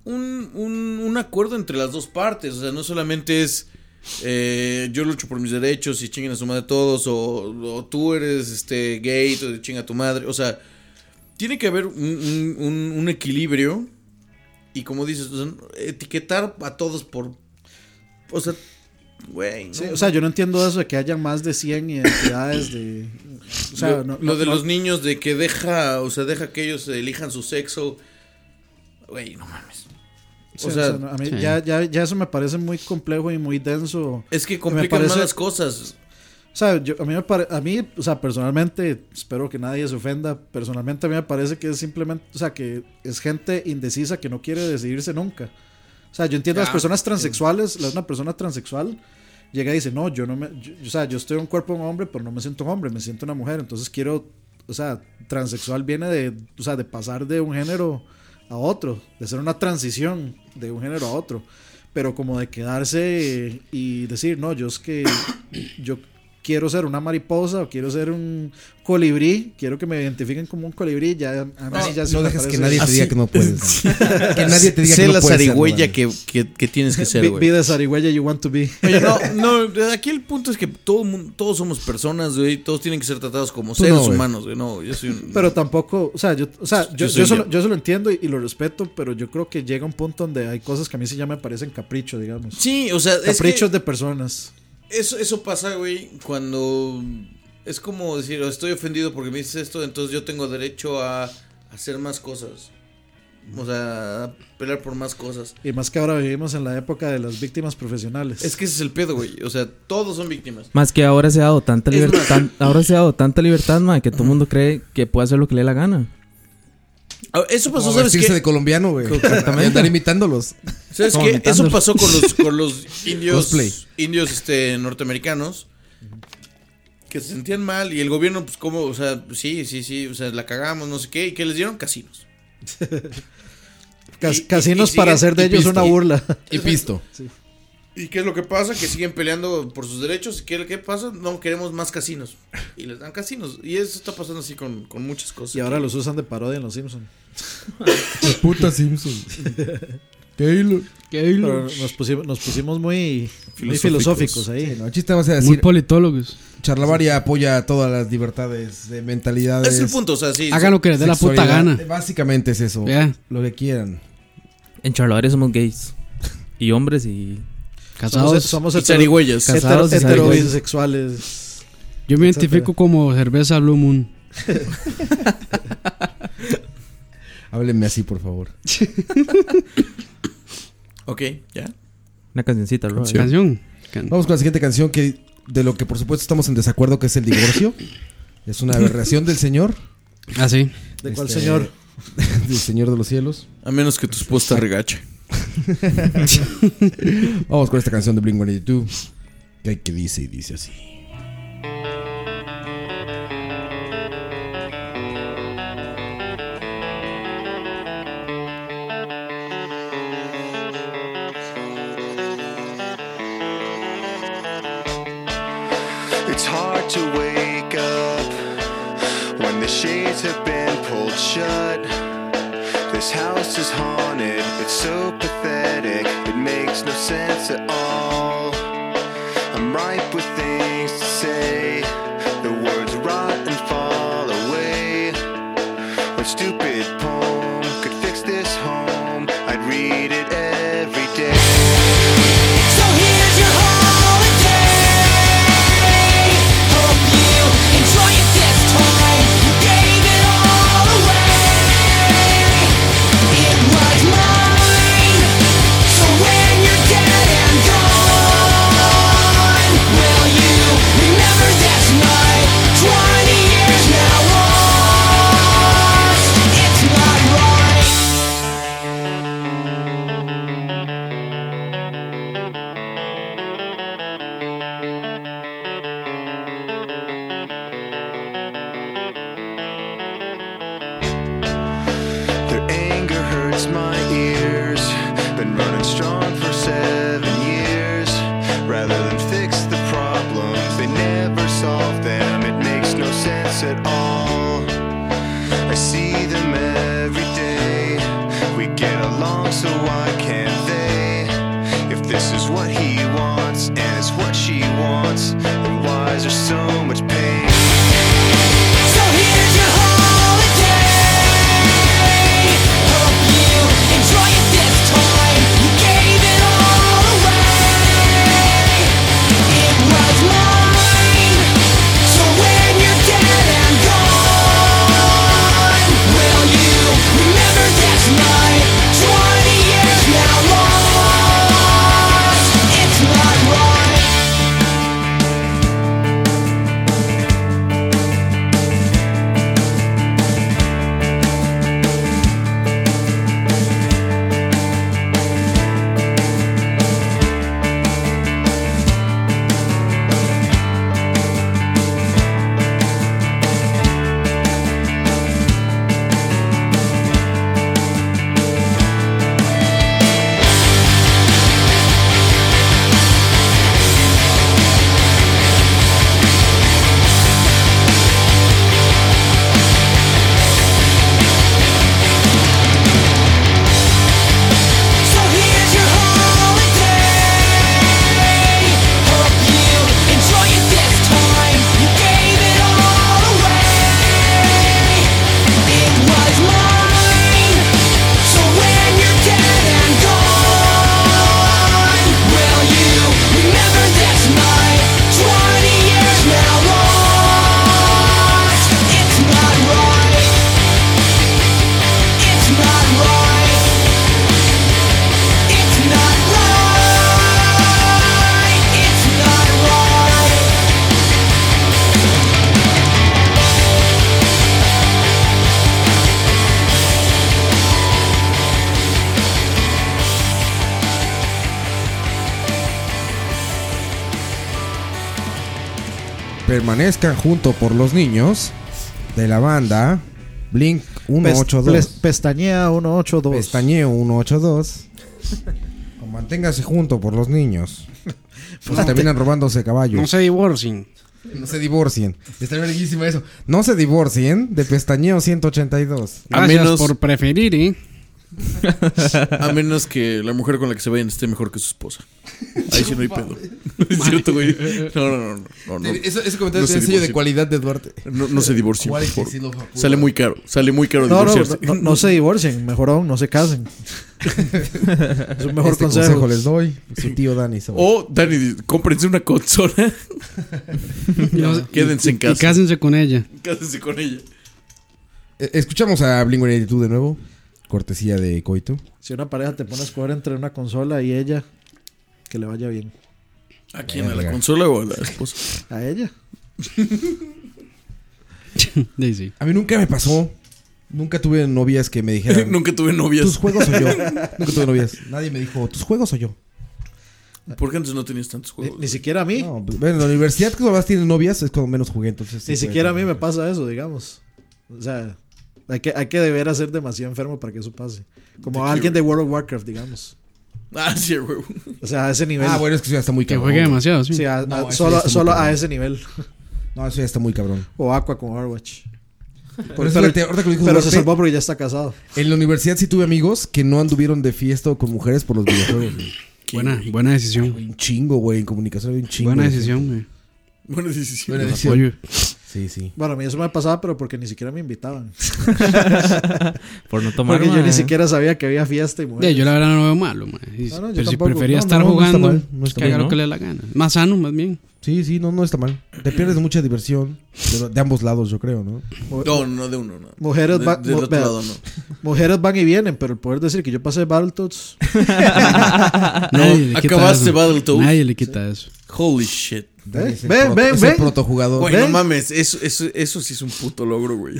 Speaker 4: Un, un, un acuerdo entre las dos partes. O sea, no solamente es. eh, yo lucho por mis derechos y chinguen a su madre todos. O, o tú eres este gay, tú chinga a tu madre. O sea, tiene que haber un, un- un- un equilibrio. Y como dices, o sea, etiquetar a todos por. O sea, güey.
Speaker 6: sí,
Speaker 4: no,
Speaker 6: o sea, yo no entiendo eso de que haya más de 100 identidades de... O sea,
Speaker 4: lo,
Speaker 6: no-
Speaker 4: lo
Speaker 6: no-
Speaker 4: de
Speaker 6: no-
Speaker 4: los niños de que deja, o sea, deja que ellos elijan su sexo. Güey, no mames.
Speaker 6: sí,
Speaker 4: o sea,
Speaker 6: no, a mí
Speaker 3: sí.
Speaker 6: ya, ya, ya eso me parece muy complejo y muy denso.
Speaker 4: Es que
Speaker 6: Me
Speaker 4: complican
Speaker 6: parece-
Speaker 4: más las cosas.
Speaker 6: O sea, yo- a, mí me pare- a mí, o sea, personalmente, espero que nadie se ofenda, personalmente a mí me parece que es simplemente, o sea, que es gente indecisa que no quiere decidirse nunca. O sea, yo entiendo a las
Speaker 4: Ya,
Speaker 6: personas transexuales, la- una persona transexual llega y dice, no, yo no me, yo- o sea, yo estoy en un cuerpo de un hombre, pero no me siento un hombre, me siento una mujer, entonces quiero, o sea, transexual viene de, o sea, de pasar de un género a otro, de ser una transición de un género a otro, pero como de quedarse y decir, no, yo es que yo quiero ser una mariposa o quiero ser un colibrí, quiero que me identifiquen como un colibrí, ya, a mí ya sí
Speaker 2: no
Speaker 6: me
Speaker 2: dejes que
Speaker 6: parece-
Speaker 2: nadie te diga que no puedes. que nadie te diga
Speaker 4: Sé
Speaker 2: que no
Speaker 4: la
Speaker 2: puedes. ser,
Speaker 4: zarigüeya
Speaker 2: no,
Speaker 4: que, que- que tienes que ser,
Speaker 6: Be, be
Speaker 4: güey.
Speaker 6: the zarigüeya you want to be.
Speaker 4: Oye, no, no, aquí el punto es que todo mun- todos somos personas, güey. Todos tienen que ser tratados como
Speaker 2: Tú
Speaker 4: seres
Speaker 2: no, güey.
Speaker 4: humanos, güey. No, yo soy un.
Speaker 6: <laughs> <laughs> Pero tampoco, o sea, yo, o sea, yo,
Speaker 4: Yo soy
Speaker 6: yo eso, lo-
Speaker 4: bien.
Speaker 6: yo eso lo entiendo y, y lo respeto, pero yo creo que llega un punto donde hay cosas que a mí sí ya me parecen capricho, digamos.
Speaker 4: sí, o sea, es que
Speaker 6: Caprichos de personas.
Speaker 4: eso, eso pasa, güey, cuando. Es como decir, "Oh, estoy ofendido porque me dices esto, entonces yo tengo derecho a hacer más cosas. O sea, a pelear por más cosas.
Speaker 6: Y más que ahora vivimos en la época de las víctimas profesionales.
Speaker 4: Es que ese es el pedo, güey. O sea, todos son víctimas.
Speaker 5: Más que ahora se ha dado tanta
Speaker 4: Es
Speaker 5: libertad,
Speaker 4: más-
Speaker 5: ahora se ha dado tanta libertad, ma, que todo el mundo cree que puede hacer lo que le dé la gana.
Speaker 4: Ah, Eso
Speaker 2: Como
Speaker 4: pasó, ¿sabes
Speaker 2: vestirse
Speaker 4: qué?
Speaker 2: de colombiano, güey. Exactamente. Andar imitándolos.
Speaker 4: ¿Sabes
Speaker 5: Como
Speaker 4: qué?
Speaker 5: imitándolo.
Speaker 4: Eso pasó con los, con
Speaker 2: <laughs>
Speaker 4: los indios,
Speaker 2: Cosplay.
Speaker 4: indios este, norteamericanos que se sentían mal y el gobierno, pues, como, o sea, sí, sí, sí, o sea, la cagamos, no sé qué, y que les dieron casinos.
Speaker 6: <laughs> Cas-
Speaker 4: y- y-
Speaker 6: casinos
Speaker 4: y
Speaker 6: para
Speaker 4: siguen-
Speaker 6: hacer de
Speaker 4: y
Speaker 6: ellos
Speaker 4: pisto.
Speaker 6: una burla.
Speaker 2: <laughs> Y pisto.
Speaker 4: ¿Y qué es lo que pasa? Que siguen peleando por sus derechos. ¿Y qué, qué pasa? No, queremos más casinos. Y les dan casinos. Y eso está pasando así con, con muchas cosas.
Speaker 6: <laughs> Y ahora los usan de parodia en Los Simpsons.
Speaker 2: Puta Simpson. Taylor.
Speaker 6: Pero nos pusimos, nos pusimos muy, muy filosóficos
Speaker 4: pues
Speaker 6: ahí.
Speaker 2: No, el chiste va a ser
Speaker 3: Muy
Speaker 2: decir,
Speaker 3: politólogos.
Speaker 2: Charlavaria apoya todas las libertades de mentalidades.
Speaker 4: Es el punto, o sea, sí.
Speaker 3: Hagan lo que les dé la puta
Speaker 2: sexualidad.
Speaker 3: gana.
Speaker 2: Básicamente es eso.
Speaker 3: Ya.
Speaker 2: Lo que quieran.
Speaker 5: En Charlotte somos gays. Y hombres y.
Speaker 6: Somos,
Speaker 3: Casados.
Speaker 6: somos
Speaker 4: y
Speaker 6: hetero-
Speaker 4: zarigüeyas.
Speaker 6: hetero-
Speaker 5: Casados y
Speaker 6: heterobisexuales.
Speaker 3: Yo me identifico como cerveza Blue Moon.
Speaker 2: Háblenme así, por favor.
Speaker 4: Ok, ya.
Speaker 5: Una cancioncita, ¿no?
Speaker 3: Canción. Can-
Speaker 2: Vamos con la siguiente canción que de lo que por supuesto estamos en desacuerdo que es el divorcio. Es una aberración del Señor,
Speaker 3: Ah, sí.
Speaker 6: ¿De cuál
Speaker 2: Este-
Speaker 6: señor?
Speaker 2: <laughs> del Señor de
Speaker 4: <laughs>
Speaker 2: los cielos.
Speaker 4: A menos que tu esposa regache.
Speaker 2: Vamos con esta canción de Blink 182 que que dice y dice así.
Speaker 7: It's hard to wake up when the shades have been pulled shut. This house is haunted, it's so pathetic, it makes no sense at all. I'm ripe with things to say, the words rot and fall away. What stupid poem could fix this home? I'd read it every day.
Speaker 8: So here's your holiday. Hope you enjoy it this time. You gave it all away. It was mine. So when you're dead and gone, will you remember this night? Twenty years now lost. It's not right.
Speaker 7: Their anger hurts my ears. Been running strong for seven years. Rather than fix the problems, they never solve them. It makes no sense at all. I see them every day. We get along, so why can't they? If this is what he wants and it's what she wants, then why is there so much pain?
Speaker 8: So here's your holiday. Hope you enjoy it this time. You gave it all away. It was mine. So when you're dead and gone, will you remember this night? Twenty years now lost. It's not right. So here's your holiday. Hope you enjoy it this time. You gave it all away. It was mine. So when you're dead and gone, will you remember this night? Twenty years now lost. It's not right. It's not right. It's not right. It's not right.
Speaker 2: Permanezcan junto por los niños de la banda Blink
Speaker 6: Pes-
Speaker 2: 182.
Speaker 6: pes- pestañea 182.
Speaker 2: Pestañeo 182. O manténgase junto por los
Speaker 3: <laughs>
Speaker 2: niños. No se terminan robándose caballos.
Speaker 3: No se divorcien.
Speaker 2: No se divorcien. Está verguísima eso. No se divorcien de pestañeo 182.
Speaker 4: A
Speaker 3: Gracias
Speaker 4: menos-
Speaker 3: por preferir, ¿eh?
Speaker 4: <laughs> A menos que la mujer con la que se vayan esté mejor que su esposa. Ahí sí no hay pedo. Es cierto, güey. No, no, no. no, no, no.
Speaker 2: Eso- ese comentario
Speaker 4: No
Speaker 2: es
Speaker 4: se
Speaker 2: el sello de
Speaker 4: divorcien.
Speaker 2: cualidad de Duarte.
Speaker 4: No, no se divorcien, por
Speaker 2: Quality
Speaker 4: favor.
Speaker 2: seal of approval.
Speaker 4: Sale muy caro. Sale muy caro
Speaker 6: No, no,
Speaker 4: divorciarse.
Speaker 6: no, no se divorcien, mejor aún, no se
Speaker 2: <laughs>
Speaker 6: casen. es un mejor
Speaker 2: Este
Speaker 6: consejo.
Speaker 2: consejo les doy. Su tío Dani. Sabonis.
Speaker 4: <laughs> O,
Speaker 2: <laughs>
Speaker 4: Dani, cómprense una
Speaker 3: <laughs>
Speaker 4: consola. Quédense en
Speaker 3: Y
Speaker 4: casa.
Speaker 3: cásense con ella.
Speaker 4: Cásense con ella.
Speaker 2: Eh, Escuchamos a Blink-182 de nuevo. Cortesía de Coito.
Speaker 6: Si una pareja te pone a escoger entre una consola y ella, que le vaya bien.
Speaker 4: ¿A quién? ¿A la
Speaker 2: Verga.
Speaker 4: consola o a la esposa?
Speaker 6: A ella.
Speaker 3: Sí, sí.
Speaker 2: A mí nunca me pasó. Nunca tuve novias que me dijeran.
Speaker 4: <laughs> Nunca tuve
Speaker 2: ¿Tus
Speaker 4: novias.
Speaker 2: juegos
Speaker 4: <laughs>
Speaker 2: o yo? Nunca tuve novias. Nadie me dijo, ¿tus juegos o yo?
Speaker 4: ¿Por qué antes no tenías tantos
Speaker 6: Ni,
Speaker 4: juegos?
Speaker 6: ni siquiera a mí.
Speaker 2: No, pues, bueno, en la universidad que más tiene novias es cuando menos jugué, entonces. sí pues,
Speaker 6: ni
Speaker 2: fue-
Speaker 6: siquiera a mí me pasa eso, digamos. O sea, hay que, hay que deber hacer demasiado enfermo para que eso pase. Como alguien de World of Warcraft, digamos.
Speaker 4: Ah, sí, güey.
Speaker 6: O sea, a ese nivel.
Speaker 2: Ah, bueno, es que eso ya está muy
Speaker 3: Que
Speaker 2: cabrón.
Speaker 3: juegue demasiado, sí.
Speaker 6: Sí, a- a-
Speaker 2: No, eso ya
Speaker 6: solo
Speaker 2: está muy
Speaker 6: solo a
Speaker 2: cabrón.
Speaker 6: ese nivel.
Speaker 2: No, eso ya está muy cabrón.
Speaker 6: O Aqua con Overwatch.
Speaker 2: Por eso, fíjate, ahorita que lo dijo
Speaker 6: Pero se
Speaker 2: Duarte,
Speaker 6: salvó porque ya está casado.
Speaker 2: en la universidad sí tuve amigos que no anduvieron de fiesta o con mujeres por los videojuegos. güey.
Speaker 3: Buena, buena decisión.
Speaker 2: Hay un chingo, güey, en comunicación hay un chingo.
Speaker 3: buena
Speaker 2: güey.
Speaker 3: decisión, güey.
Speaker 4: Buena decisión.
Speaker 2: Buena
Speaker 3: Los
Speaker 2: decisión.
Speaker 3: apoyo.
Speaker 2: Sí, sí.
Speaker 6: Bueno, a mí eso me pasaba, pero porque ni siquiera me
Speaker 3: <laughs>
Speaker 6: invitaban.
Speaker 5: Por no tomar
Speaker 6: Porque yo
Speaker 5: mae.
Speaker 6: ni siquiera sabía que había fiesta y mujeres.
Speaker 3: De, yo la verdad no lo veo malo, mae. Y-
Speaker 6: No, no, yo
Speaker 3: pero si
Speaker 6: tampoco.
Speaker 3: prefería
Speaker 2: No,
Speaker 3: estar
Speaker 2: no, no está
Speaker 3: jugando, pues
Speaker 2: mal, no está
Speaker 3: que haga
Speaker 5: mal,
Speaker 3: lo que
Speaker 5: ¿no?
Speaker 3: le dé la gana. Más sano, más bien.
Speaker 2: Sí, sí, no, no está mal. Te pierdes mucha diversión de, de ambos lados, yo creo, ¿no?
Speaker 4: No, no, de uno, no.
Speaker 6: Mujeres,
Speaker 4: De-
Speaker 6: va-
Speaker 4: del
Speaker 6: mu-
Speaker 4: otro
Speaker 6: vea,
Speaker 4: lado, no.
Speaker 6: mujeres van y vienen, pero el poder decir que yo pasé
Speaker 4: <laughs>
Speaker 6: Battletoads.
Speaker 3: Nadie le quita
Speaker 4: acabaste
Speaker 3: eso.
Speaker 4: Battletoads.
Speaker 3: Nadie le quita eso.
Speaker 4: Holy shit.
Speaker 2: Dani es el
Speaker 6: Ven,
Speaker 2: proto-
Speaker 6: ven,
Speaker 2: es el
Speaker 6: ven.
Speaker 2: protojugador.
Speaker 4: Güey,
Speaker 6: ¿Ven?
Speaker 4: no mames, eso, eso, eso sí es un puto logro, güey.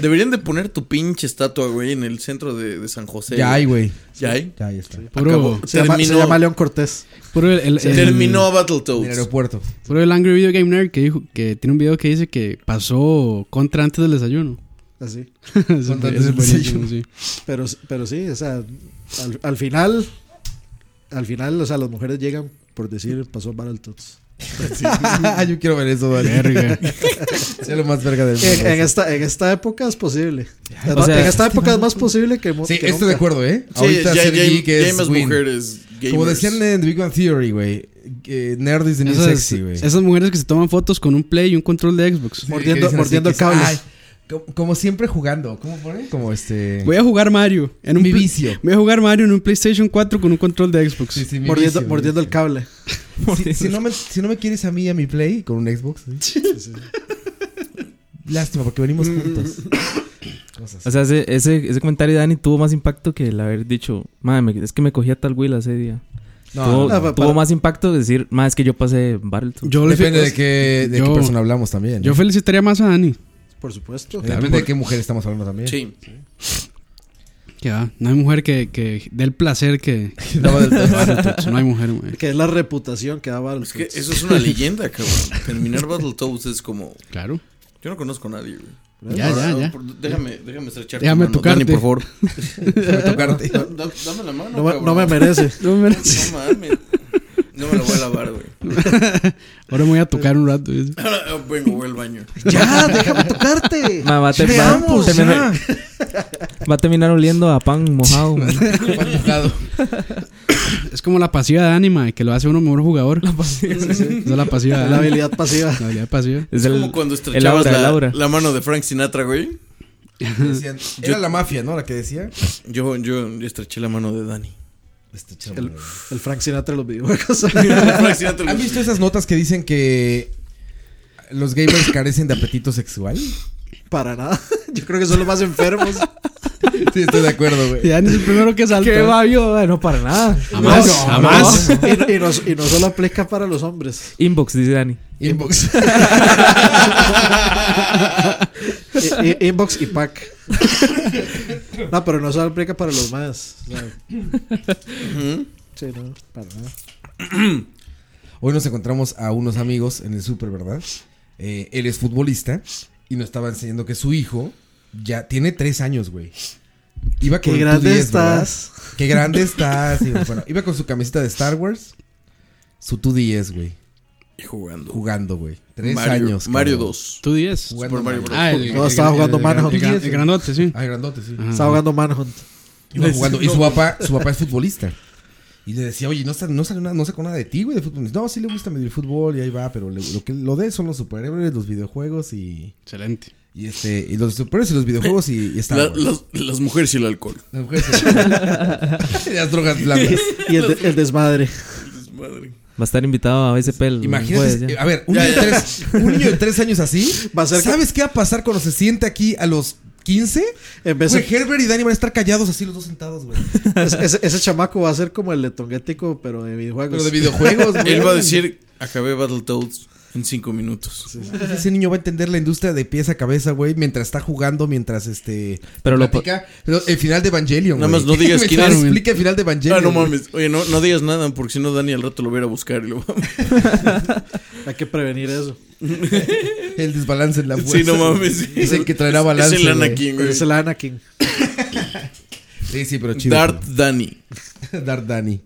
Speaker 4: Deberían de poner tu pinche estatua, güey, en el centro de, de San José.
Speaker 2: Ya hay, güey.
Speaker 4: ¿Ya hay?
Speaker 2: Ya ahí está.
Speaker 3: Puro,
Speaker 4: Acabó.
Speaker 6: Se, llama, se
Speaker 4: Terminó.
Speaker 6: llama León Cortés.
Speaker 3: puro el, el- el-
Speaker 4: Terminó
Speaker 2: En el
Speaker 4: Battletoads.
Speaker 2: aeropuerto.
Speaker 3: puro el Angry Video Game Nerd que dijo que tiene un video que dice que pasó contra antes del desayuno.
Speaker 6: Así.
Speaker 3: <laughs> Eso es
Speaker 2: Ah, Contra
Speaker 3: bu-
Speaker 2: antes
Speaker 3: eso es
Speaker 2: del
Speaker 3: buenísimo, sí.
Speaker 6: Pero, pero sí, o sea, al, al final, al final, o sea, las mujeres llegan por decir pasó
Speaker 3: <laughs>
Speaker 6: Battletoads. <laughs>
Speaker 2: yo quiero ver eso, Dani. <laughs>
Speaker 3: Verga.
Speaker 2: Sea lo más verga del mundo.
Speaker 6: En, en esta, en esta época es posible. Es
Speaker 5: O
Speaker 6: más-
Speaker 5: sea,
Speaker 6: en esta época es más posible que. mu-
Speaker 2: Sí,
Speaker 6: que
Speaker 2: estoy de
Speaker 6: nunca.
Speaker 2: acuerdo, ¿eh?
Speaker 4: Sí, ya, ya,
Speaker 2: ser
Speaker 4: ya hay
Speaker 2: geek es
Speaker 4: ya hay más
Speaker 2: win.
Speaker 4: mujeres gamers.
Speaker 2: Como decían en The Big Bang Theory, güey. eh, nerd is the new
Speaker 3: Esas,
Speaker 2: sexy, güey.
Speaker 3: esas mujeres que se toman fotos con un play y un control de Xbox.
Speaker 2: Sí,
Speaker 6: mordiendo-
Speaker 2: que dicen así
Speaker 6: mordiendo
Speaker 2: que es,
Speaker 6: cables.
Speaker 2: "Ay, co- como siempre jugando. ¿Cómo pone? Como este...
Speaker 3: Voy a jugar Mario en un
Speaker 2: Mi
Speaker 3: pl-
Speaker 2: vicio.
Speaker 3: Voy a jugar Mario en un PlayStation 4 con un control de Xbox.
Speaker 2: Sí, sí, mi
Speaker 6: Mordiendo,
Speaker 2: vicio, mi
Speaker 6: mordiendo el
Speaker 2: vicio.
Speaker 3: <laughs>
Speaker 6: cable.
Speaker 2: Si, si no me, si no me quieres a mí y a mi Play con un Xbox. ¿sí? Lástima, porque venimos juntos. Cosas.
Speaker 5: Mm. O sea, ese, ese, ese comentario de Dani tuvo más impacto que el haber dicho, madre, es que me cogí a tal Will hace día. tuvo
Speaker 6: no, no, pa-
Speaker 5: tuvo
Speaker 6: para-
Speaker 5: más impacto que decir, madre, es que yo pasé Battletoads.
Speaker 3: Yo le-
Speaker 2: Depende de qué, de qué
Speaker 3: Yo-
Speaker 2: persona hablamos también. ¿eh?
Speaker 3: Yo
Speaker 2: ¿no?
Speaker 3: felicitaría más a Dani.
Speaker 6: Por
Speaker 2: <laughs>
Speaker 6: supuesto.
Speaker 2: Depende de qué mujer estamos hablando también.
Speaker 4: Sí.
Speaker 3: Que va, no hay mujer que, que dé el
Speaker 2: <laughs>
Speaker 3: placer que.
Speaker 2: Daba del tema.
Speaker 4: <laughs>
Speaker 3: <laughs> no hay mujer, mae.
Speaker 6: Que es la reputación que da Battletoads.
Speaker 4: Es que eso es una leyenda, cabrón. Terminar Battletoads es como.
Speaker 3: Claro.
Speaker 4: Yo no conozco a nadie, güey.
Speaker 3: Ya,
Speaker 4: Ahora,
Speaker 3: ya, ya.
Speaker 4: por- Déjame, déjame estrechar
Speaker 3: Déjame
Speaker 4: tu mano,
Speaker 3: tocarte.
Speaker 4: Dani, por <laughs> favor.
Speaker 2: Déjame tocarte.
Speaker 4: Da- da- dame la mano,
Speaker 6: No, me-
Speaker 4: cabrón.
Speaker 6: no me merece.
Speaker 3: No, mira, sí.
Speaker 4: No mames. No me la voy a lavar, güey.
Speaker 3: <laughs> Ahora me voy a tocar un rato.
Speaker 4: Ahora oh, vengo, voy al baño.
Speaker 6: ya, déjame tocarte.
Speaker 5: Ma, va, a ter-
Speaker 6: Te
Speaker 5: va-
Speaker 6: amo,
Speaker 5: terminar- va a terminar oliendo a pan
Speaker 3: <laughs>
Speaker 5: mojado. man.
Speaker 2: Pan mojado.
Speaker 3: <coughs> Es como la pasiva de Dani, mae, que lo hace uno mejor jugador. La
Speaker 2: <laughs>
Speaker 3: pasiva. Esa es la pasiva de
Speaker 6: La
Speaker 3: Dani.
Speaker 6: habilidad pasiva.
Speaker 3: La habilidad pasiva.
Speaker 5: Es
Speaker 4: Es
Speaker 5: el-
Speaker 4: como cuando
Speaker 5: el
Speaker 4: estrechabas
Speaker 5: aura, el
Speaker 4: la,
Speaker 5: aura.
Speaker 4: la mano de Frank Sinatra, güey.
Speaker 2: <laughs> Decían- Era la mafia, ¿no? La que decía.
Speaker 4: Yo, yo estreché la mano de Dani.
Speaker 2: Este chamo,
Speaker 6: El,
Speaker 2: güey.
Speaker 6: <laughs> el Frank Sinatra de los <laughs> videojuegos.
Speaker 4: Frank Sinatra lo-
Speaker 2: ¿Han visto esas notas que dicen que los gamers carecen de apetito sexual?
Speaker 6: Para nada. Yo creo que son los más enfermos.
Speaker 2: <laughs> Sí, estoy de acuerdo,
Speaker 3: Y
Speaker 2: güey.
Speaker 3: Dani es el primero que salta.
Speaker 5: ¿Qué babio? Ay, No, para nada.
Speaker 3: Jamás,
Speaker 6: No,
Speaker 3: jamás.
Speaker 6: Y, no- y no, y no solo aplica para los hombres.
Speaker 5: Inbox, dice Dani.
Speaker 2: <laughs> Inbox.
Speaker 6: I- i- inbox y pack. No, pero no solo aplica para los más. o sea. Sí, no, para nada.
Speaker 2: Hoy nos encontramos a unos amigos en el súper, ¿verdad? Eh, él es futbolista y nos estaba enseñando que su hijo ya tiene tres años, güey. Iba con
Speaker 6: Qué
Speaker 2: tu
Speaker 6: grande
Speaker 2: 10, ¿verdad?
Speaker 6: estás.
Speaker 2: Qué grande estás. Y bueno, iba con su camiseta de Star Wars, su 2DS, güey.
Speaker 4: Y jugando.
Speaker 2: Jugando, güey. Tres
Speaker 4: Mario,
Speaker 2: años.
Speaker 4: Mario
Speaker 2: cabrón.
Speaker 4: 2.
Speaker 3: Tú 10.
Speaker 2: Jugando
Speaker 4: Super Mario
Speaker 2: Mario.
Speaker 4: Bros.
Speaker 3: Ah, el,
Speaker 6: Pues, No, estaba jugando
Speaker 3: el gran-
Speaker 6: Manhunt. Ah,
Speaker 3: El, gran- el grandote, sí.
Speaker 2: Ay, Ah, grandote, sí.
Speaker 3: Ajá.
Speaker 6: Estaba jugando Manhunt.
Speaker 2: Iba jugando. Y su papá, su papá es futbolista. Y le decía, oye, no, sa- no, sale nada- no sacó nada de ti, güey, de fútbol. No, sí le gusta medio el fútbol y ahí va, pero le- lo que lo de son los superhéroes, los videojuegos y.
Speaker 3: Excelente.
Speaker 2: Y este. Y los superhéroes y los videojuegos y,
Speaker 4: <laughs>
Speaker 2: y Star
Speaker 4: La-
Speaker 2: Wars.
Speaker 4: las, las mujeres y el alcohol.
Speaker 2: Las mujeres-
Speaker 6: <laughs>
Speaker 2: <laughs> Las drogas blancas.
Speaker 6: Y el, de- el desmadre.
Speaker 4: Desmadre.
Speaker 5: Va a estar invitado a BCP
Speaker 4: Mm,
Speaker 5: el
Speaker 4: pues
Speaker 2: Imagínate,
Speaker 5: jueves, ya.
Speaker 2: eh, a ver, un, niño De tres, un niño de tres años así,
Speaker 6: <laughs> Va a ser que-
Speaker 2: ¿sabes qué va a pasar cuando se siente aquí a los 15?
Speaker 6: En vez de-
Speaker 2: Güey, Herbert y Dani van a estar callados así los dos sentados, güey.
Speaker 6: <laughs> Es- ese, ese chamaco va a ser como el de Tonguético, pero de videojuegos.
Speaker 2: Pero
Speaker 6: <laughs>
Speaker 2: de videojuegos,
Speaker 4: <laughs>
Speaker 2: güey.
Speaker 4: Él va a decir, acabé Battletoads en cinco minutos.
Speaker 2: Ese niño va a entender la industria de pies a cabeza, güey, mientras está jugando, mientras este.
Speaker 5: Pero lo
Speaker 2: platica. Pero el final de Evangelion.
Speaker 4: Nada
Speaker 2: güey.
Speaker 4: más no
Speaker 2: <laughs>
Speaker 4: digas
Speaker 2: Mientras
Speaker 4: quién es, güey.
Speaker 2: explica el final de Evangelion.
Speaker 4: Ah, no
Speaker 2: güey.
Speaker 4: mames. Oye, no, no digas nada porque si no Dani al rato lo voy a ir a buscar y lo
Speaker 2: <laughs>
Speaker 4: vamos.
Speaker 6: Hay que prevenir eso.
Speaker 2: El desbalance en la fuerza.
Speaker 4: Sí, no mames.
Speaker 2: Dicen que traerá balance.
Speaker 4: Es el
Speaker 2: güey.
Speaker 4: Anakin, güey.
Speaker 6: Es el Anakin.
Speaker 2: Sí, sí, pero chido.
Speaker 4: Dart
Speaker 2: <laughs>
Speaker 4: Dani.
Speaker 2: Dar Dani.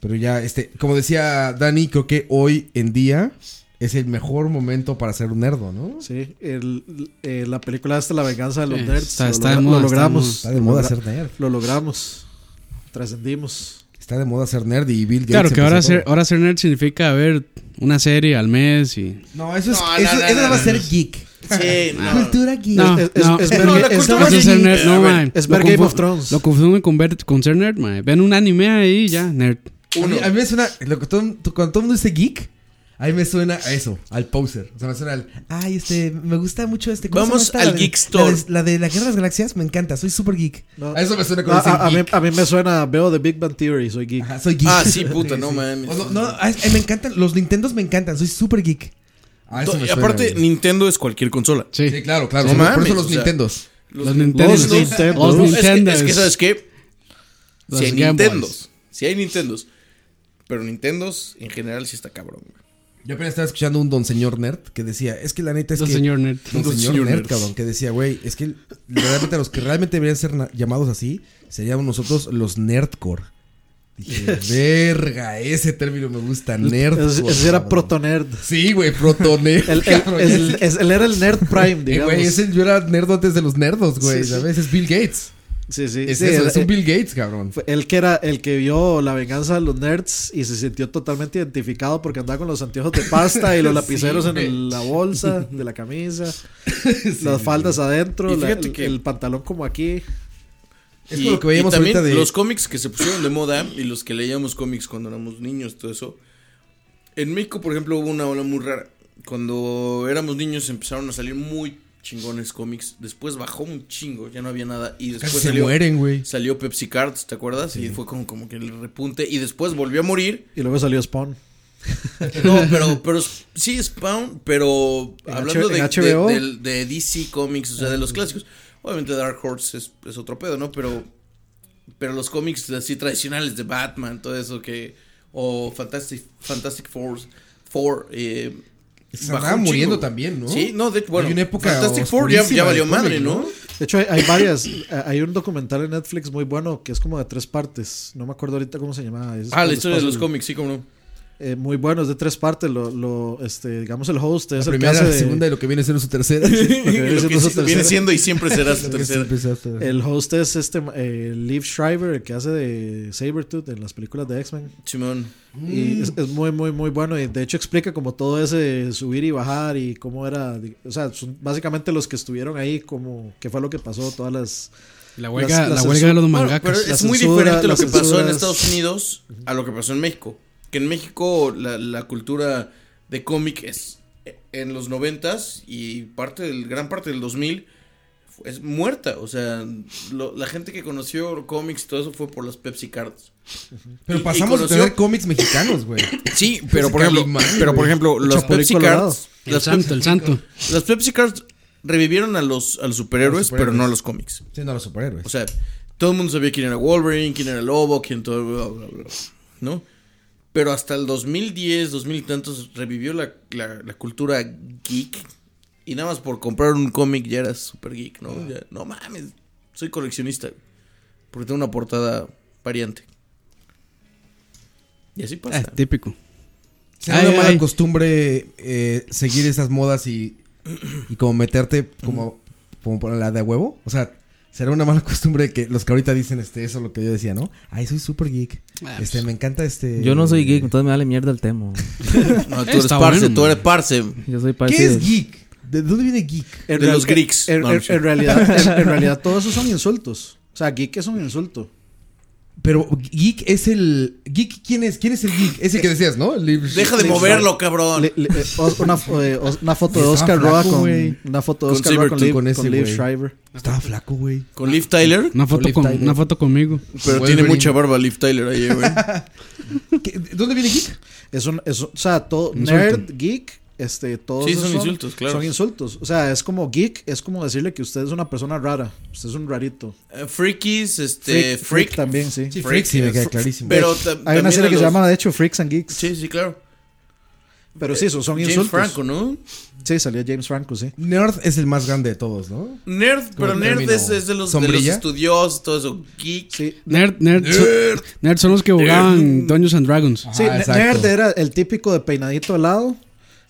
Speaker 2: Pero ya, este, como decía Dani, creo que hoy en día es el mejor momento para ser un nerdo, ¿no?
Speaker 6: Sí. el- eh, la película esta, La Venganza de los
Speaker 3: <laughs> Sí,
Speaker 6: Nerds.
Speaker 3: está-
Speaker 6: lo,
Speaker 3: está de
Speaker 6: logra- lo
Speaker 3: moda, está de moda.
Speaker 6: logramos.
Speaker 2: Está de moda
Speaker 6: Lo
Speaker 2: ser
Speaker 6: logra-
Speaker 2: nerd.
Speaker 6: Lo logramos. Trascendimos.
Speaker 2: Está de moda ser nerd y Bill Gates.
Speaker 3: Claro que
Speaker 2: empezó
Speaker 3: ahora
Speaker 2: todo.
Speaker 3: ser, ahora ser nerd significa ver una serie al mes y. ah.
Speaker 2: No, eso es.
Speaker 4: No, no,
Speaker 2: eso,
Speaker 4: no,
Speaker 2: eso
Speaker 4: no,
Speaker 2: va a
Speaker 4: no,
Speaker 2: ser
Speaker 4: no.
Speaker 2: geek.
Speaker 4: Sí,
Speaker 2: Cultura geek.
Speaker 3: Eh, No,
Speaker 6: Es- es-
Speaker 3: no,
Speaker 6: es
Speaker 3: eh,
Speaker 6: ver-
Speaker 3: no,
Speaker 6: es
Speaker 3: la
Speaker 6: ver-
Speaker 3: cultura
Speaker 6: es-
Speaker 3: geek.
Speaker 6: es-
Speaker 3: ser nerd, no,
Speaker 4: A ver,
Speaker 3: mae.
Speaker 6: es
Speaker 3: Lo
Speaker 6: ver Game
Speaker 3: confu-
Speaker 6: of Thrones.
Speaker 3: Lo confunden con ver, con ser nerd, mae. Ven un anime ahí y ya, nerd.
Speaker 2: A mí, a mí me suena. Lo que todo, cuando todo el mundo dice geek. A mí me suena a eso, al poser. O sea, me suena al. Ay, este. Me gusta mucho este. ¿cómo se
Speaker 4: Vamos
Speaker 2: llama esta?
Speaker 4: al
Speaker 2: La de-
Speaker 4: Geek Store.
Speaker 2: La de, la de la Guerra de las Galaxias me encanta, soy super geek.
Speaker 6: No.
Speaker 2: A eso me suena
Speaker 6: No, a,
Speaker 2: cuando
Speaker 3: Ah,
Speaker 2: dicen
Speaker 6: Ah, a mí,
Speaker 2: geek.
Speaker 6: a mí me suena, veo The Big Bang Theory, soy geek.
Speaker 2: Ajá, soy geek.
Speaker 4: Ah,
Speaker 2: <laughs>
Speaker 4: sí, puta, no mames.
Speaker 2: O No, no, ay, ay, me encantan, los Nintendos me encantan, soy super geek. Ah, eso me
Speaker 4: Y
Speaker 2: suena,
Speaker 4: aparte,
Speaker 2: güey.
Speaker 4: Nintendo es cualquier consola.
Speaker 3: Sí.
Speaker 2: Sí, claro, claro.
Speaker 4: No
Speaker 2: por
Speaker 4: mames,
Speaker 2: eso los
Speaker 4: o sea,
Speaker 2: Nintendos.
Speaker 3: Los, Nintendo.
Speaker 6: Los Nintendo.
Speaker 3: Los
Speaker 6: No,
Speaker 4: Es que,
Speaker 3: Nintendo.
Speaker 4: es que, ¿sabes qué?
Speaker 3: Los
Speaker 4: si hay
Speaker 3: Game Boys.
Speaker 4: Nintendos. Si hay Nintendos. Pero Nintendos en general sí está cabrón, güey.
Speaker 2: Yo apenas estaba escuchando un don señor nerd que decía, es que la neta es
Speaker 3: Don
Speaker 2: que...
Speaker 3: señor nerd.
Speaker 2: Un
Speaker 4: Don
Speaker 2: don señor
Speaker 4: señor
Speaker 2: nerd,
Speaker 4: nerd.
Speaker 2: cabrón, que decía, güey, es que realmente los que realmente deberían ser na- llamados así seríamos nosotros los nerdcore.
Speaker 6: <laughs>
Speaker 2: Dije, verga, ese término me gusta, nerdcore.
Speaker 6: Ese ese era
Speaker 2: cabrón".
Speaker 6: proto-nerd.
Speaker 2: Sí, güey,
Speaker 6: <laughs>
Speaker 2: proto nerd. <laughs>
Speaker 6: Él, él-
Speaker 2: cabrón.
Speaker 6: es- es- él era el nerd prime,
Speaker 2: <laughs> Eh,
Speaker 6: digamos.
Speaker 2: güey, ese- yo era nerd antes de los nerdos, güey,
Speaker 6: Sí, sí.
Speaker 2: ¿sabes? Es Bill Gates.
Speaker 6: sí, sí.
Speaker 2: Es
Speaker 6: sí,
Speaker 2: eso,
Speaker 6: él-
Speaker 2: es un Bill Gates, cabrón.
Speaker 6: fue él que era el que vio la venganza de los nerds y se sintió totalmente identificado porque andaba con los anteojos de pasta
Speaker 2: <laughs>
Speaker 6: y los lapiceros en
Speaker 2: güey.
Speaker 6: el- la
Speaker 2: <laughs>
Speaker 6: bolsa de la camisa, las faldas adentro,
Speaker 4: Y
Speaker 6: la-
Speaker 4: fíjate
Speaker 6: el,
Speaker 4: que-
Speaker 6: el pantalón como aquí.
Speaker 2: Es como lo que veíamos
Speaker 4: también
Speaker 2: ahorita de...
Speaker 4: los cómics que se pusieron de moda y los que leíamos cómics cuando éramos niños, todo eso. En México, por ejemplo, hubo una ola muy rara. Cuando éramos niños empezaron a salir muy chingones cómics. Después bajó un chingo, ya no había nada. Y después
Speaker 2: Casi se
Speaker 4: salió,
Speaker 2: mueren, güey.
Speaker 4: salió Pepsi Cards, ¿te acuerdas? Y fue como, como que el repunte. Y después volvió a morir.
Speaker 6: Y luego salió Spawn.
Speaker 4: <laughs> No, pero, pero sí, Spawn, pero
Speaker 6: En
Speaker 4: hablando
Speaker 6: H- en
Speaker 4: de,
Speaker 6: HBO.
Speaker 4: de- del- de DC Comics, o sea, de
Speaker 2: Ah.
Speaker 4: los clásicos. Obviamente Dark Horse es, es otro pedo, ¿no? Pero, pero los cómics así tradicionales de Batman, todo eso que... O Fantastic, Fantastic Four, Four eh,
Speaker 2: Estaba
Speaker 4: bajó un
Speaker 2: muriendo
Speaker 4: chingo.
Speaker 2: también, ¿no?
Speaker 4: Sí, no, de, bueno,
Speaker 2: Hay una época
Speaker 4: Fantastic Four ya, ya
Speaker 2: oscurísima
Speaker 4: valió
Speaker 2: de cómic,
Speaker 4: madre, ¿no?
Speaker 2: ¿no?
Speaker 6: De hecho, hay, hay varias. eh, Hay un documental en Netflix muy bueno que es como de tres partes. No me acuerdo ahorita cómo se llamaba.
Speaker 4: Ah,
Speaker 6: es cuando
Speaker 4: la historia de
Speaker 6: pasa
Speaker 4: los
Speaker 6: el-
Speaker 4: cómics, sí, como no.
Speaker 6: eh, muy bueno, es de tres partes. Lo, lo, este, digamos, el host es
Speaker 2: La
Speaker 6: el
Speaker 2: primera,
Speaker 6: que hace
Speaker 2: la
Speaker 6: de-
Speaker 2: segunda y lo que viene a ser
Speaker 6: <laughs>
Speaker 2: su tercera.
Speaker 4: <laughs>
Speaker 6: lo que viene
Speaker 4: Lo
Speaker 6: siendo
Speaker 4: que
Speaker 6: su
Speaker 4: sí- viene
Speaker 6: tercera.
Speaker 4: siendo y siempre
Speaker 2: <laughs>
Speaker 4: será su tercera.
Speaker 6: El host es este eh, Liv Schreiber, el que hace de Sabretooth en las películas de X-Men.
Speaker 4: Simón.
Speaker 6: Y es, es muy, muy, muy bueno. Y de hecho explica como todo ese subir y bajar y cómo era. di- O sea, son básicamente los que estuvieron ahí, como qué fue lo que pasó, todas las...
Speaker 3: La huelga,
Speaker 6: Las- las
Speaker 3: la huelga de los
Speaker 4: Bueno,
Speaker 3: mangakas.
Speaker 4: pero
Speaker 6: la
Speaker 4: es muy
Speaker 6: censura,
Speaker 4: diferente lo
Speaker 6: las
Speaker 4: que pasó en
Speaker 6: censuras.
Speaker 4: Estados Unidos a lo que pasó en México. Que en México la, la cultura de cómic es eh, en los noventas y parte del, gran parte del 2000 fu- es muerta. O sea, lo- la gente que conoció cómics y todo eso fue por las Pepsi Cards.
Speaker 2: Pero
Speaker 4: Y- y
Speaker 2: pasamos a
Speaker 4: conoció-
Speaker 2: tener cómics mexicanos, güey.
Speaker 4: <laughs> Sí, pero por
Speaker 2: Pepsi
Speaker 4: ejemplo,
Speaker 2: Cards,
Speaker 4: pero por
Speaker 2: güey.
Speaker 4: ejemplo las
Speaker 6: Chapulín
Speaker 4: Pepsi
Speaker 6: Colorado.
Speaker 4: Cards,
Speaker 3: El
Speaker 4: las, Pep-
Speaker 3: santo, el santo.
Speaker 4: las Pepsi Cards revivieron a los, a los superhéroes,
Speaker 2: superhéroes.
Speaker 4: pero no a los cómics.
Speaker 2: Siendo los superhéroes.
Speaker 4: O sea, todo el mundo sabía quién era Wolverine, quién era Lobo, quién todo, bla, bla, bla, bla, ¿no? Pero hasta el 2010, 2000 y tantos, revivió la, la- la cultura geek. Y nada más por comprar un cómic ya eras super geek, ¿no? Ya, no mames, soy coleccionista. Porque tengo una portada variante. Y así
Speaker 3: Ah,
Speaker 4: pasa.
Speaker 3: típico.
Speaker 2: Será
Speaker 3: Ay,
Speaker 2: una mala
Speaker 3: ay.
Speaker 2: costumbre eh, seguir esas modas y, y como meterte como, como por la de a huevo. O sea, Será una mala costumbre de que los que ahorita dicen este, eso es lo que yo decía, ¿no? Ay, soy súper geek. Este, me encanta este.
Speaker 5: Yo no soy geek, entonces me vale mierda el tema.
Speaker 4: No, tú eres
Speaker 3: Está
Speaker 4: parce,
Speaker 3: bueno,
Speaker 4: tú
Speaker 3: man.
Speaker 4: eres parce.
Speaker 5: Yo soy parte
Speaker 2: ¿Qué es
Speaker 5: de-
Speaker 2: geek? ¿De dónde viene geek?
Speaker 6: En
Speaker 4: De los
Speaker 6: reali-
Speaker 4: Greeks.
Speaker 6: En,
Speaker 4: No,
Speaker 6: en-
Speaker 4: no es cierto.
Speaker 6: en realidad,
Speaker 4: <laughs>
Speaker 6: en, en realidad, todos esos son insultos. O sea, geek es un insulto.
Speaker 2: Pero geek es el. ¿Geek quién es? ¿Quién es el geek? Ese que decías, ¿no? El-
Speaker 4: Deja de
Speaker 6: Sí,
Speaker 4: moverlo, cabrón.
Speaker 6: Le- le- eh, os- una, fo- eh, os- una foto de
Speaker 2: Estaba
Speaker 6: Oscar Roa
Speaker 2: flaco,
Speaker 6: con.
Speaker 2: güey.
Speaker 6: Una foto de
Speaker 4: Con
Speaker 6: Oscar Roa con,
Speaker 4: Silverton,
Speaker 6: Liv-
Speaker 2: con ese,
Speaker 6: con Liv
Speaker 2: güey.
Speaker 6: Shriver.
Speaker 2: Estaba flaco, güey.
Speaker 4: Con Liv Tyler.
Speaker 3: Una foto, con, una foto conmigo.
Speaker 4: Pero tiene
Speaker 2: Wolverine.
Speaker 4: mucha barba Liv Tyler ahí,
Speaker 3: <laughs>
Speaker 4: güey.
Speaker 2: ¿Qué- ¿De dónde viene geek?
Speaker 6: Es un, es un- o sea, todo,
Speaker 3: Insulto.
Speaker 6: nerd, geek, este, todos
Speaker 4: Sí,
Speaker 6: esos
Speaker 4: son insultos, claro.
Speaker 6: Son insultos. O sea, es como geek, es como decirle que usted es una persona rara. Usted es un rarito.
Speaker 4: Eh, Freakies, este.
Speaker 6: Freak-
Speaker 4: Freak.
Speaker 6: freak también, sí.
Speaker 2: Sí, freak, sí, me queda
Speaker 4: eh,
Speaker 2: clarísimo.
Speaker 4: Pero ta-
Speaker 6: Hay
Speaker 4: también
Speaker 6: una serie
Speaker 4: a
Speaker 6: que se
Speaker 4: los-
Speaker 6: llama, de hecho, Freaks and Geeks.
Speaker 4: Sí, sí, claro.
Speaker 6: Pero sí, esos son
Speaker 4: James
Speaker 6: insultos.
Speaker 4: Franco, ¿no?
Speaker 6: Sí, salió James Franco, sí.
Speaker 2: Nerd es el más grande de todos, ¿no?
Speaker 4: Nerd, pero
Speaker 2: el
Speaker 4: nerd
Speaker 2: término
Speaker 4: es, es de, los, de los
Speaker 2: sombrilla.
Speaker 4: estudiosos, todo eso. Geek.
Speaker 6: Sí,
Speaker 3: Nerd, nerd, so- nerd. son los que jugaban Dungeons and Dragons.
Speaker 6: Sí,
Speaker 2: Ajá,
Speaker 6: ne-
Speaker 2: Ah, exacto.
Speaker 6: nerd era el típico de peinadito al lado.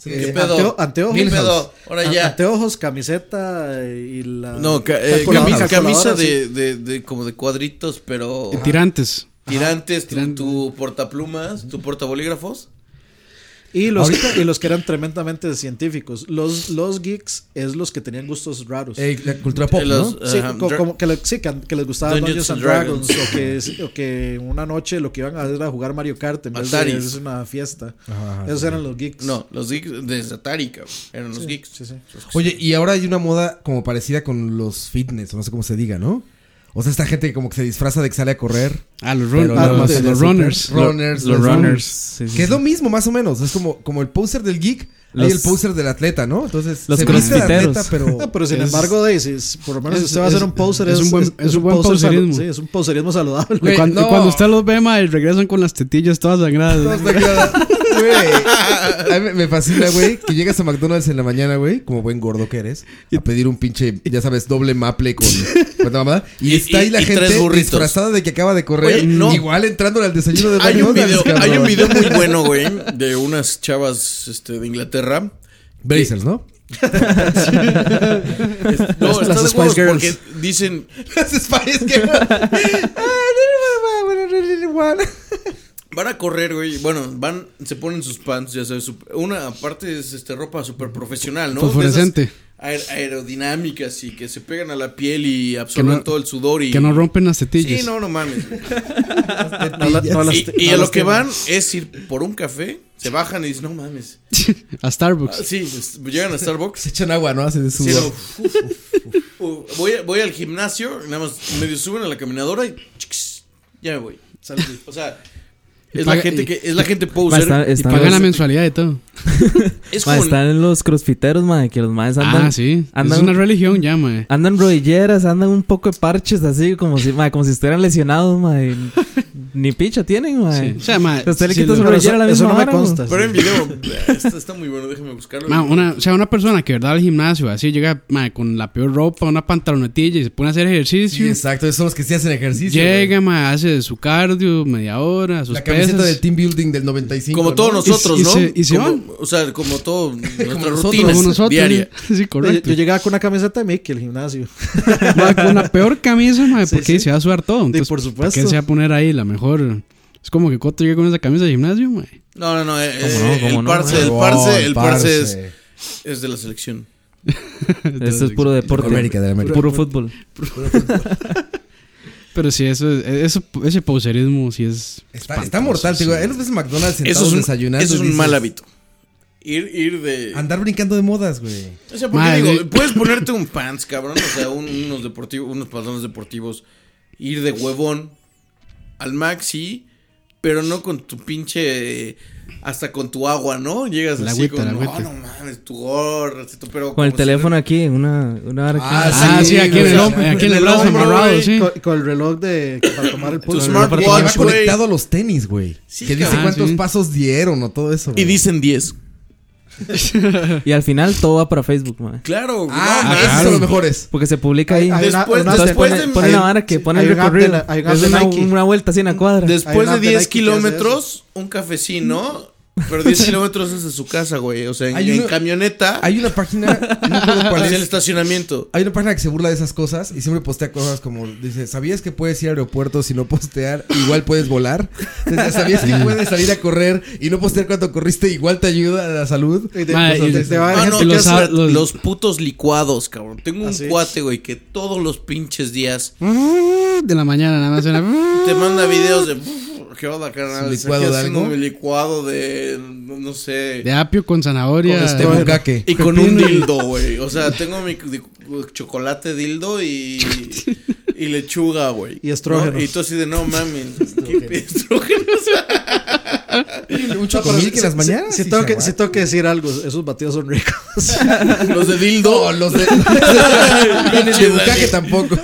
Speaker 4: ¿Qué
Speaker 6: eh,
Speaker 4: pedo?
Speaker 6: anteo- anteojos.
Speaker 4: ¿Qué
Speaker 6: Milhouse.
Speaker 4: pedo? Ahora
Speaker 6: A-
Speaker 4: ya.
Speaker 6: Anteojos, camiseta eh, y la.
Speaker 4: No, ca- eh,
Speaker 6: calculadora,
Speaker 4: camisa, camisa
Speaker 6: calculadora, sí.
Speaker 4: de, de, de como de cuadritos, pero
Speaker 3: Tirantes.
Speaker 4: tirantes, tu,
Speaker 3: Tiran-
Speaker 4: tu portaplumas, tu portabolígrafos.
Speaker 6: Y los, y los que eran tremendamente científicos. Los, los geeks es los que tenían gustos raros.
Speaker 2: Eh, la cultura pop,
Speaker 4: Eh, los-
Speaker 2: ¿no?
Speaker 6: Sí,
Speaker 4: ajá,
Speaker 6: co-
Speaker 4: dra-
Speaker 6: como que, le- sí, que, que les gustaba Dungeons,
Speaker 4: Dungeons
Speaker 6: and
Speaker 4: and
Speaker 6: Dragons, o, que, o que una noche lo que iban a hacer era jugar Mario Kart en vez de
Speaker 4: Ataris.
Speaker 6: irse a una fiesta.
Speaker 2: Ajá, ajá,
Speaker 6: Esos eran los geeks.
Speaker 4: No, los geeks de Atari, cabrón. Eran los geeks.
Speaker 6: Sí, sí.
Speaker 2: Oye, y ahora hay una moda como parecida con los fitness, o no sé cómo se diga, ¿no? O sea, esta gente que como que se disfraza de que sale a correr.
Speaker 3: Ah, los, run-
Speaker 2: Pero
Speaker 3: ah,
Speaker 6: nada más
Speaker 3: los-
Speaker 6: en
Speaker 3: los
Speaker 6: la
Speaker 3: runners.
Speaker 2: Runners, los
Speaker 5: Los runners.
Speaker 2: runners.
Speaker 5: sí, sí,
Speaker 2: Que es
Speaker 5: sí.
Speaker 2: lo mismo, más o menos. Es como, como el poster del geek, hay
Speaker 5: Los-
Speaker 2: el poster del atleta, ¿no? Entonces,
Speaker 5: los
Speaker 2: se viste de
Speaker 5: crossfiteros.
Speaker 2: atleta, pero.
Speaker 6: No, pero sin
Speaker 3: Es-
Speaker 6: embargo, de- si es- por lo menos
Speaker 3: es-
Speaker 6: si usted va a
Speaker 3: es-
Speaker 6: ser un poser.
Speaker 3: es un buen- es un buen
Speaker 6: salu-
Speaker 3: poserismo.
Speaker 6: Sí, es un poserismo saludable.
Speaker 3: Y
Speaker 2: Güey,
Speaker 3: cuando, y
Speaker 2: no.
Speaker 3: cuando usted los ve, mae, regresan con las tetillas todas sangradas.
Speaker 2: Güey,
Speaker 3: <laughs>
Speaker 2: a mí me- me fascina, güey, que llegas a McDonald's en la mañana, güey, como buen gordo que eres, a pedir un pinche, ya sabes, doble maple con, con la mamada, y,
Speaker 4: Y-
Speaker 2: está ahí
Speaker 4: y-
Speaker 2: la
Speaker 4: y
Speaker 2: gente
Speaker 4: tres burritos.
Speaker 2: disfrazada de que acaba de correr,
Speaker 4: Oye, no.
Speaker 2: igual entrando al desayuno de
Speaker 4: Hay un, video,
Speaker 2: McDonald's,
Speaker 4: hay
Speaker 2: cabrón.
Speaker 4: un video muy bueno, güey, de unas chavas este, de Inglaterra.
Speaker 2: Blazers, ¿no? <laughs>
Speaker 4: No,
Speaker 6: Las-
Speaker 4: está
Speaker 6: las
Speaker 4: de
Speaker 6: Spice
Speaker 4: huevos
Speaker 6: Girls.
Speaker 4: porque dicen,
Speaker 2: <laughs> Las Spice Girls. Ah, no, no, no, no, no, no, no, no.
Speaker 4: van a correr, güey. Bueno, van, se ponen sus pants, ya sabes. sup- Una aparte es este, ropa súper profesional, ¿no?
Speaker 3: Fosforescente.
Speaker 4: De esas aer- aerodinámicas y que se pegan a la piel y absorben
Speaker 3: Que no-
Speaker 4: todo el sudor y...
Speaker 3: que no rompen las tetillas.
Speaker 4: sí, no, no
Speaker 3: <laughs>
Speaker 4: mames. güey.
Speaker 6: No la- no las-
Speaker 4: Y,
Speaker 6: no
Speaker 4: y a
Speaker 6: las
Speaker 4: lo que
Speaker 6: tengo.
Speaker 4: van es ir por un café, se bajan y dicen, no mames.
Speaker 3: <laughs> A
Speaker 4: Ah,
Speaker 3: Starbucks.
Speaker 4: sí, es- llegan a Starbucks.
Speaker 2: Se <laughs> echan agua, ¿no? Hacen de
Speaker 4: sí,
Speaker 2: sudor.
Speaker 4: no, uf, uf, uf. voy, a- voy al gimnasio, nada más medio suben a la caminadora y chiquis, ya me voy. Salen así. O sea, es la
Speaker 3: paga-
Speaker 4: gente
Speaker 3: y-
Speaker 4: que es la gente
Speaker 5: Ma,
Speaker 4: poser.
Speaker 5: están,
Speaker 3: Y
Speaker 5: están
Speaker 3: pagan la
Speaker 5: los,
Speaker 3: mensualidad y <laughs> todo.
Speaker 4: es
Speaker 5: ma,
Speaker 4: como
Speaker 5: están los crossfiteros, ma, que los maes andan.
Speaker 3: ah, sí.
Speaker 5: andan-
Speaker 3: es una religión ya, mae.
Speaker 5: Andan rodilleras, andan un poco de parches así, como si, ma, como si estuvieran lesionados, ma, y
Speaker 3: <laughs>
Speaker 5: ni picha tienen, ma.
Speaker 3: Sí. O sea, mae,
Speaker 5: Usted le
Speaker 3: si
Speaker 5: quita
Speaker 3: lo-
Speaker 5: su
Speaker 6: Pero
Speaker 5: rodillera a la
Speaker 6: eso
Speaker 5: misma
Speaker 6: no me
Speaker 5: vara, ma.
Speaker 6: consta.
Speaker 4: Pero
Speaker 6: sí.
Speaker 4: en video, eh, está, está muy bueno, déjame buscarlo.
Speaker 3: Ma, una, o sea, una persona que verdad al gimnasio así llega ma, con la peor ropa, una pantalonetilla y se pone a hacer
Speaker 2: Sí,
Speaker 3: ejercicio.
Speaker 2: exacto, esos son los que sí hacen ejercicio. güey.
Speaker 3: llega, ma, hace su cardio, media hora, sus
Speaker 2: La camiseta
Speaker 3: pesas.
Speaker 2: del team building del 95.
Speaker 4: como
Speaker 2: ¿no?
Speaker 4: todos nosotros,
Speaker 3: y
Speaker 4: ¿no?
Speaker 3: se- y se
Speaker 4: Como-
Speaker 3: van.
Speaker 4: O sea, como todo nuestra
Speaker 3: nosotros,
Speaker 4: rutina
Speaker 3: como nosotros,
Speaker 4: diaria.
Speaker 3: <laughs> sí. Sí,
Speaker 6: Yo,
Speaker 3: correcto.
Speaker 6: yo llegaba con una camiseta de Mickey al gimnasio.
Speaker 3: Ma, con la peor camisa,
Speaker 2: <laughs>
Speaker 3: ma,
Speaker 6: Sí,
Speaker 3: porque
Speaker 6: sí.
Speaker 3: se va a sudar todo. Entonces,
Speaker 6: por supuesto.
Speaker 3: ¿Por qué se va a poner ahí la mejor? Es como que Coto llega con esa camisa de gimnasio, ma.
Speaker 4: No, no, no, eh,
Speaker 5: ¿Cómo no?
Speaker 4: eh,
Speaker 5: ¿Cómo
Speaker 4: el
Speaker 5: no?
Speaker 4: parce, el
Speaker 2: Oh,
Speaker 4: parce, el parce es,
Speaker 2: parce.
Speaker 4: es de la
Speaker 3: <laughs>
Speaker 4: selección.
Speaker 5: Esto es puro deporte.
Speaker 2: De América, de América.
Speaker 5: Puro fútbol.
Speaker 3: Pero sí, eso, es- eso, ese pauserismo sí es.
Speaker 2: Está,
Speaker 3: espantoso,
Speaker 2: está mortal,
Speaker 3: sí.
Speaker 2: te digo. Él los ves en McDonald's
Speaker 4: Eso
Speaker 2: sentados
Speaker 4: es un,
Speaker 2: desayunando.
Speaker 4: eso <laughs> es
Speaker 2: y
Speaker 4: un
Speaker 2: dices,
Speaker 4: mal hábito. Ir, ir de...
Speaker 2: Andar brincando de modas, güey.
Speaker 4: O sea, porque
Speaker 3: Madre.
Speaker 4: digo, puedes ponerte un pants, cabrón, o sea, un- unos deportivos, unos pantalones deportivos, ir de huevón al maxi, pero no con tu pinche eh, hasta con tu agua, ¿no? Llegas
Speaker 3: La
Speaker 4: así
Speaker 3: agüita,
Speaker 4: con,
Speaker 3: la
Speaker 4: no,
Speaker 3: agüita.
Speaker 4: no mames, tu gorra, así, tu- pero
Speaker 5: Con el
Speaker 4: como si-
Speaker 5: teléfono aquí, en una, una vara aquí.
Speaker 3: Ah, sí, aquí en el,
Speaker 4: o sea,
Speaker 6: <laughs>
Speaker 3: hombro, aquí en
Speaker 4: en
Speaker 3: el
Speaker 4: el
Speaker 3: brazo
Speaker 4: hombro,
Speaker 3: amarrado,
Speaker 4: güey,
Speaker 3: sí.
Speaker 6: Con, con el reloj de que para tomar el pulso.
Speaker 4: smart-
Speaker 2: Porque
Speaker 4: Watch,
Speaker 2: lleva
Speaker 4: güey.
Speaker 2: conectado a los tenis, güey.
Speaker 4: Sí,
Speaker 2: que dice
Speaker 3: cabrón.
Speaker 2: cuántos
Speaker 3: Sí.
Speaker 2: pasos dieron o todo eso.
Speaker 4: Y
Speaker 2: güey.
Speaker 4: dicen
Speaker 3: <laughs>
Speaker 4: 10.
Speaker 5: <laughs> Y al final todo va para Facebook, ma.
Speaker 4: Claro,
Speaker 2: Ah,
Speaker 4: no,
Speaker 2: esos
Speaker 4: mames.
Speaker 2: son los mejores.
Speaker 5: Porque se publica ahí.
Speaker 6: Hay una-
Speaker 4: después-
Speaker 6: una-
Speaker 5: Entonces
Speaker 4: después
Speaker 5: pone,
Speaker 4: de-
Speaker 5: pone
Speaker 4: hay-
Speaker 5: la vara que pone
Speaker 6: hay
Speaker 5: el
Speaker 6: un app de
Speaker 5: recorrido.
Speaker 6: la- hay un app
Speaker 5: Es
Speaker 6: de
Speaker 5: una,
Speaker 6: Nike.
Speaker 5: una vuelta así en la cuadra.
Speaker 4: Después
Speaker 6: Hay
Speaker 4: de
Speaker 6: una
Speaker 4: 10
Speaker 6: Nike que hace
Speaker 4: kilómetros, un cafecino, Pero 10 kilómetros desde su casa, güey. O sea, en,
Speaker 2: Hay
Speaker 4: en
Speaker 2: una-
Speaker 4: camioneta
Speaker 2: Hay una página, no me acuerdo cuál
Speaker 4: hacia el
Speaker 2: es.
Speaker 4: estacionamiento.
Speaker 2: Hay una página que se burla de esas cosas y siempre postea cosas como dice, ¿sabías que puedes ir a aeropuertos y no postear? Igual puedes volar. Entonces, ¿Sabías que puedes salir a correr y no postear cuánto corriste? Igual te ayuda a la salud.
Speaker 6: Y te-
Speaker 3: Madre,
Speaker 6: pues,
Speaker 3: y-
Speaker 6: te- te va a
Speaker 4: Ah,
Speaker 6: haber
Speaker 4: no,
Speaker 6: gente
Speaker 4: ¿qué
Speaker 6: que
Speaker 3: los
Speaker 4: hace?
Speaker 3: a-
Speaker 6: hace-
Speaker 4: los,
Speaker 3: los-
Speaker 4: putos licuados, cabrón. Tengo un
Speaker 6: Así es.
Speaker 4: cuate, güey, que todos los pinches días
Speaker 3: De la mañana nada más suena. <laughs>
Speaker 4: te manda videos de. ¿Qué onda, carnal?
Speaker 2: ¿Su
Speaker 4: Estoy
Speaker 2: licuado de
Speaker 4: haciendo
Speaker 2: algo?
Speaker 4: mi licuado de. No sé.
Speaker 3: De apio con zanahoria.
Speaker 2: Este bucaque.
Speaker 4: y con un
Speaker 3: pepino y-
Speaker 4: dildo, güey. O sea, tengo mi di- chocolate dildo y. Y lechuga, güey.
Speaker 6: Y estrógenos.
Speaker 4: ¿No? Y tú así de no mami. ¿Qué pe- estrógenos?
Speaker 2: Un
Speaker 6: Pero
Speaker 2: chocomil
Speaker 6: sí-
Speaker 2: que en las
Speaker 6: sí-
Speaker 2: mañanas.
Speaker 6: Sí,
Speaker 2: sí
Speaker 6: tengo
Speaker 2: se
Speaker 6: que,
Speaker 2: aguanta.
Speaker 6: sí tengo que decir algo. Esos batidos son ricos.
Speaker 4: Los de dildo.
Speaker 2: No,
Speaker 6: <laughs>
Speaker 2: los de. en el de
Speaker 4: Dani.
Speaker 2: bucaque tampoco.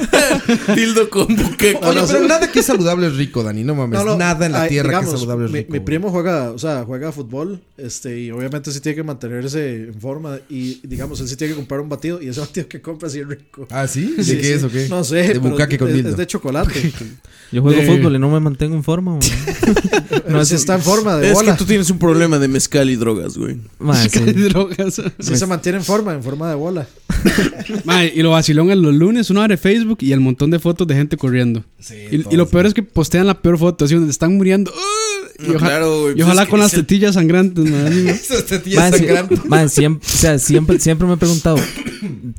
Speaker 4: Dildo con buque.
Speaker 2: Oye, pero nada que es saludable es rico, Dani. No mames. nada en la
Speaker 6: ay,
Speaker 2: tierra que
Speaker 6: digamos,
Speaker 2: es saludable es
Speaker 6: mi-
Speaker 2: rico.
Speaker 6: Mi,
Speaker 2: güey.
Speaker 6: primo juega, o sea, juega fútbol, este, y obviamente sí tiene que mantenerse en forma. Y digamos, él sí tiene que comprar un batido, y ese <laughs> batido que compra sí es rico.
Speaker 2: ¿Ah, sí?
Speaker 6: <laughs>
Speaker 2: ¿De
Speaker 6: Sí,
Speaker 2: qué
Speaker 6: sí.
Speaker 2: es o qué?
Speaker 6: No sé.
Speaker 2: De
Speaker 6: pero
Speaker 2: bucaque con
Speaker 6: es-
Speaker 2: dildo.
Speaker 6: Es de
Speaker 2: <laughs>
Speaker 6: chocolate.
Speaker 5: Yo juego
Speaker 3: De-
Speaker 5: fútbol y no me mantengo en forma, güey.
Speaker 6: <laughs> no, si está en forma de
Speaker 4: Es que
Speaker 6: bola.
Speaker 4: tú tienes un problema de mezcal y drogas, güey.
Speaker 5: Mae,
Speaker 3: Hay
Speaker 5: sí.
Speaker 3: drogas.
Speaker 6: Sí se mantiene en forma, en forma de bola.
Speaker 3: Mae, y lo vacilón en los lunes, uno abre Facebook y el montón de fotos de gente corriendo. y, y lo peor es que postean la peor foto, así donde están muriendo. ¡Ugh! y
Speaker 4: No,
Speaker 3: oja-
Speaker 4: claro, güey,
Speaker 3: y
Speaker 4: pues
Speaker 3: ojalá
Speaker 4: es que
Speaker 3: con las
Speaker 4: es el-
Speaker 3: tetillas sangrantes,
Speaker 4: <laughs>
Speaker 3: mae, así, ¿no?
Speaker 2: Esas tetillas
Speaker 5: Mae, sí,
Speaker 2: sangrando.
Speaker 5: mae, siempre, o sea, siempre, siempre me he preguntado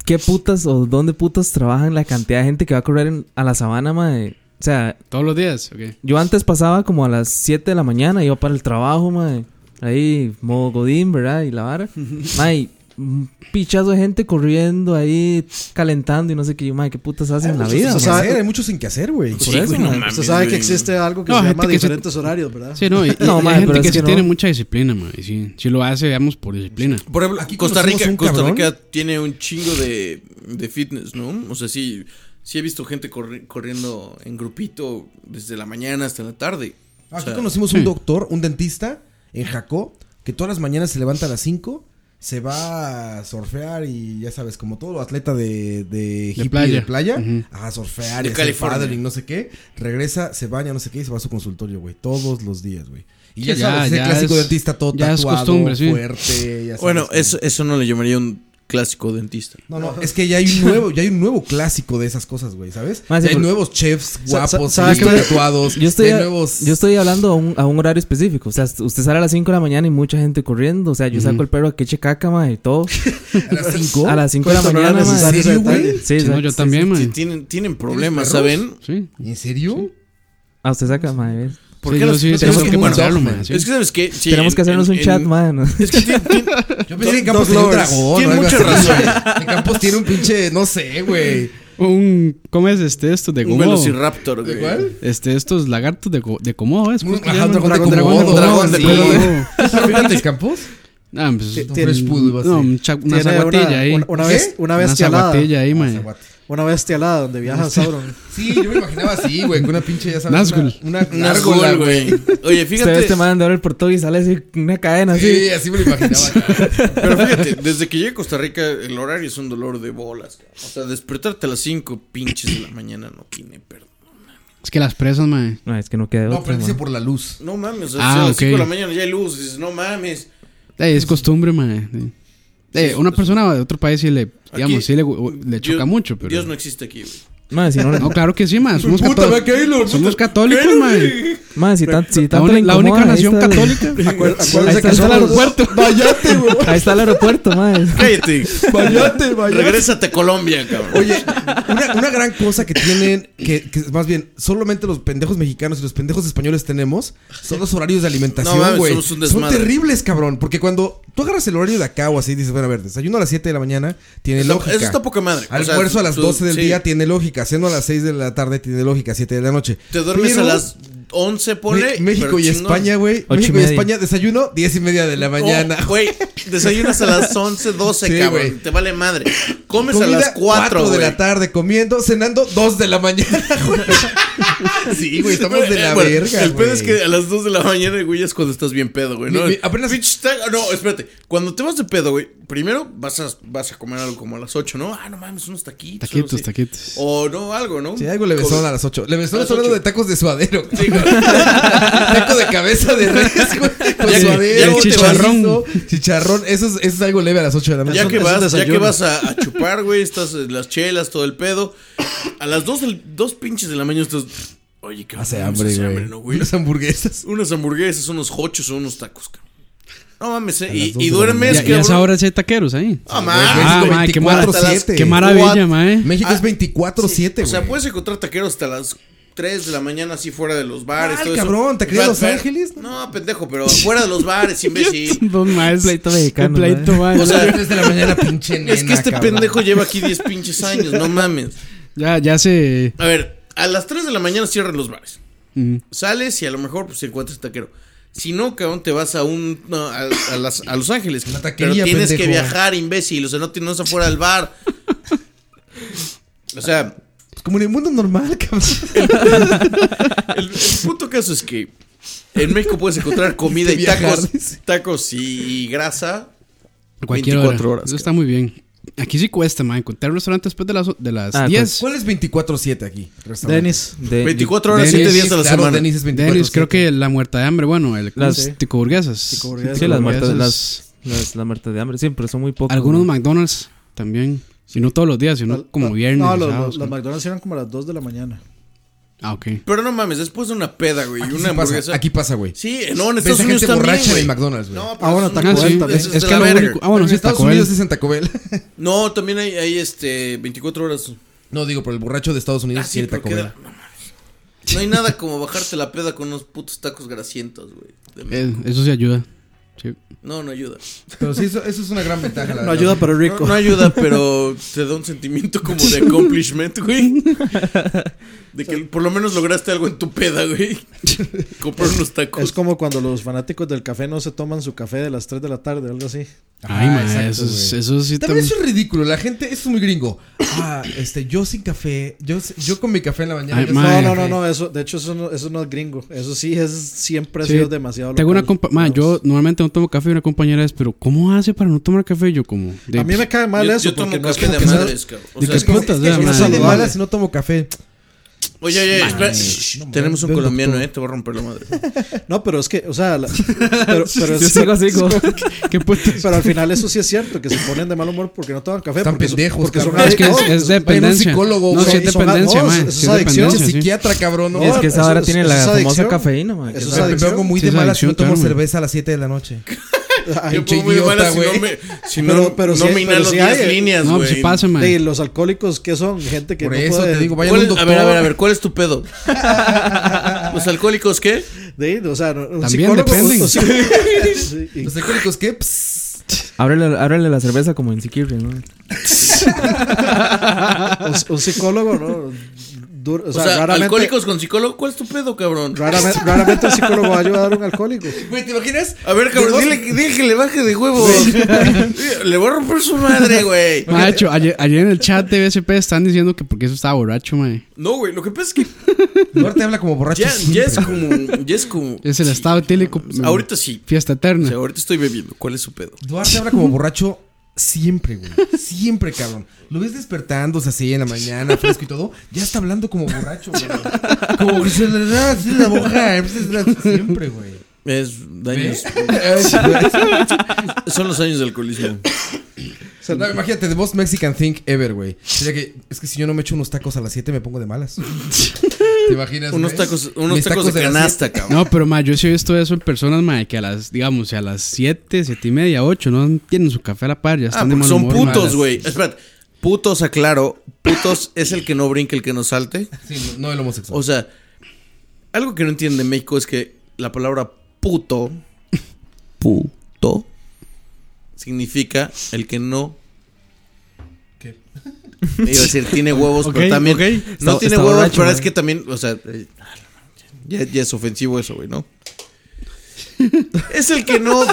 Speaker 5: qué putas o dónde putas trabajan la cantidad de gente que va a correr en- a la sabana, mae. O sea,
Speaker 3: Todos los días, ok.
Speaker 5: yo antes pasaba como a las 7 de la mañana, iba para el trabajo, mae. Ahí, modo Godín, ¿verdad? Y la vara. Mae, un pichazo de gente corriendo ahí, calentando y no sé qué. Yo, Mae, qué putas hacen en la vida,
Speaker 2: Sin
Speaker 6: o
Speaker 5: mae?
Speaker 6: sea,
Speaker 2: hacer, hay muchos sin que hacer, güey.
Speaker 6: Pues
Speaker 5: Por eso,
Speaker 4: güey, no
Speaker 5: mae.
Speaker 4: mames,
Speaker 6: Usted sabe que
Speaker 4: güey.
Speaker 6: existe algo que
Speaker 3: No,
Speaker 6: se
Speaker 3: gente
Speaker 6: llama
Speaker 3: que se-
Speaker 6: diferentes horarios, ¿verdad?
Speaker 3: Sí, no, y, y
Speaker 5: No,
Speaker 3: hay
Speaker 5: mae,
Speaker 3: gente
Speaker 5: pero
Speaker 3: que,
Speaker 5: es que
Speaker 3: sí
Speaker 5: no.
Speaker 3: tiene mucha disciplina, mae. y Sí, sí lo hace, digamos, por disciplina.
Speaker 4: Por ejemplo,
Speaker 2: Aquí
Speaker 4: Costa
Speaker 2: conocimos
Speaker 4: Rica,
Speaker 2: un
Speaker 4: Costa
Speaker 2: cabrón.
Speaker 4: Rica tiene un chingo de, de fitness, ¿no? O sea, sí, sí he visto gente corri- corriendo en grupito desde la mañana hasta la tarde. O
Speaker 2: Aquí
Speaker 4: sea,
Speaker 2: conocimos un doctor, un dentista en Jacó, que todas las mañanas se levanta a las 5, se va a surfear y ya sabes, como todo atleta de, de, hippie
Speaker 3: playa.
Speaker 2: de playa
Speaker 3: Ujú.
Speaker 2: a surfear
Speaker 4: De
Speaker 2: y hacer
Speaker 4: California.
Speaker 2: paddling, no sé qué, regresa, se baña, no sé qué, y se va a su consultorio, güey, todos los días, güey. Y ya,
Speaker 3: Sí, ya-
Speaker 2: sabes, ese
Speaker 3: ya
Speaker 2: clásico
Speaker 3: es-
Speaker 2: dentista todo
Speaker 3: ya es
Speaker 2: tatuado,
Speaker 3: costumbre, sí.
Speaker 2: fuerte, ya sabes,
Speaker 4: bueno,
Speaker 2: como-
Speaker 4: eso, eso no le llamaría un clásico dentista.
Speaker 2: No, no, es que ya hay un nuevo, ya hay un nuevo clásico de esas cosas, güey, ¿sabes?
Speaker 5: Más
Speaker 2: Ya hay
Speaker 5: por-
Speaker 2: nuevos chefs
Speaker 6: Sa- sa-
Speaker 2: guapos,
Speaker 6: ¿sabe
Speaker 2: listos,
Speaker 6: qué me-
Speaker 2: tatuados,
Speaker 5: Yo estoy,
Speaker 2: de
Speaker 5: a-
Speaker 2: nuevos...
Speaker 5: yo estoy hablando a un, a un horario específico. O sea, usted sale a las 5 de la mañana y mucha gente corriendo. O sea, yo saco el perro a que eche caca, mae, y todo.
Speaker 2: a las 5.
Speaker 5: A las 5 de la
Speaker 6: Cuesta, no era
Speaker 5: mañana, mae.
Speaker 6: necesario ese
Speaker 5: Sí, güey.
Speaker 6: detalle.
Speaker 5: Sí,
Speaker 3: Sí, no, yo
Speaker 5: sí,
Speaker 3: también, mae.
Speaker 4: Sí, tienen, tienen problemas, ¿saben?
Speaker 3: Sí.
Speaker 2: ¿En serio?
Speaker 5: sí. Ah, usted saca, mae.
Speaker 4: ¿Por
Speaker 3: Sí,
Speaker 4: qué
Speaker 3: yo
Speaker 4: los-
Speaker 3: sí
Speaker 4: tenemos
Speaker 3: tengo
Speaker 4: que
Speaker 3: que
Speaker 4: mandar-
Speaker 3: pensarlo, mae, sí.
Speaker 4: Es que, ¿sabes qué? Sí,
Speaker 5: Tenemos que
Speaker 4: en-
Speaker 5: hacernos un
Speaker 4: en-
Speaker 5: chat, mae. ¿no?
Speaker 4: Es que tiene- tiene-
Speaker 2: Yo pensé que Campos tiene un dragón.
Speaker 4: Tiene
Speaker 2: o algo
Speaker 4: mucha
Speaker 2: así,
Speaker 4: razón.
Speaker 2: güey. Que Campos tiene un pinche, no sé, güey.
Speaker 3: Un, ¿Cómo es este esto de
Speaker 4: un
Speaker 3: Komodo?
Speaker 4: velociraptor, güey.
Speaker 2: ¿Cuál?
Speaker 3: Este, estos lagartos de, co- de Komodo, ¿es?
Speaker 2: Un-
Speaker 3: ¿Cómo se
Speaker 2: ajá,
Speaker 3: llaman?
Speaker 2: dragón de Komodo,
Speaker 4: dragón de
Speaker 3: sí.
Speaker 4: Komodo.
Speaker 3: <laughs>
Speaker 2: ¿Fíjate, Campos?
Speaker 3: Ah, pues,
Speaker 6: Tiene-
Speaker 3: tiene-
Speaker 2: fresh poodle, va a
Speaker 3: no,
Speaker 2: ser.
Speaker 3: un cha- una
Speaker 6: Tiene
Speaker 3: zaguatilla ahí.
Speaker 6: Una, una
Speaker 2: ¿Qué?
Speaker 6: bes- una
Speaker 3: Una
Speaker 6: bestia alada.
Speaker 3: zaguatilla ahí, mae.
Speaker 2: Zaguate.
Speaker 6: Una bestia alada donde viaja Sauron.
Speaker 2: Sí, yo me imaginaba así, güey. Con una pinche, ya sabes.
Speaker 3: <laughs> Nazgul.
Speaker 2: Una, una,
Speaker 4: Un
Speaker 2: una
Speaker 4: árbol,
Speaker 2: gárgola, güey.
Speaker 4: güey. Oye,
Speaker 5: Usted ve
Speaker 4: fíjate.
Speaker 5: este mae de abre el portón y sale así una cadena así.
Speaker 2: Sí, así me
Speaker 4: <laughs>
Speaker 2: lo
Speaker 5: <laughs>
Speaker 2: imaginaba. cara.
Speaker 4: Pero fíjate, desde que llegué a Costa Rica, el horario es un dolor de bolas. cabrón. O sea, despertarte a las 5 pinches de la mañana no tiene perdón.
Speaker 3: Es que las presas, mae.
Speaker 5: Mae, es que no queda
Speaker 2: No,
Speaker 5: otra,
Speaker 2: pero dice
Speaker 5: mae.
Speaker 2: por la luz.
Speaker 4: No mames, o sea,
Speaker 3: Ah,
Speaker 4: a las
Speaker 3: ok.
Speaker 4: 5 de la mañana ya hay luz. y dices, no mames.
Speaker 3: Eh, es costumbre, mae. Eh, eh, una persona de otro país sí le, digamos,
Speaker 4: Aquí-
Speaker 3: sí le, gu- le choca
Speaker 4: Dios-
Speaker 3: mucho, pero...
Speaker 4: Dios no existe aquí, güey.
Speaker 5: Mae, si no-
Speaker 3: No, claro que sí, mae. Somos,
Speaker 2: Puta,
Speaker 3: cató-
Speaker 2: vea, Keylor,
Speaker 3: somos
Speaker 2: puta,
Speaker 3: católicos, mae.
Speaker 5: mae, si tan- si
Speaker 3: La,
Speaker 5: tanto le
Speaker 3: uni- la única
Speaker 5: incomoda, ahí
Speaker 3: nación
Speaker 5: está
Speaker 4: <laughs>
Speaker 5: el- <laughs>
Speaker 3: católica.
Speaker 6: Acuer-
Speaker 5: Ahí
Speaker 6: Acuérdense
Speaker 5: está
Speaker 6: que
Speaker 5: el
Speaker 6: somos-
Speaker 5: aeropuerto.
Speaker 2: ¡Váyate, güey!
Speaker 5: Ahí está
Speaker 4: <laughs>
Speaker 5: el aeropuerto, mae.
Speaker 4: Cállate.
Speaker 2: ¡Váyate, váyate!
Speaker 4: Regrésate a Colombia, cabrón.
Speaker 2: Oye, una, una gran cosa que tienen, que, que más bien solamente los pendejos mexicanos y los pendejos españoles tenemos, son los horarios de
Speaker 4: No
Speaker 2: alimentación,
Speaker 4: mames,
Speaker 2: güey.
Speaker 4: somos un
Speaker 2: son
Speaker 4: desmadre.
Speaker 2: terribles, cabrón. Porque cuando tú agarras el horario de acá o así, dices, bueno, a ver, desayuno a las 7 de la mañana, tiene
Speaker 4: Eso-
Speaker 2: lógica.
Speaker 4: eso está poca madre. O sea,
Speaker 2: Almuerzo a las
Speaker 4: tú-
Speaker 2: 12 del
Speaker 4: sí.
Speaker 2: día tiene lógica. Ceno a las 6 de la tarde tiene lógica. 7 de la noche.
Speaker 4: Te duermes
Speaker 2: Pero-
Speaker 4: a las 11,
Speaker 2: Me-
Speaker 4: pone.
Speaker 2: México
Speaker 4: pero
Speaker 2: y
Speaker 4: chingón.
Speaker 2: España, güey.
Speaker 5: Ocho y
Speaker 2: México y,
Speaker 5: media.
Speaker 2: España, desayuno, 10 y media de la
Speaker 4: Oh,
Speaker 2: mañana.
Speaker 4: Güey, desayunas a las 11, 12,
Speaker 2: Sí,
Speaker 4: cabrón.
Speaker 2: güey.
Speaker 4: Te vale madre. Comes
Speaker 2: Comida,
Speaker 4: a las 4,
Speaker 2: cuatro
Speaker 4: güey.
Speaker 2: de la tarde comiendo, cenando 2 de la mañana, güey.
Speaker 4: <laughs>
Speaker 2: Sí, güey, estamos de la
Speaker 4: Eh, bueno,
Speaker 2: verga.
Speaker 4: El pedo
Speaker 2: güey.
Speaker 4: es que a las 2 de la mañana, güey, es cuando estás bien pedo, güey.
Speaker 2: Mi-
Speaker 4: ¿no?
Speaker 2: mi- apenas-
Speaker 4: Pinche ta- no, espérate. Cuando te vas de pedo, güey, primero vas a, vas a comer algo como a las 8, ¿no? Ah, no mames, unos taquitos.
Speaker 3: Taquitos,
Speaker 4: algo así.
Speaker 3: taquitos.
Speaker 4: O no, algo, ¿no?
Speaker 2: Sí, algo le besaron a las 8. Le besaron hablando
Speaker 4: ocho.
Speaker 2: de tacos de suadero.
Speaker 4: Sí, güey.
Speaker 2: Taco de <laughs> cabeza de res, güey.
Speaker 4: <laughs>
Speaker 2: Con
Speaker 4: Ya que-
Speaker 2: suadero,
Speaker 4: ya que
Speaker 3: chicharrón.
Speaker 2: chorizo, Chicharrón. Eso es, eso es algo leve a las 8 de la
Speaker 4: <laughs>
Speaker 2: mañana.
Speaker 4: Ya que,
Speaker 6: es un
Speaker 4: vas, ya
Speaker 6: desayuno.
Speaker 4: que vas a, a chupar, güey, estas eh, las chelas, todo el pedo. A las dos, del- dos pinches de la mañana estás. Oye, qué
Speaker 2: Hace
Speaker 4: mames,
Speaker 2: hambre,
Speaker 4: hace
Speaker 2: güey.
Speaker 4: hambre, ¿no, güey?
Speaker 2: Las hamburguesas.
Speaker 4: Unas hamburguesas, unos hochos o unos tacos, cabrón. No mames, eh.
Speaker 2: las
Speaker 4: Y,
Speaker 2: dos
Speaker 4: y
Speaker 2: de la
Speaker 4: duermes,
Speaker 2: mañana.
Speaker 3: Ya,
Speaker 4: cabrón.
Speaker 3: ya es ahora si hay taqueros ahí.
Speaker 4: Ah, mames.
Speaker 3: Ah,
Speaker 2: México
Speaker 3: mae, qué, mara-
Speaker 2: 24/7.
Speaker 3: qué eh. maravilla,
Speaker 4: What?
Speaker 3: mae.
Speaker 2: México es
Speaker 4: Ah,
Speaker 2: 24-7, güey.
Speaker 4: O sea, puedes encontrar taqueros hasta las 3 de la mañana así fuera de los bares.
Speaker 2: Mal,
Speaker 4: todo eso.
Speaker 2: cabrón, ¿taquería de Los
Speaker 4: Pero-
Speaker 2: Ángeles?
Speaker 4: No, pendejo, pero fuera de los
Speaker 3: <laughs>
Speaker 4: bares, imbécil.
Speaker 3: Dos maes.
Speaker 5: pleito mexicano,
Speaker 3: Un pleito,
Speaker 5: mae.
Speaker 3: mae.
Speaker 4: O
Speaker 3: <laughs>
Speaker 4: sea,
Speaker 2: 3 de la mañana, pinche nena,
Speaker 4: es que este
Speaker 2: cabrón.
Speaker 4: pendejo lleva aquí 10 pinches años, no mames.
Speaker 3: Ya, ya se.
Speaker 4: A ver, a las 3 de la mañana cierran los bares.
Speaker 3: Mm.
Speaker 4: Sales y a lo mejor pues encuentras taquero. Si no, cabrón, te vas a un no, a, a las- a Los Ángeles.
Speaker 2: Una
Speaker 4: pero
Speaker 2: taquería,
Speaker 4: tienes que
Speaker 2: pendejo.
Speaker 4: viajar, imbécil. O sea, no tienes afuera del
Speaker 2: <laughs>
Speaker 4: bar. O sea,
Speaker 2: Pues Como en el mundo normal, cabrón.
Speaker 4: El, el punto caso es que en México puedes
Speaker 2: <laughs>
Speaker 4: encontrar comida y
Speaker 2: Viajar,
Speaker 4: tacos,
Speaker 2: dice.
Speaker 4: tacos y grasa.
Speaker 3: A cualquier
Speaker 4: 24
Speaker 3: hora.
Speaker 4: horas,
Speaker 3: Eso está muy bien. Aquí sí cuesta, mae. Encontrar restaurantes después de las, de las
Speaker 5: Ah,
Speaker 3: 10.
Speaker 2: ¿Cuál es 24-7 aquí? Restaurante.
Speaker 6: Denis.
Speaker 5: De-
Speaker 4: 24 horas,
Speaker 3: Denis,
Speaker 4: 7 días a la
Speaker 2: claro,
Speaker 4: semana.
Speaker 2: Denis es 24
Speaker 3: Dennis, creo que la muerta de hambre, bueno, el,
Speaker 5: Las-
Speaker 3: las tico burguesas.
Speaker 6: Ticoburguesas.
Speaker 5: Sí, las muertas,
Speaker 3: Hamburguesas.
Speaker 5: las, las, las muertas de hambre, siempre son muy pocas.
Speaker 3: Algunos
Speaker 5: mae.
Speaker 3: McDonald's también. Y no todos los días, sino como
Speaker 6: No,
Speaker 3: viernes.
Speaker 6: No,
Speaker 3: o
Speaker 6: los,
Speaker 3: sábados,
Speaker 6: los- los
Speaker 3: ¿no?
Speaker 6: McDonald's eran como a las 2 de la mañana.
Speaker 3: Ah, ok.
Speaker 4: Pero no mames, después de una peda, güey, y
Speaker 2: Aquí
Speaker 4: una
Speaker 2: sí pasa,
Speaker 4: hamburguesa.
Speaker 2: aquí pasa, güey.
Speaker 4: Sí, no, en
Speaker 2: Ves
Speaker 4: Estados
Speaker 2: a
Speaker 4: Unidos
Speaker 2: gente
Speaker 4: también,
Speaker 2: borracha
Speaker 4: güey.
Speaker 2: en McDonald's, güey.
Speaker 4: No,
Speaker 6: Ah, bueno,
Speaker 4: Taco
Speaker 6: Taco Bell
Speaker 3: sí,
Speaker 6: también.
Speaker 3: es,
Speaker 4: Eso es
Speaker 3: es
Speaker 4: de
Speaker 3: que
Speaker 4: la
Speaker 3: lo
Speaker 4: verga.
Speaker 3: único. Ah, bueno,
Speaker 2: en
Speaker 3: sí,
Speaker 2: Estados
Speaker 3: Taco Bell.
Speaker 2: Unidos es en Taco Bell.
Speaker 4: No, también hay, hay, este 24 horas.
Speaker 2: no, digo, pero el borracho de Estados Unidos
Speaker 4: Ah, sí,
Speaker 2: tiene
Speaker 4: pero
Speaker 2: Taco
Speaker 4: queda-
Speaker 2: Bell.
Speaker 4: no mames. No hay nada como bajarte la peda con unos putos tacos grasientos, güey. de
Speaker 3: Eh,
Speaker 4: México.
Speaker 3: Eso sí ayuda. Sí.
Speaker 4: No, no ayuda.
Speaker 2: Pero sí, eso, eso es una gran ventaja.
Speaker 6: No
Speaker 2: La verdad.
Speaker 6: ayuda, pero es
Speaker 4: No,
Speaker 6: rico.
Speaker 4: no ayuda, pero te da un sentimiento como de accomplishment, güey. De que por lo menos lograste algo en tu peda, güey. <laughs> Comprar unos tacos.
Speaker 6: Es como cuando los fanáticos del café no se toman su café de las 3 de la tarde, algo así.
Speaker 2: Ah,
Speaker 3: Ay, mae,
Speaker 2: exacto,
Speaker 3: eso, es-
Speaker 2: güey.
Speaker 3: eso sí
Speaker 2: También
Speaker 3: tam-
Speaker 2: eso es ridículo. La gente eso es muy gringo. Ah, este, yo sin café. Yo, yo con mi café en la mañana.
Speaker 3: Ay,
Speaker 2: yo sin
Speaker 3: mae.
Speaker 2: café.
Speaker 6: No, no, no, no, eso, de hecho eso no, eso no es gringo. Eso sí es siempre ha
Speaker 3: Sí.
Speaker 6: sido demasiado
Speaker 3: Tengo
Speaker 6: local.
Speaker 3: una compa ma, yo normalmente no tomo café y una compañera es, pero ¿cómo hace para no tomar café? Yo como... de- pues,
Speaker 6: A mí me cae mal
Speaker 4: yo,
Speaker 6: eso
Speaker 4: yo tomo
Speaker 6: porque no es
Speaker 4: café
Speaker 6: como
Speaker 4: de
Speaker 6: que sea-
Speaker 4: madres, cabrón. O
Speaker 3: ¿De
Speaker 4: sea,
Speaker 3: qué
Speaker 4: es como-
Speaker 3: putas?
Speaker 2: Es
Speaker 3: de
Speaker 2: que
Speaker 3: la
Speaker 2: no
Speaker 3: madre.
Speaker 2: soy de
Speaker 6: saludable.
Speaker 2: malas si no tomo café.
Speaker 4: Oye, oye, espera.
Speaker 2: no mames,
Speaker 4: Tenemos un
Speaker 2: ve al
Speaker 4: colombiano, eh. Te va a romper la madre.
Speaker 6: <laughs> No, pero es que, o sea,
Speaker 3: <laughs>
Speaker 6: la- pero, pero es-
Speaker 5: Yo sigo así,
Speaker 6: <laughs>
Speaker 5: como-
Speaker 3: ¿Qué putas?
Speaker 6: pero al final eso sí es cierto, que se ponen de mal humor porque no toman café.
Speaker 2: Están
Speaker 6: porque son-
Speaker 2: pendejos,
Speaker 6: porque son
Speaker 2: cabrón.
Speaker 3: Es que es,
Speaker 6: adictos.
Speaker 3: es
Speaker 2: Vayan a un
Speaker 3: dependencia.
Speaker 2: psicólogo,
Speaker 3: no,
Speaker 2: güey.
Speaker 3: sí es
Speaker 6: Son-
Speaker 3: dependencia,
Speaker 6: no,
Speaker 3: mae.
Speaker 6: eso
Speaker 3: Sí
Speaker 6: es
Speaker 3: es
Speaker 6: adicción.
Speaker 2: Pinche
Speaker 3: dependencia, sí.
Speaker 2: psiquiatra, cabrón. No,
Speaker 5: Es que esa
Speaker 6: eso
Speaker 5: hora
Speaker 6: es-
Speaker 5: tiene
Speaker 6: eso
Speaker 5: la
Speaker 6: es
Speaker 5: famosa
Speaker 6: adicción.
Speaker 5: cafeína, mae. que
Speaker 6: Eso
Speaker 5: es
Speaker 6: es
Speaker 5: la-
Speaker 2: me
Speaker 6: adicción.
Speaker 2: pongo muy
Speaker 3: Sí,
Speaker 2: de
Speaker 3: es
Speaker 2: malas si
Speaker 3: adicción,
Speaker 2: no tomo
Speaker 3: claro, güey.
Speaker 2: cerveza a las 7 de
Speaker 6: <laughs>
Speaker 2: la noche.
Speaker 6: Ay,
Speaker 4: Yo
Speaker 2: Pinche
Speaker 4: pongo muy
Speaker 2: idiota,
Speaker 4: mala si no
Speaker 2: güey.
Speaker 4: me. Si
Speaker 6: Pero-
Speaker 4: no,
Speaker 6: pero
Speaker 4: no
Speaker 6: sí hay-
Speaker 4: minas
Speaker 6: pero
Speaker 4: las
Speaker 6: sí
Speaker 4: 10
Speaker 6: hay- eh,
Speaker 4: líneas,
Speaker 3: No, pues
Speaker 4: güey.
Speaker 3: sí pasa, mae.
Speaker 6: de los alcohólicos que son gente que
Speaker 2: Por
Speaker 6: no
Speaker 2: eso
Speaker 6: puede,
Speaker 2: te digo, vayan a
Speaker 4: ¿Cuál
Speaker 2: un
Speaker 4: es-
Speaker 2: doctor.
Speaker 4: a ver, a ver, a ver, ¿cuál es tu pedo?
Speaker 2: Ah.
Speaker 4: ¿Los alcohólicos qué?
Speaker 6: de- o sea, no- un
Speaker 3: También
Speaker 6: psicólogo,
Speaker 3: dependen.
Speaker 6: o- o-
Speaker 2: <laughs>
Speaker 6: sí, y-
Speaker 2: Los alcohólicos, ¿qué? Psst.
Speaker 5: Ábrele, ábrele la cerveza como en Siquirri, ¿no?
Speaker 6: un, un psicólogo, ¿no? Dur- o
Speaker 4: O
Speaker 6: sea,
Speaker 4: sea,
Speaker 6: raramente,
Speaker 4: alcohólicos con psicólogo. ¿Cuál es tu pedo, cabrón?
Speaker 6: raramente, raramente el psicólogo va a ayudar a un alcohólico.
Speaker 2: Güey, ¿te imaginas?
Speaker 4: A ver, cabrón, dile, dile que le baje de huevos. le voy a romper su madre, güey.
Speaker 3: <laughs> Macho, ayer, ayer en el chat de BSP están diciendo que porque eso estaba borracho, mae.
Speaker 4: No, güey, lo que pasa es que
Speaker 2: Ahora te habla como borracho.
Speaker 4: ya, ya es
Speaker 2: siempre.
Speaker 4: como. Ya es como.
Speaker 3: Es el estado etílico.
Speaker 4: Ahorita sí.
Speaker 3: Fiesta
Speaker 4: O
Speaker 3: eterna.
Speaker 4: sea, ahorita estoy bebiendo. ¿Cuál es su pedo?
Speaker 2: Duarte habla como borracho siempre, güey. Siempre, cabrón. Lo ves despertándose así en la mañana, fresco y todo. Ya está hablando como borracho, güey. Como que se le da así la boca. Siempre, güey.
Speaker 4: Es daños.
Speaker 2: <laughs>
Speaker 4: <laughs> Son los años de alcoholismo.
Speaker 2: No, imagínate, the most Mexican thing ever, güey. Sería que, es que si yo no me echo unos tacos a las 7 me pongo de malas. ¿Te imaginas?
Speaker 4: Unos
Speaker 2: güey?
Speaker 4: tacos, unos
Speaker 2: Mis
Speaker 4: tacos, de
Speaker 2: las
Speaker 4: canasta, cabrón.
Speaker 3: No, pero ma, yo sí he visto eso en personas, ma, que a las, digamos, a las 7, 7 y media, 8, no tienen su café a la par, ya
Speaker 4: Ah,
Speaker 3: están de
Speaker 4: porque
Speaker 3: mal
Speaker 4: son
Speaker 3: humor,
Speaker 4: putos,
Speaker 3: ma.
Speaker 4: güey. Espérate. Putos, aclaro. Putos es el que no brinca, el que no salte.
Speaker 2: siete. Sí, no el homosexual.
Speaker 4: O sea, algo que no entiende México es que la palabra puto, puto, significa el que no.
Speaker 2: ¿Qué?
Speaker 4: <laughs> Iba a decir, tiene huevos, pero
Speaker 3: Ok,
Speaker 4: también.
Speaker 3: ok.
Speaker 4: No
Speaker 5: Está-
Speaker 4: tiene
Speaker 5: está
Speaker 4: huevos,
Speaker 5: borracho,
Speaker 4: pero
Speaker 5: güey.
Speaker 4: es que también. O sea, eh, ya, ya es ofensivo eso, güey, ¿no? es el que no.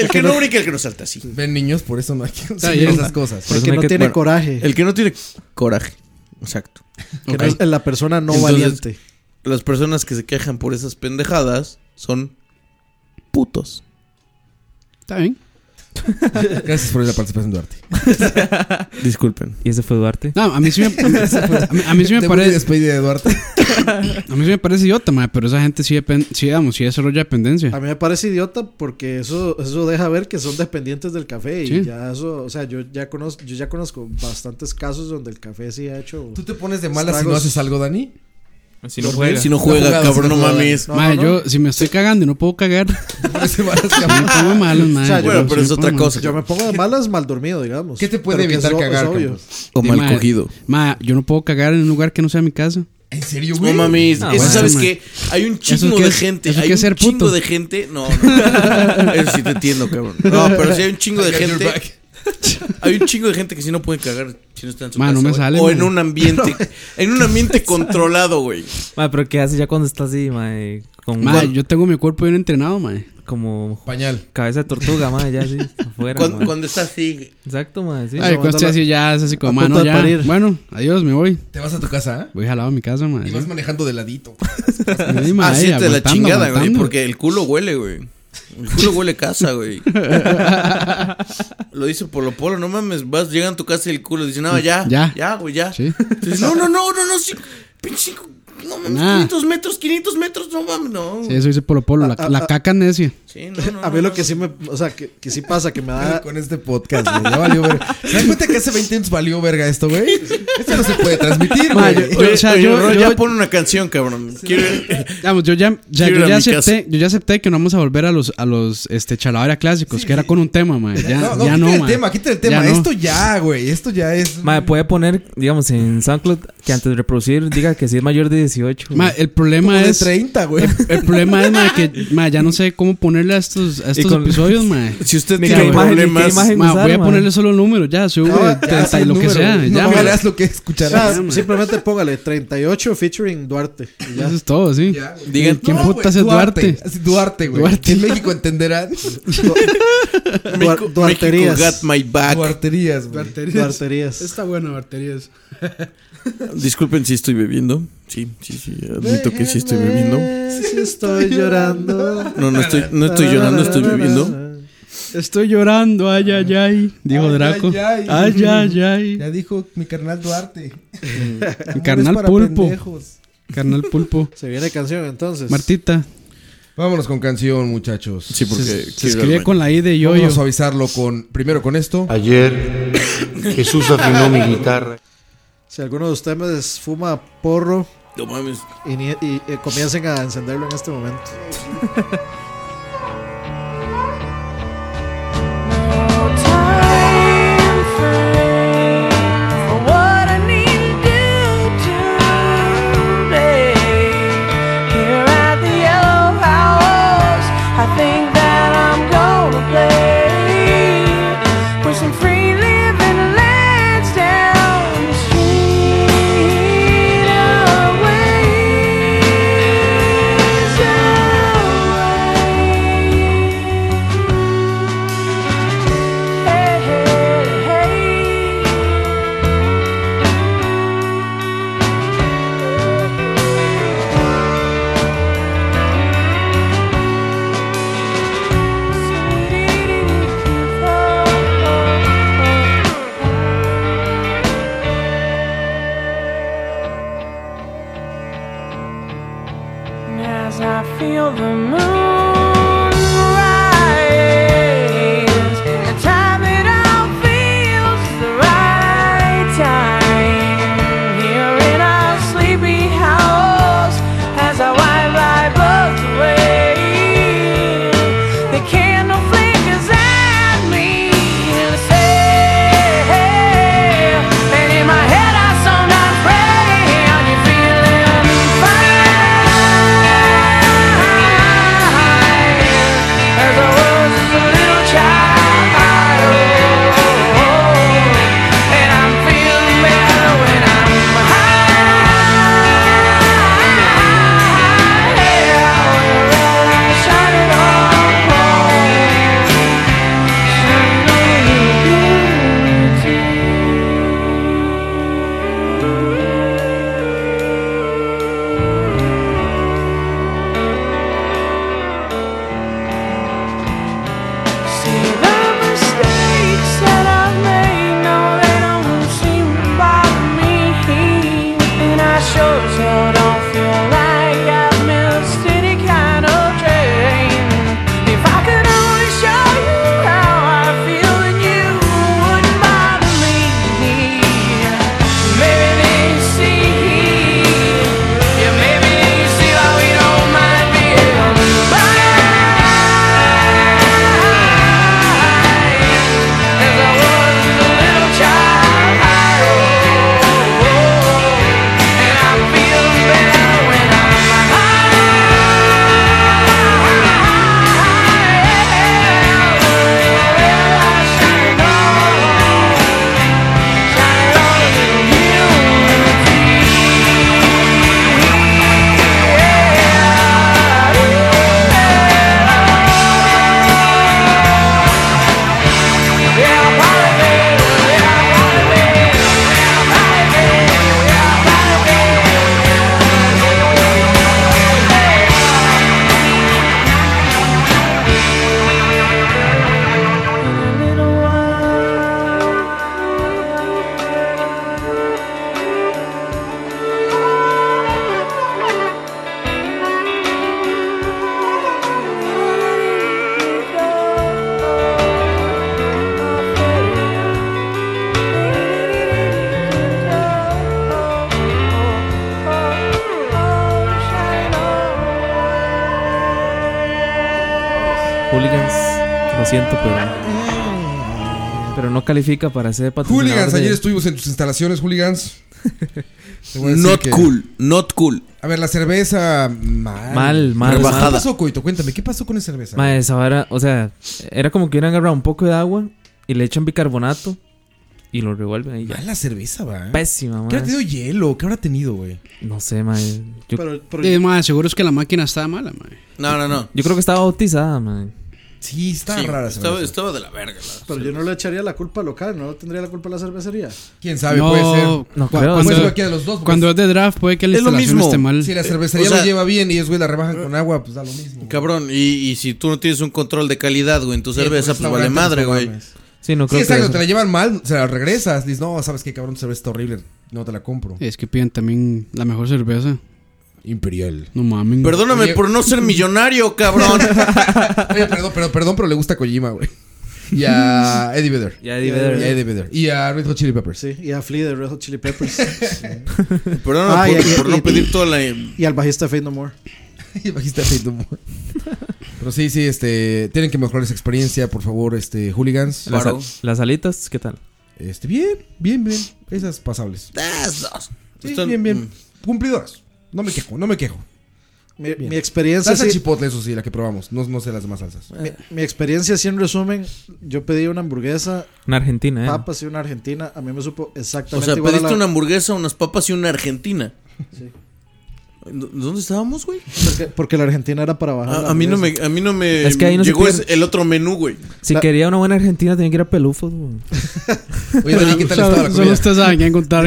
Speaker 4: El que no brinca, el que no salta así.
Speaker 2: Ven, niños, por eso no hay que
Speaker 3: bien.
Speaker 2: conseguir esas cosas.
Speaker 5: Por eso
Speaker 6: Que
Speaker 5: no hay
Speaker 6: no
Speaker 5: que-
Speaker 6: tiene
Speaker 5: bueno,
Speaker 6: coraje.
Speaker 4: El que no tiene coraje. Exacto.
Speaker 6: que no es la persona no
Speaker 4: Entonces-
Speaker 6: valiente.
Speaker 4: las personas que se quejan por esas pendejadas son putos.
Speaker 3: Está bien.
Speaker 2: Gracias por la participación,
Speaker 5: <laughs>
Speaker 2: Duarte.
Speaker 4: Disculpen.
Speaker 5: Y ese fue Duarte.
Speaker 3: No, a mí sí me, <laughs> a
Speaker 5: <laughs>
Speaker 3: mí- a mí sí me
Speaker 2: Te voy a
Speaker 3: parece.
Speaker 2: despedir de Duarte.
Speaker 3: <laughs> A mí sí me parece idiota, mae, pero esa gente sí, depen- sí, digamos, sí desarrolla
Speaker 6: A
Speaker 3: dependencia.
Speaker 6: mí me parece idiota porque eso, eso deja ver que son dependientes del café. Y
Speaker 3: Sí.
Speaker 6: ya eso, o sea, yo ya conozco, yo ya conozco bastantes casos donde el café sí ha hecho.
Speaker 2: ¿Tú te pones de malas si no
Speaker 6: Estragos.
Speaker 2: haces algo, Dani?
Speaker 5: Si no juega.
Speaker 4: Si no juega,
Speaker 2: jugaba,
Speaker 4: cabrón,
Speaker 2: si no
Speaker 4: no
Speaker 2: jugaba.
Speaker 4: mames.
Speaker 6: No,
Speaker 3: Mae,
Speaker 6: no, no.
Speaker 3: yo si me estoy cagando y no puedo
Speaker 2: <laughs>
Speaker 3: cagar, <laughs>
Speaker 2: ¿Te pones de malas,
Speaker 3: me
Speaker 2: cabrón?
Speaker 6: <laughs>
Speaker 3: pongo malo, mae.
Speaker 6: O sea, yo-
Speaker 3: Yo
Speaker 4: Bueno, pero
Speaker 3: sí
Speaker 4: es
Speaker 3: me
Speaker 4: otra
Speaker 3: pongo
Speaker 4: cosa.
Speaker 6: Yo me pongo de malas mal dormido, digamos.
Speaker 2: ¿Qué te puede
Speaker 6: Pero que
Speaker 2: evitar
Speaker 6: es o-
Speaker 2: cagar,
Speaker 6: es obvio.
Speaker 2: Campos?
Speaker 4: O
Speaker 3: Sí,
Speaker 4: mal
Speaker 3: mae.
Speaker 4: cogido.
Speaker 3: Mae, yo no puedo cagar en un lugar que no sea mi casa.
Speaker 2: ¿En serio,
Speaker 4: No
Speaker 2: güey?
Speaker 4: mames,
Speaker 5: Ah,
Speaker 4: eso
Speaker 5: bueno,
Speaker 4: sabes
Speaker 3: man.
Speaker 4: que hay un
Speaker 3: Eso
Speaker 4: chingo
Speaker 3: que
Speaker 4: de
Speaker 3: es-
Speaker 4: gente,
Speaker 3: eso
Speaker 4: hay
Speaker 3: que
Speaker 4: un
Speaker 3: es ser
Speaker 4: chingo
Speaker 3: puto.
Speaker 4: de
Speaker 3: <laughs>
Speaker 4: gente, no, no, eso sí te entiendo, cabrón. No, pero sí hay un chingo de
Speaker 2: I got your
Speaker 4: gente,
Speaker 2: back.
Speaker 4: <laughs> hay un chingo de gente que sí no puede cagar si no está en su
Speaker 3: Man,
Speaker 4: casa,
Speaker 3: no me
Speaker 4: güey.
Speaker 3: sale,
Speaker 4: o
Speaker 3: man.
Speaker 4: en un ambiente, en un ambiente controlado, güey.
Speaker 5: Mae, pero ¿qué hace ya cuando está así, mae? Con
Speaker 3: Mae, yo tengo mi cuerpo bien entrenado, mae.
Speaker 5: como
Speaker 2: Pañal.
Speaker 5: cabeza de tortuga, mae, ya así, afuera.
Speaker 4: Cuando,
Speaker 5: mae.
Speaker 4: cuando está así,
Speaker 5: Exacto, mae, sí.
Speaker 3: Ay,
Speaker 6: aguanta
Speaker 3: cuando estoy
Speaker 6: la-
Speaker 3: así ya, es así como, mae,
Speaker 6: punto
Speaker 3: no,
Speaker 6: de
Speaker 3: ya.
Speaker 6: parir.
Speaker 3: Bueno, adiós, me voy.
Speaker 2: Te vas a tu casa, ¿eh?
Speaker 3: Voy jalado a mi casa, mae.
Speaker 2: Y vas manejando de
Speaker 3: <laughs>
Speaker 2: ladito.
Speaker 3: Sí, mae,
Speaker 4: así de la
Speaker 3: aguantando,
Speaker 4: chingada, güey,
Speaker 3: aguantando.
Speaker 4: porque el culo huele, güey. El culo huele casa, güey. Lo dice Polo Polo, no mames, vas, llegan a tu casa y el culo dice, no, ya,
Speaker 3: Ya.
Speaker 4: ya, güey, ya.
Speaker 3: Sí.
Speaker 4: Entonces, no, no, no, no, no, sí, pinche, no mames,
Speaker 3: Nah.
Speaker 4: 500 metros, 500 metros, no mames, no.
Speaker 3: Sí, eso dice Polo Polo,
Speaker 2: Ah,
Speaker 3: la, la caca necia.
Speaker 4: Sí, no, no,
Speaker 6: A mí
Speaker 4: no,
Speaker 6: lo
Speaker 4: no.
Speaker 6: que sí me, o sea, que, que sí pasa, que me da.
Speaker 2: Con este podcast, güey. Ya valió verga. ¿Se dan cuenta que hace 20 años valió verga esto, güey? Esto no se puede transmitir,
Speaker 3: Ma,
Speaker 2: güey.
Speaker 3: yo-
Speaker 4: Oye,
Speaker 3: o sea,
Speaker 4: oye,
Speaker 3: yo-
Speaker 4: Ro,
Speaker 3: yo-
Speaker 4: ya pon una canción, cabrón. Quiero-
Speaker 3: Digamos, yo ya, ya-
Speaker 4: Quiero ir
Speaker 3: yo
Speaker 4: a
Speaker 3: ya
Speaker 4: mi casa.
Speaker 3: acepté, yo ya acepté que no vamos a volver a los, a los este, chalabaria clásicos, que era con un tema, mae. Ya
Speaker 2: no,
Speaker 3: no,
Speaker 2: no,
Speaker 3: ya
Speaker 2: quita
Speaker 3: no
Speaker 2: el
Speaker 3: mae.
Speaker 2: tema, quita el
Speaker 3: Ya
Speaker 2: tema.
Speaker 3: no.
Speaker 2: Esto ya, güey. Esto ya es.
Speaker 5: Mae, puede poner, digamos, en SoundCloud que antes de reproducir diga que si es mayor de 18. güey.
Speaker 3: Ma, el problema
Speaker 2: como de
Speaker 3: es.
Speaker 2: 30, güey.
Speaker 3: El problema es, ma, que ma, ya no sé cómo ponerle a estos, a estos
Speaker 5: con-
Speaker 3: episodios, ma.
Speaker 4: <laughs> Si usted
Speaker 5: Ni
Speaker 4: tiene
Speaker 5: qué imagen, ni qué
Speaker 4: problemas,
Speaker 5: imagen
Speaker 3: Ma,
Speaker 5: usar,
Speaker 3: voy a
Speaker 5: ma.
Speaker 3: ponerle solo números, ya, sube
Speaker 6: Ah,
Speaker 2: No, Ah, ya,
Speaker 3: 30 y
Speaker 2: sin
Speaker 3: lo que
Speaker 2: número,
Speaker 3: sea.
Speaker 2: güey.
Speaker 3: ya,
Speaker 2: No
Speaker 3: ma.
Speaker 2: veas lo que
Speaker 6: O sea,
Speaker 4: <laughs>
Speaker 2: escucharás.
Speaker 6: simplemente póngale 38 featuring Duarte. y ya.
Speaker 3: Eso es todo, sí.
Speaker 2: Ya, güey.
Speaker 4: digan,
Speaker 3: ¿Quién
Speaker 2: No,
Speaker 3: putas
Speaker 2: güey,
Speaker 3: es Duarte?
Speaker 2: Así, Duarte, güey.
Speaker 3: Duarte.
Speaker 2: En México
Speaker 3: <laughs>
Speaker 2: entenderán.
Speaker 4: México,
Speaker 6: Duar- duarterías.
Speaker 4: México got my back.
Speaker 2: Duarterías, güey.
Speaker 6: Duarterías.
Speaker 3: Está bueno, <laughs> Barterías.
Speaker 4: Disculpen si estoy bebiendo. Sí, sí, sí, admito que sí estoy bebiendo.
Speaker 6: Si estoy llorando.
Speaker 4: No, no estoy, no estoy llorando, estoy bebiendo.
Speaker 3: Estoy llorando, ay, ay, ay. Dijo
Speaker 2: Ay,
Speaker 3: Draco.
Speaker 2: ay,
Speaker 3: Ay,
Speaker 2: ay.
Speaker 3: ay, ay.
Speaker 2: Ya dijo mi carnal Duarte. Amor es
Speaker 3: Carnal
Speaker 2: para
Speaker 3: pulpo.
Speaker 2: pendejos.
Speaker 3: Carnal pulpo.
Speaker 6: Se viene canción entonces.
Speaker 3: Martita.
Speaker 2: Vámonos con canción, muchachos.
Speaker 4: Sí, porque
Speaker 3: Se,
Speaker 4: quiero
Speaker 3: se
Speaker 4: ir al
Speaker 3: escribe
Speaker 4: baño.
Speaker 3: con la I de yo,
Speaker 2: Vamos a suavizarlo con. Primero con esto.
Speaker 11: Ayer Jesús afinó mi guitarra.
Speaker 6: Si alguno de ustedes fuma porro
Speaker 4: No mames.
Speaker 6: y, ni- y, eh, comiencen a encenderlo en este momento.
Speaker 8: Away.
Speaker 5: Lo siento, pero. Pero no califica para ser patrocinador.
Speaker 2: Hooligans,
Speaker 5: de-
Speaker 2: ayer estuvimos en tus instalaciones,
Speaker 3: <laughs>
Speaker 2: Hooligans. Te voy a decir
Speaker 4: Not
Speaker 2: que-
Speaker 4: cool, not cool.
Speaker 2: A ver, la cerveza mal.
Speaker 5: Mal, mal,
Speaker 2: Pero,
Speaker 4: mal.
Speaker 2: ¿Qué pasó, Coito? Cuéntame, ¿qué pasó con esa cerveza?
Speaker 5: Mae, esa vara, o sea, era como que hubieran agarrado un poco de agua y le echan bicarbonato y lo revuelven ahí. ya.
Speaker 2: Mala cerveza, va. ¿eh?
Speaker 5: Pésima,
Speaker 2: ¿Qué habrá
Speaker 5: mae.
Speaker 2: tenido hielo? ¿Qué habrá tenido, güey?
Speaker 5: No sé, mae. Yo,
Speaker 6: Pero, pero-
Speaker 3: Eh, mae, seguro es que la máquina estaba mala, mae.
Speaker 4: No, no, no.
Speaker 5: yo creo que estaba bautizada, mae.
Speaker 2: Sí, está
Speaker 4: Sí,
Speaker 2: rara esa
Speaker 4: estaba,
Speaker 2: cerveza.
Speaker 4: estaba de la verga. la-
Speaker 6: pero yo no le echaría la culpa al local, no tendría la culpa a la cervecería.
Speaker 2: ¿Quién sabe?
Speaker 3: no,
Speaker 2: puede ser.
Speaker 5: No
Speaker 3: cu-
Speaker 5: creo,
Speaker 2: Puede ser
Speaker 5: no.
Speaker 3: Cuando,
Speaker 2: cualquiera de los dos. porque
Speaker 3: cuando es de draft puede que la
Speaker 4: Es lo
Speaker 3: instalación
Speaker 4: mismo.
Speaker 3: esté mal.
Speaker 2: Si la cervecería
Speaker 4: O sea-
Speaker 2: lo lleva bien y ellos, güey, la rebajan con agua, pues da lo mismo.
Speaker 4: Cabrón, y, y si tú no tienes un control de calidad, güey, en tu cerveza, pues vale madre, güey.
Speaker 5: Sí, no
Speaker 2: Sí,
Speaker 5: creo que.
Speaker 2: exacto, te la llevan mal, se la regresas. Dices, no, sabes qué, cabrón, tu cerveza está horrible. No te la compro. <laughs>
Speaker 3: Es que piden también la mejor cerveza.
Speaker 2: Imperial.
Speaker 3: No mames.
Speaker 4: Perdóname
Speaker 2: Oye.
Speaker 4: por no ser millonario, cabrón.
Speaker 6: <laughs>
Speaker 2: Oye, perdón, pero, perdón, pero le gusta Kojima, güey. Y a Eddie Vedder.
Speaker 5: Ya di ver.
Speaker 2: Y a Eddie Vedder. Y a Red Hot Chili Peppers.
Speaker 6: Sí, y a Flea de Red Hot Chili
Speaker 2: <laughs>
Speaker 6: Peppers.
Speaker 4: Perdóname
Speaker 6: Ah,
Speaker 4: por,
Speaker 6: y-
Speaker 4: por
Speaker 6: y-
Speaker 4: no pedir toda la.
Speaker 6: y al bajista de Faith No More.
Speaker 2: <laughs> Y bajiste a Faith No More. Pero sí, sí, este, tienen que mejorar esa experiencia, por favor, este, hooligans.
Speaker 5: Las,
Speaker 4: Claro.
Speaker 5: las alitas, ¿qué tal?
Speaker 2: Este, bien, bien, bien. Esas pasables.
Speaker 6: Ah,
Speaker 4: Das, das.
Speaker 2: Sí,
Speaker 4: Están-
Speaker 2: bien, bien.
Speaker 4: mm.
Speaker 2: Cumplidoras. No me quejo, no me quejo.
Speaker 6: Mi, mi experiencia
Speaker 2: Salsa
Speaker 6: sí-
Speaker 2: chipotle, eso sí, la que probamos. No, no sé las demás salsas.
Speaker 6: mi, mi experiencia sí en resumen, yo pedí una hamburguesa,
Speaker 5: En Argentina, ¿eh?
Speaker 6: papas y una argentina, a mí me supo
Speaker 4: O
Speaker 6: exactamente
Speaker 4: sea,
Speaker 6: igual a
Speaker 4: pediste
Speaker 6: la-
Speaker 4: una hamburguesa, unas papas y una argentina. ¿Dó- ¿Dónde estábamos, güey?
Speaker 6: porque, porque la argentina era para bajar.
Speaker 4: A,
Speaker 6: la
Speaker 4: a mí no me,
Speaker 6: hamburguesa.
Speaker 4: a mí no me
Speaker 5: Es que ahí no se
Speaker 4: llegó
Speaker 5: pide-
Speaker 4: es- el otro menú, güey.
Speaker 5: Si
Speaker 6: la-
Speaker 5: quería una buena Argentina, tenía que ir a Pelufos, güey.
Speaker 2: <laughs> Oye, Dani, ¿qué tal estaba la
Speaker 3: Solo, solo
Speaker 2: comida?
Speaker 3: ustedes saben que encontrar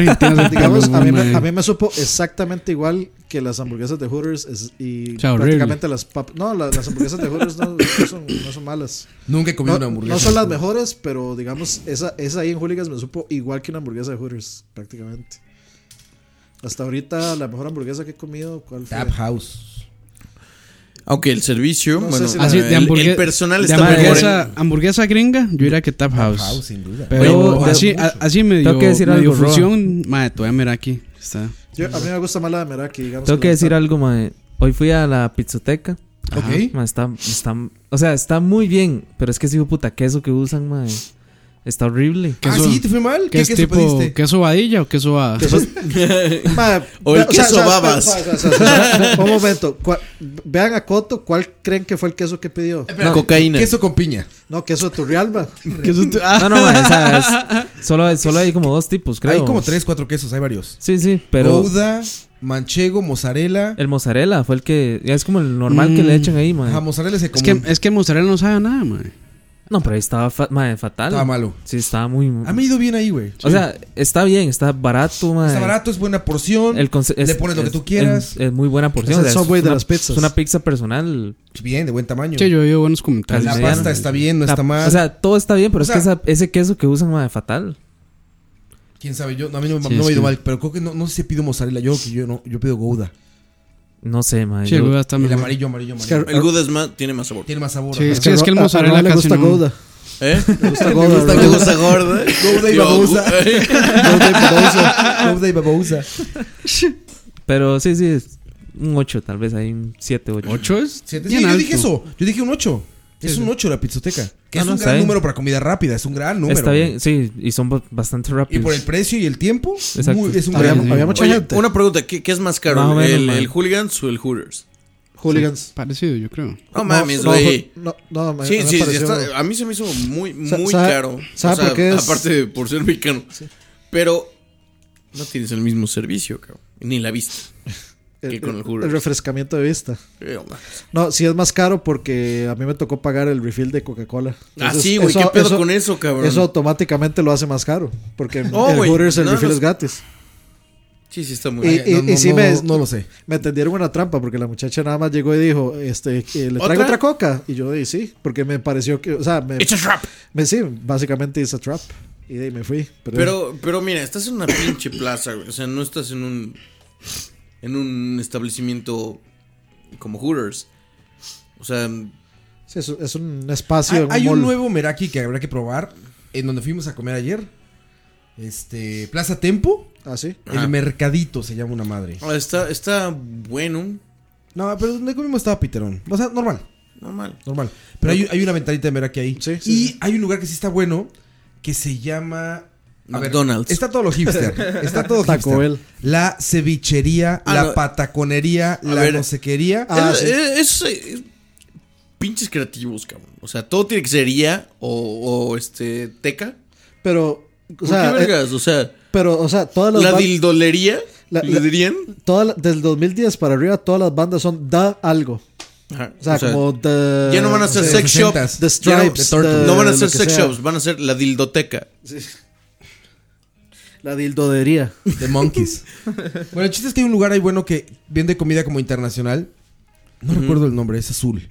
Speaker 6: <laughs>
Speaker 3: argentinos.
Speaker 6: Digamos, a mí, me,
Speaker 3: mae.
Speaker 6: a mí me supo exactamente igual que las hamburguesas de Hooters es- y
Speaker 3: O sea, horrible.
Speaker 6: prácticamente las papas. No, la- las hamburguesas de Hooters no, no son, no son malas.
Speaker 2: Nunca he comido
Speaker 6: No,
Speaker 2: una hamburguesa.
Speaker 6: no son las mejores, pero digamos, esa, esa ahí en Hooligans me supo igual que una hamburguesa de Hooters, prácticamente. Hasta ahorita la mejor hamburguesa que he comido, ¿cuál fue?
Speaker 2: Tap House.
Speaker 4: Aunque el servicio,
Speaker 6: No sé
Speaker 4: bueno,
Speaker 6: si la-
Speaker 3: Así,
Speaker 4: el,
Speaker 3: de hamburguesa,
Speaker 4: el personal
Speaker 3: de
Speaker 4: está mejor. en-
Speaker 3: hamburguesa, hamburguesa gringa, yo iría que Tap House.
Speaker 2: House, sin duda.
Speaker 3: Pero
Speaker 5: Oye,
Speaker 3: así,
Speaker 2: de-
Speaker 3: a- así medio,
Speaker 5: Tengo que decir
Speaker 3: medio
Speaker 5: algo, Roa.
Speaker 3: fusión, mae, todavía mira aquí. Está.
Speaker 6: Yo- a mí me gusta más la de Meraki, digamos.
Speaker 5: Tengo que
Speaker 6: la
Speaker 5: decir
Speaker 6: de-
Speaker 5: algo, mae. Hoy fui a la pizzoteca.
Speaker 2: Ok.
Speaker 5: Ma, está, está, o sea, está muy bien, pero es que ese hijo de puta queso que usan, mae, está horrible.
Speaker 2: Ah,
Speaker 3: queso-
Speaker 2: sí, te fue mal.
Speaker 3: ¿Qué
Speaker 2: ¿Qué
Speaker 3: es
Speaker 2: queso
Speaker 3: tipo
Speaker 2: pediste?
Speaker 3: queso vadilla o queso vada? <laughs>
Speaker 4: <laughs>
Speaker 6: Ma,
Speaker 4: O el
Speaker 6: vea- sea,
Speaker 4: queso
Speaker 6: sea,
Speaker 4: babas.
Speaker 6: o sea, o sea, o sea, un momento. cua- Vean a Coto, ¿cuál creen que fue el queso que pidió?
Speaker 2: Espera,
Speaker 4: cocaína.
Speaker 2: Queso con piña.
Speaker 6: No, queso de
Speaker 4: <laughs>
Speaker 6: Turrialba.
Speaker 4: ah.
Speaker 5: No, no, mae, o sea,
Speaker 2: <laughs>
Speaker 5: es- solo, hay- solo hay como dos tipos, creo.
Speaker 2: Ah. Hay como tres, cuatro quesos, hay varios.
Speaker 5: Sí, sí, pero
Speaker 2: Gouda, manchego, mozzarella.
Speaker 5: el mozzarella fue el que. Ya es como el normal que le
Speaker 3: Mm.
Speaker 5: echan ahí, mae.
Speaker 2: Ajá, mozzarella se
Speaker 3: Es
Speaker 2: come.
Speaker 3: que, es que mozzarella no sabe a nada, mae.
Speaker 5: No, pero ahí estaba fa- mae, fatal.
Speaker 2: Estaba malo.
Speaker 5: Sí, estaba muy.
Speaker 2: A mí me ha ido bien ahí, güey.
Speaker 5: O sea, está bien, está barato, mae.
Speaker 2: Está barato, es buena porción.
Speaker 5: El conce- es-
Speaker 2: le pones lo que
Speaker 5: es-
Speaker 2: tú quieras.
Speaker 5: Es, es muy buena porción.
Speaker 6: Es el
Speaker 5: o sea,
Speaker 6: Subway de
Speaker 5: una-
Speaker 6: las pizzas.
Speaker 5: Es una pizza personal.
Speaker 2: bien, de buen tamaño.
Speaker 3: Sí, yo veo buenos comentarios.
Speaker 2: la
Speaker 5: sí,
Speaker 2: pasta
Speaker 5: no,
Speaker 2: está bien, no
Speaker 5: La-
Speaker 2: está mal.
Speaker 5: O sea, todo está bien, pero
Speaker 2: O
Speaker 5: es
Speaker 2: sea-
Speaker 5: que esa- ese queso que usan, mae, fatal.
Speaker 2: Quién sabe, yo, no, a mí no, me-
Speaker 3: Sí,
Speaker 2: no me ha
Speaker 3: es
Speaker 2: ido
Speaker 3: que-
Speaker 2: mal, pero creo que no, no sé si pido mozzarella. Yo, que yo, no, yo pido Gouda.
Speaker 5: No sé, mae.
Speaker 3: Sí,
Speaker 5: yo-
Speaker 3: el Gouda está
Speaker 2: El
Speaker 3: mejor.
Speaker 2: amarillo, amarillo,
Speaker 6: que-
Speaker 2: amarillo.
Speaker 4: El Gouda es más- tiene más sabor.
Speaker 2: Tiene más sabor.
Speaker 3: Sí,
Speaker 2: ajá.
Speaker 3: es que, es que el
Speaker 6: Ro- a- a Ro
Speaker 3: mozzarella
Speaker 6: le
Speaker 3: casi
Speaker 6: gusta
Speaker 3: no.
Speaker 6: Gouda.
Speaker 4: ¿Eh?
Speaker 6: Le gusta Gouda.
Speaker 2: gusta
Speaker 6: Ro-
Speaker 4: ¿Te gusta gorda?
Speaker 2: <laughs> Gouda y
Speaker 4: Yo-
Speaker 2: babosa. <laughs>
Speaker 6: Gouda y babosa.
Speaker 2: Gouda y babosa.
Speaker 5: Pero sí, sí, es un 8 tal vez, hay un 7, 8.
Speaker 3: ¿Ocho es?
Speaker 2: Sí,
Speaker 3: bien
Speaker 2: yo
Speaker 3: alto.
Speaker 2: dije eso. Yo dije un 8. Es un 8 la pizzoteca. Que
Speaker 5: Ah,
Speaker 2: es
Speaker 5: no,
Speaker 2: un
Speaker 5: está
Speaker 2: gran
Speaker 5: bien.
Speaker 2: número para comida rápida. Es un gran número.
Speaker 5: Está
Speaker 2: güey.
Speaker 5: bien, sí, y son ba- bastante
Speaker 2: Y
Speaker 5: rápidos.
Speaker 2: por el precio y el tiempo,
Speaker 5: Exacto.
Speaker 2: muy- es un
Speaker 6: Había,
Speaker 2: gran número.
Speaker 6: había mucha
Speaker 4: Oye,
Speaker 6: gente.
Speaker 4: una pregunta, ¿qué, qué es más
Speaker 5: Más
Speaker 4: caro?
Speaker 5: o menos,
Speaker 4: ¿El,
Speaker 5: man.
Speaker 4: el Hooligans o el Hooters?
Speaker 6: Hooligans.
Speaker 3: Parecido, yo creo.
Speaker 4: No mames,
Speaker 6: no,
Speaker 4: güey.
Speaker 6: No, no, me-
Speaker 4: Sí,
Speaker 6: me
Speaker 4: sí, sí,
Speaker 6: pareció-
Speaker 4: está- a mí se me hizo muy,
Speaker 6: Sa-
Speaker 4: muy
Speaker 6: sabe-
Speaker 4: caro.
Speaker 6: sabe
Speaker 4: O sea,
Speaker 6: por qué es-
Speaker 4: Aparte de por ser mexicano. Pero no tienes el mismo servicio, cabrón. Ni la vista.
Speaker 6: el,
Speaker 4: que con el
Speaker 6: el-
Speaker 4: Hooters.
Speaker 6: el refrescamiento de vista.
Speaker 4: Eh, man.
Speaker 6: No, sí es más caro porque a mí me tocó pagar el refill de Coca-Cola.
Speaker 4: Ah,
Speaker 6: Entonces,
Speaker 4: sí, güey,
Speaker 6: eso-
Speaker 4: ¿qué pedo
Speaker 6: eso-
Speaker 4: con eso, cabrón?
Speaker 6: Eso automáticamente lo hace más caro. Porque en
Speaker 4: Oh,
Speaker 6: en
Speaker 4: güey,
Speaker 6: Hooters el
Speaker 4: no,
Speaker 6: refill
Speaker 4: no-
Speaker 6: es gratis.
Speaker 4: Sí, sí, está muy
Speaker 6: Y,
Speaker 4: bien.
Speaker 6: y-
Speaker 2: No,
Speaker 6: y
Speaker 2: no,
Speaker 6: sí
Speaker 2: no,
Speaker 6: me,
Speaker 2: no lo sé.
Speaker 6: me tendieron una trampa porque la muchacha nada más llegó y dijo, este, eh, ¿le traigo
Speaker 4: ¿Otra?
Speaker 6: otra? coca? Y yo dije, sí, porque me pareció que, o sea, me,
Speaker 4: It's a trap.
Speaker 6: me- sí, básicamente es a trap. Y de ahí me fui. Pero,
Speaker 4: Pero, pero mira, estás en una pinche plaza, güey. O sea, no estás en un. En un establecimiento como Hooters. O sea,
Speaker 6: sí, es, es un espacio.
Speaker 2: Hay,
Speaker 6: en
Speaker 2: hay un
Speaker 6: mall.
Speaker 2: nuevo Meraki que habrá que probar. En donde fuimos a comer ayer. Este, Plaza Tempo.
Speaker 6: Ah, sí.
Speaker 4: Ajá.
Speaker 2: El Mercadito se llama una madre.
Speaker 4: está, está bueno.
Speaker 6: Ah,
Speaker 2: No, pero donde comimos estaba Piterón. O sea, normal.
Speaker 4: Normal.
Speaker 2: Normal. Pero hay, hay una ventanita de Meraki ahí.
Speaker 6: Sí, sí,
Speaker 2: y
Speaker 6: sí.
Speaker 2: hay un lugar que sí está bueno que se llama. a ver,
Speaker 4: McDonald's.
Speaker 2: está todo lo
Speaker 6: <laughs>
Speaker 2: hipster. Está todo
Speaker 6: Taco
Speaker 2: hipster.
Speaker 6: Bell.
Speaker 2: La cevichería,
Speaker 4: Ah,
Speaker 2: la
Speaker 4: no.
Speaker 2: pataconería, la
Speaker 4: ver.
Speaker 2: no sé quería.
Speaker 6: Ah,
Speaker 4: es,
Speaker 6: sí.
Speaker 4: Eh, es- es- pinches creativos, cabrón. O sea, todo tiene que ser IA o, o, este teca.
Speaker 6: Pero, o
Speaker 4: ¿Por
Speaker 6: sea,
Speaker 4: qué
Speaker 6: eh,
Speaker 4: vergas? O sea,
Speaker 6: pero, o sea, todas las
Speaker 4: la
Speaker 6: ban-
Speaker 4: dildolería
Speaker 6: la-
Speaker 4: le
Speaker 6: la-
Speaker 4: dirían.
Speaker 6: todas las- del 2010 para arriba, todas las bandas son da algo.
Speaker 4: Ajá,
Speaker 6: O sea, como the,
Speaker 4: ya no van a ser
Speaker 2: de
Speaker 4: sex shop.
Speaker 2: 60s.
Speaker 6: eh, The
Speaker 4: Ya no-
Speaker 6: Stripes.
Speaker 4: no,
Speaker 6: the-
Speaker 4: van a
Speaker 6: lo
Speaker 4: ser
Speaker 6: que
Speaker 4: sex
Speaker 6: sea.
Speaker 4: shops, van a ser la dildoteca.
Speaker 6: La dildodería.
Speaker 2: De Monkeys. <laughs> bueno, el chiste es que hay un lugar ahí bueno que vende comida como internacional. No recuerdo el nombre, es azul.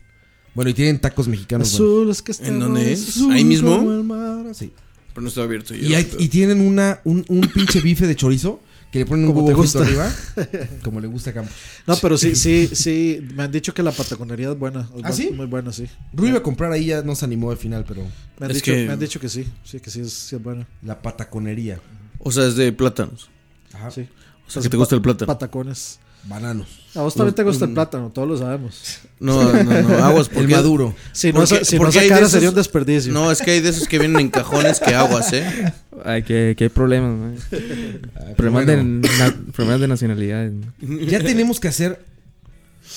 Speaker 2: Bueno, y tienen tacos mexicanos. bueno.
Speaker 6: Azul es que está
Speaker 4: ¿En dónde es?
Speaker 6: azul
Speaker 4: ¿Ahí mismo?
Speaker 6: como el mar, así.
Speaker 4: Pero no está abierto.
Speaker 2: Y, hay- y tienen una, un, un pinche bife de chorizo que le ponen un
Speaker 6: Como te
Speaker 2: huevo frito
Speaker 6: gusta.
Speaker 2: arriba.
Speaker 6: <laughs>
Speaker 2: Como le gusta a Campos.
Speaker 6: No, pero sí, sí, sí. Me han dicho que la pataconería es buena. Es
Speaker 2: ¿Ah,
Speaker 6: bu-
Speaker 2: sí?
Speaker 6: Muy buena, sí.
Speaker 2: Rui iba a comprar ahí, ya no se animó al final, pero
Speaker 6: Me han,
Speaker 4: Es
Speaker 6: dicho,
Speaker 4: que-
Speaker 6: me han dicho que sí. Sí, que sí es, sí es buena.
Speaker 2: la pataconería.
Speaker 4: o sea, es de plátanos.
Speaker 2: Ajá.
Speaker 6: Sí.
Speaker 4: O sea, que te gusta el plátano.
Speaker 6: Patacones.
Speaker 2: Bananos.
Speaker 6: A vos también te gusta el
Speaker 2: Mm.
Speaker 6: plátano, todos lo sabemos.
Speaker 4: No, no, no,
Speaker 6: <laughs>
Speaker 4: aguas
Speaker 2: El
Speaker 4: porque
Speaker 2: maduro.
Speaker 6: Si no,
Speaker 4: Porque-
Speaker 6: sa- si no
Speaker 4: porque hay de
Speaker 6: sacara
Speaker 4: esos-
Speaker 6: sería un desperdicio.
Speaker 4: No, es que hay de esos que vienen en cajones que aguas, ¿eh?
Speaker 6: <laughs>
Speaker 5: Ay, que, que hay problemas, man. Problemas,
Speaker 2: bueno.
Speaker 5: de, na- problemas de nacionalidades. man.
Speaker 2: Ya tenemos que hacer.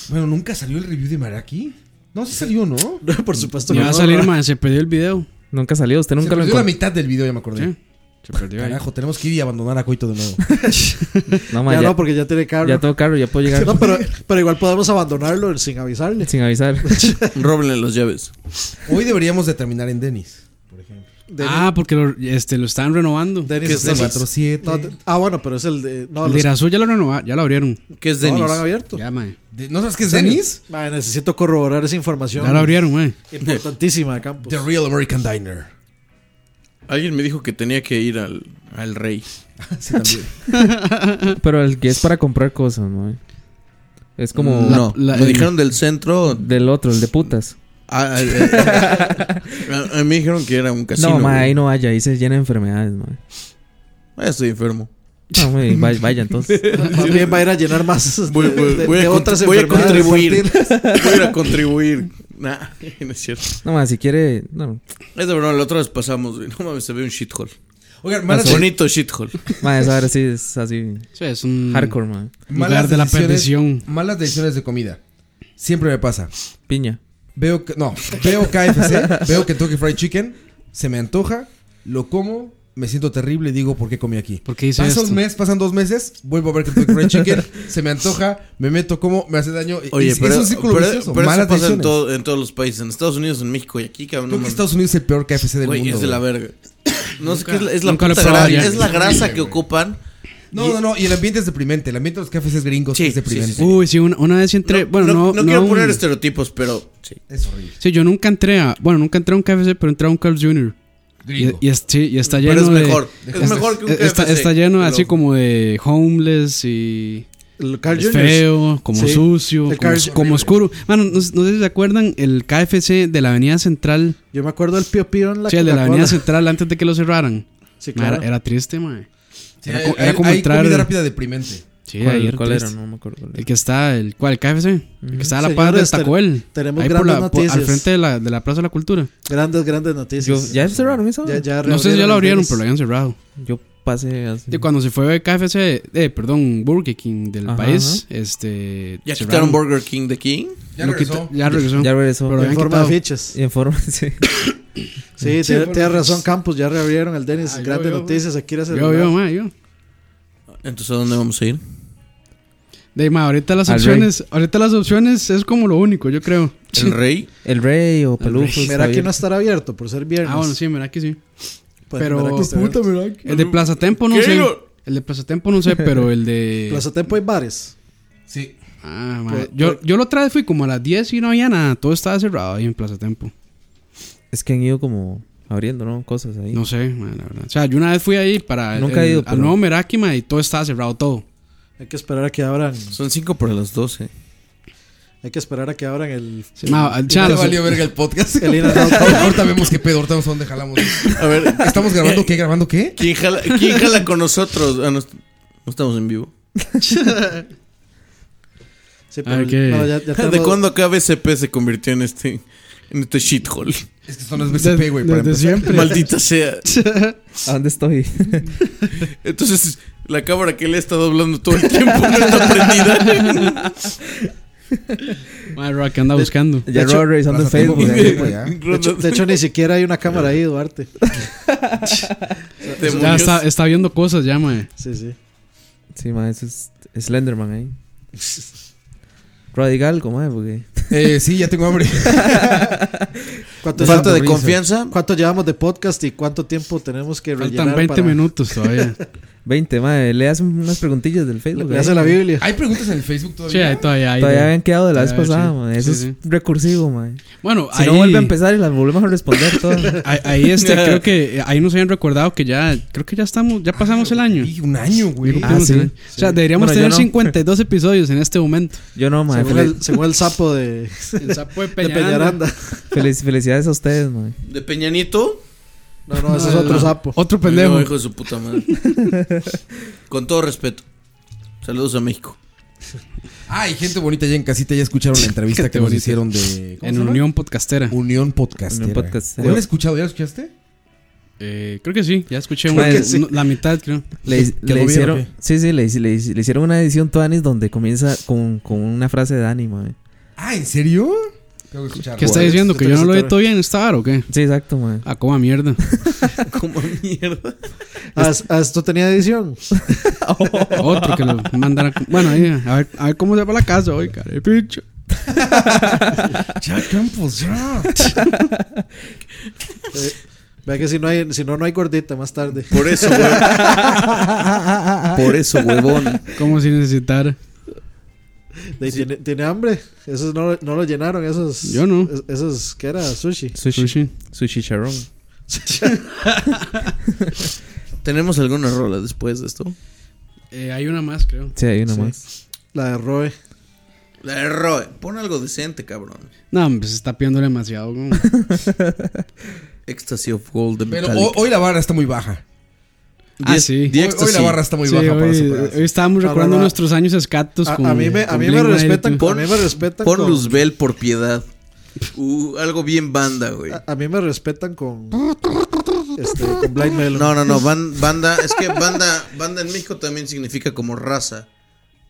Speaker 2: Bueno, nunca salió el review de Maraki. No, sí salió, ¿no? Se
Speaker 6: No, por supuesto
Speaker 3: Ni
Speaker 6: que
Speaker 3: va a
Speaker 6: no,
Speaker 3: salir,
Speaker 6: ¿verdad?
Speaker 3: man. Se perdió
Speaker 4: <laughs>
Speaker 3: el <laughs> video.
Speaker 5: Nunca salió, usted nunca lo
Speaker 2: perdió la
Speaker 5: encontró.
Speaker 2: mitad del video, ya me acordé.
Speaker 3: Sí. Se perdió ahí.
Speaker 2: Carajo, tenemos que ir y abandonar a Coito de nuevo.
Speaker 5: <laughs> No, man,
Speaker 6: Ya,
Speaker 5: ya,
Speaker 6: no, porque ya tiene carro.
Speaker 5: ya tengo carro, ya
Speaker 2: <laughs>
Speaker 5: puedo llegar
Speaker 6: No, pero, pero igual podemos abandonarlo sin avisarle.
Speaker 5: sin avisar.
Speaker 6: <laughs>
Speaker 4: Róbenle las llaves.
Speaker 2: Hoy deberíamos de terminar en Denis.
Speaker 3: Ah, porque lo, este, lo están renovando.
Speaker 6: Denis
Speaker 4: ¿Qué es
Speaker 6: está-
Speaker 4: Denis?
Speaker 2: 4-7.
Speaker 6: No, de- ah, bueno, pero es el de. No, los-
Speaker 3: El de Irazú ya lo renovaron, ya lo abrieron.
Speaker 4: ¿Qué es
Speaker 6: no,
Speaker 4: Denis?
Speaker 6: lo han abierto.
Speaker 3: Ya, man.
Speaker 2: De- ¿No sabes qué es Denis?
Speaker 6: Mae, necesito corroborar esa información.
Speaker 3: Ya lo abrieron, man.
Speaker 6: Importantísima, Campos.
Speaker 2: The Real American Diner.
Speaker 4: Alguien me dijo que tenía que ir al, al rey.
Speaker 2: <laughs> Sí, también.
Speaker 5: pero el que es para comprar cosas, man. Es como
Speaker 4: no,
Speaker 3: la-
Speaker 4: me
Speaker 3: el-
Speaker 4: dijeron del centro.
Speaker 5: del otro, el de putas.
Speaker 4: A, a- a- a- me dijeron que era un casino.
Speaker 5: no, man,
Speaker 4: güey.
Speaker 5: ahí no vaya, ahí se llena de enfermedades, man.
Speaker 4: Ah, estoy enfermo. <laughs>
Speaker 5: No, man, vaya, vaya, entonces.
Speaker 6: Más bien va a ir a llenar más de,
Speaker 4: Voy, voy-
Speaker 6: de-
Speaker 4: voy
Speaker 6: de
Speaker 4: a, con-
Speaker 6: otras
Speaker 4: voy a
Speaker 6: enfermedades.
Speaker 4: contribuir. Voy a ir a contribuir. Nah, <laughs> no es cierto.
Speaker 5: No, man, si quiere. No,
Speaker 4: Es de broma, la otra vez pasamos, güey. No mames, se ve un shithole.
Speaker 2: Oigan, malas,
Speaker 4: Bonito shithole.
Speaker 5: man, esa ahora sí es así.
Speaker 3: Sí, es un
Speaker 5: Hardcore, man.
Speaker 2: malas
Speaker 3: lugar de la
Speaker 2: decisiones-
Speaker 3: perdición.
Speaker 2: Malas decisiones de comida. Siempre me pasa.
Speaker 5: Piña.
Speaker 2: Veo que, no, veo
Speaker 5: <laughs>
Speaker 2: KFC, veo Kentucky Fried Chicken, se me antoja, lo como, me siento terrible y digo, ¿por qué comí aquí?
Speaker 3: ¿Por qué hice
Speaker 2: Pasa
Speaker 3: esto?
Speaker 2: un mes, pasan dos meses, vuelvo a ver Kentucky Fried
Speaker 5: <laughs>
Speaker 3: <laughs>
Speaker 2: Chicken, se me antoja, me meto, como, me hace daño. y- y
Speaker 4: Oye,
Speaker 2: es-
Speaker 4: pero,
Speaker 2: es un círculo
Speaker 4: pero-
Speaker 2: vicioso.
Speaker 4: pero
Speaker 2: malas
Speaker 4: eso pasa en,
Speaker 2: decisiones.
Speaker 4: todo- en todos los países. En Estados Unidos, en México y aquí, cabrón. no
Speaker 2: Creo que
Speaker 4: mames.
Speaker 2: Estados Unidos es el peor KFC del
Speaker 4: Güey,
Speaker 2: mundo.
Speaker 4: es de la
Speaker 2: güey.
Speaker 4: verga. <coughs> No sé qué es la, es la
Speaker 3: Nunca lo he
Speaker 4: puta
Speaker 3: probado
Speaker 4: gra-
Speaker 3: ya.
Speaker 4: es la grasa que ocupan.
Speaker 2: No, no, no, y el ambiente es deprimente. El ambiente de los cafés gringos
Speaker 4: Sí,
Speaker 2: es deprimente.
Speaker 4: sí, sí,
Speaker 3: Uy, sí, una, una vez entré. bueno, no.
Speaker 4: no quiero
Speaker 3: un-
Speaker 4: poner estereotipos, pero sí.
Speaker 2: Es horrible.
Speaker 3: Sí, yo nunca entré a. Bueno, nunca entré a un KFC, pero entré a un Carl's Jr. Y, y es- sí, y está lleno
Speaker 4: Pero es
Speaker 3: de-
Speaker 4: mejor.
Speaker 3: de-
Speaker 4: es mejor que un
Speaker 3: está,
Speaker 4: KFC,
Speaker 3: está lleno
Speaker 4: te lo-
Speaker 3: así como de homeless y
Speaker 6: El Carl
Speaker 3: es
Speaker 6: Jr.
Speaker 3: feo, como
Speaker 6: Sí.
Speaker 3: sucio,
Speaker 6: El
Speaker 3: como,
Speaker 6: Carl's
Speaker 3: como oscuro. Mano, no, sé- no sé si se acuerdan el KFC de la Avenida Central.
Speaker 6: Yo me acuerdo del Pío Pío en la
Speaker 3: sí, el de la
Speaker 6: Coca-Cola.
Speaker 3: Avenida Central antes de que lo cerraran.
Speaker 6: Sí,
Speaker 3: Ma, era-
Speaker 6: claro.
Speaker 3: Era, triste, mae. Era, co-
Speaker 2: hay,
Speaker 3: era como
Speaker 2: hay
Speaker 3: entrar.
Speaker 2: comida rápida deprimente.
Speaker 3: Sí, ahí
Speaker 5: ¿Cuál,
Speaker 3: era
Speaker 5: cuál era?
Speaker 3: triste.
Speaker 5: No me acuerdo. cuál era.
Speaker 3: El que está, el, ¿cuál? ¿El KFC? El que está a la par del
Speaker 6: Señores,
Speaker 3: Taco Bell.
Speaker 6: ten- tenemos
Speaker 3: ahí por la-
Speaker 6: grandes
Speaker 3: por- al
Speaker 6: noticias.
Speaker 3: frente de la, de la Plaza de la Cultura.
Speaker 6: Grandes, grandes noticias.
Speaker 5: Yo- ya cerraron esa.
Speaker 6: Ya- ya
Speaker 3: No sé si ya lo abrieron,
Speaker 6: reabrieron
Speaker 3: pero lo habían cerrado.
Speaker 5: Yo pasé así.
Speaker 3: De cuando se fue KFC, eh, perdón, Burger King del
Speaker 5: Ajá,
Speaker 3: país, este...
Speaker 4: Ya
Speaker 3: cerraron.
Speaker 4: quitaron Burger King de King.
Speaker 2: Ya
Speaker 3: Lo
Speaker 2: regresó.
Speaker 3: quita- ya regresó.
Speaker 5: Ya regresó.
Speaker 3: Pero
Speaker 6: En
Speaker 3: habían
Speaker 6: forma de
Speaker 3: quitado.
Speaker 6: fichas.
Speaker 5: Y en forma. <laughs> Sí.
Speaker 6: Sí, tiene- tienes
Speaker 3: pues,
Speaker 6: razón, Campos. Ya reabrieron el Denis.
Speaker 3: Ah, yo,
Speaker 6: grandes
Speaker 3: yo,
Speaker 6: noticias. Aquí era
Speaker 3: Yo, yo,
Speaker 6: celebrar.
Speaker 3: ma, yo.
Speaker 4: Entonces, ¿a dónde vamos a ir?
Speaker 3: De, ma, ahorita las
Speaker 5: Al
Speaker 3: opciones, ahorita las opciones es como lo único, yo creo.
Speaker 4: El rey.
Speaker 5: El rey o Pelufos.
Speaker 6: Mira que
Speaker 5: Javier.
Speaker 6: no estará abierto por ser viernes.
Speaker 3: Ah, bueno, sí, mira que sí.
Speaker 6: Pues,
Speaker 3: pero-
Speaker 6: Meraki está abierto.
Speaker 3: El de Plaza Tempo no
Speaker 4: ¿Qué?
Speaker 3: sé. El de Plaza Tempo no sé, pero el de...
Speaker 6: <laughs> Plaza Tempo hay bares. Pues,
Speaker 2: Sí.
Speaker 3: Ah, ma,
Speaker 6: Pero-
Speaker 3: yo, yo lo otra vez fui como a las 10 y no había nada. Todo estaba cerrado ahí en Plaza Tempo.
Speaker 5: Es que han ido como abriendo, ¿no? Cosas ahí.
Speaker 3: No sé, ma, la verdad. O sea, yo una vez fui ahí para...
Speaker 5: Nunca he
Speaker 3: el-
Speaker 5: ido,
Speaker 3: Ah, eh, Al
Speaker 5: pero-
Speaker 3: nuevo Meraki, ma, y todo estaba cerrado, todo.
Speaker 6: Hay que esperar a que abran.
Speaker 4: Son 5 para las
Speaker 6: <laughs>
Speaker 4: 12.
Speaker 6: Hay que esperar a que abran el.
Speaker 3: Sí, ma, o sea,
Speaker 2: Ya
Speaker 3: las-
Speaker 2: valió verga el podcast.
Speaker 6: El
Speaker 2: <laughs>
Speaker 3: <laughs>
Speaker 6: In and Out.
Speaker 2: ahorita vemos qué pedo, ahorita vemos a dónde jalamos.
Speaker 4: A ver,
Speaker 2: <laughs> ¿Estamos grabando qué? ¿Grabando qué?
Speaker 4: ¿quién jala, quién
Speaker 3: <laughs>
Speaker 4: jala con nosotros? Ah, no, est- no estamos en vivo.
Speaker 6: Sí, pero
Speaker 3: Ok.
Speaker 6: no,
Speaker 5: <laughs>
Speaker 6: ya, ya
Speaker 4: ¿De
Speaker 6: tenemos-
Speaker 4: cuándo acá BCP se convirtió en este, en este shithole?
Speaker 2: Es que esto no es BCP, güey. para
Speaker 3: Desde
Speaker 2: empezar. <laughs>
Speaker 3: siempre.
Speaker 4: Maldita sea.
Speaker 5: <laughs> ¿A dónde estoy?
Speaker 3: <laughs>
Speaker 4: Entonces, la cámara que le ha estado hablando todo el tiempo no está prendida.
Speaker 3: Mae, Rock, ¿qué anda buscando?
Speaker 5: ya
Speaker 6: hecho,
Speaker 5: Rob revisando en
Speaker 2: Pasa tiempo,
Speaker 5: Facebook.
Speaker 2: güey,
Speaker 5: ahí,
Speaker 2: ya.
Speaker 5: pues,
Speaker 6: De hecho, de hecho, ni siquiera hay una cámara ahí, <laughs> Duarte.
Speaker 4: Demonios.
Speaker 3: Ya está, está viendo cosas, ya, mae.
Speaker 6: Sí, sí.
Speaker 5: Sí, ma, eso es Slenderman eh. ahí.
Speaker 3: <laughs>
Speaker 5: Radical, como es, porque.
Speaker 2: Eh, sí, ya tengo
Speaker 5: <laughs>
Speaker 2: hambre.
Speaker 6: <laughs> ¿Cuánto,
Speaker 4: Falta de
Speaker 6: llevamos-
Speaker 4: confianza.
Speaker 6: cuánto llevamos de podcast y cuánto tiempo tenemos que rellenar?
Speaker 3: Faltan 20
Speaker 6: para- <laughs>
Speaker 3: minutos todavía.
Speaker 5: 20, madre. Le hacen unas preguntillas del
Speaker 6: Le,
Speaker 5: Facebook.
Speaker 6: le
Speaker 5: ahí.
Speaker 6: hace la Biblia.
Speaker 2: ¿Hay preguntas en el Facebook todavía?
Speaker 3: Sí, ahí todavía hay.
Speaker 5: Todavía habían quedado de la vez
Speaker 3: Todavía,
Speaker 5: pasada,
Speaker 3: sí.
Speaker 5: ma, Eso
Speaker 3: Sí,
Speaker 5: es recursivo, man.
Speaker 3: Bueno,
Speaker 5: Si
Speaker 3: ahí,
Speaker 5: no vuelve a empezar y las volvemos a responder todas.
Speaker 3: <laughs> ahí, ahí,
Speaker 5: <laughs>
Speaker 3: este, creo que eh, ahí nos habían recordado que ya, creo que ya estamos, ya pasamos el año.
Speaker 2: Ey, un año,
Speaker 3: Ya
Speaker 2: güey.
Speaker 5: Ah,
Speaker 3: cumplimos
Speaker 5: sí.
Speaker 3: el año. O sea, deberíamos
Speaker 5: Bueno, yo
Speaker 3: tener
Speaker 5: no.
Speaker 3: 52 episodios en este momento.
Speaker 5: Yo no, man.
Speaker 6: según, el, según el sapo de,
Speaker 3: El sapo de
Speaker 6: de
Speaker 3: Peñaranda.
Speaker 6: Peñaranda.
Speaker 5: felicidades a ustedes, man.
Speaker 4: ¿De Peñanito?
Speaker 6: No, no, ese es otro sapo.
Speaker 3: Ah, Otro
Speaker 4: No,
Speaker 3: pendejo.
Speaker 4: hijo de su puta madre. Con todo respeto. Saludos a México.
Speaker 2: Ay, gente bonita ya en casita, ya
Speaker 3: <laughs>
Speaker 2: escucharon la entrevista
Speaker 3: Gente
Speaker 2: que nos
Speaker 3: bonita.
Speaker 2: hicieron de... ¿cómo se
Speaker 3: En
Speaker 2: llama?
Speaker 3: Unión Podcastera.
Speaker 2: Unión Podcastera.
Speaker 5: Unión Podcastera.
Speaker 2: ¿Lo han escuchado? ¿Ya lo escuchaste?
Speaker 3: <laughs> Eh, creo que sí, ya escuché
Speaker 5: Creo
Speaker 3: una-
Speaker 5: que sí.
Speaker 3: una- la mitad, creo.
Speaker 5: Le,
Speaker 2: ¿Que
Speaker 5: le
Speaker 2: lo vieron o
Speaker 5: hicieron,
Speaker 2: qué?
Speaker 5: sí, sí, le, hici- le hici- le hicieron una edición Tuanis donde comienza con, con una frase de eh. Dani, man.
Speaker 2: Ah, ¿en serio? Tengo que escucharlo.
Speaker 3: ¿Qué está
Speaker 6: Bueno,
Speaker 3: diciendo?
Speaker 6: esto
Speaker 3: ¿Que yo no lo
Speaker 6: está-
Speaker 3: edito bien? ¿Está vara o qué?
Speaker 5: Sí, exacto, man.
Speaker 3: Ah,
Speaker 6: <laughs>
Speaker 3: coma mierda.
Speaker 4: Como mierda.
Speaker 6: Ah, es- ah, ¿Esto tenía
Speaker 5: <laughs>
Speaker 6: edición?
Speaker 3: Otro que Oh, lo mandan a... Bueno, ahí, a ver, a ver cómo se va la casa hoy, cara.
Speaker 6: <laughs>
Speaker 3: Picho.
Speaker 2: Ya, Campos, ya.
Speaker 5: <laughs>
Speaker 6: Eh, Vea que si no, hay, si no, no hay gordita más tarde.
Speaker 4: Por eso,
Speaker 6: <laughs>
Speaker 4: huevón. <laughs> Por eso, huevón.
Speaker 3: Como si necesitara.
Speaker 6: De ahí tiene, tiene hambre. Esos no, no lo llenaron. Esos,
Speaker 3: Yo no.
Speaker 6: es- Esos, ¿qué era? Sushi.
Speaker 5: Sushi.
Speaker 3: Sushi.
Speaker 5: Sushi <laughs> charrón.
Speaker 4: ¿Tenemos alguna rola después de esto?
Speaker 5: <laughs>
Speaker 3: Eh, hay una más, creo.
Speaker 5: Sí, hay una
Speaker 6: Sí.
Speaker 5: más.
Speaker 6: La de Roe.
Speaker 4: La de Roe. Pon algo decente, cabrón.
Speaker 3: No, hombre, se está pidiendo
Speaker 4: <laughs>
Speaker 3: demasiado. güey.
Speaker 4: Ecstasy of Gold de
Speaker 2: Pero
Speaker 4: Metallica.
Speaker 2: hoy, hoy la barra está muy baja.
Speaker 3: Ah,
Speaker 4: The-
Speaker 3: sí.
Speaker 4: The
Speaker 2: Hoy, hoy
Speaker 4: Ecstasy.
Speaker 2: la barra está muy
Speaker 3: Sí,
Speaker 2: baja para
Speaker 3: hoy,
Speaker 2: superar.
Speaker 3: hoy estábamos
Speaker 6: No, no,
Speaker 3: recordando
Speaker 6: no.
Speaker 3: nuestros años escatos
Speaker 6: A,
Speaker 3: con.
Speaker 6: a mí me, a
Speaker 3: con
Speaker 6: mí me
Speaker 3: Blink-182.
Speaker 6: respetan. A mí me respetan.
Speaker 4: Pon
Speaker 6: con-
Speaker 4: Luzbel por piedad. Uh, algo bien banda, güey. Ah,
Speaker 6: a, a mí me respetan con. Este, con Blind Melon.
Speaker 4: No, no, no, ban- banda, es que banda, banda en México también significa como raza.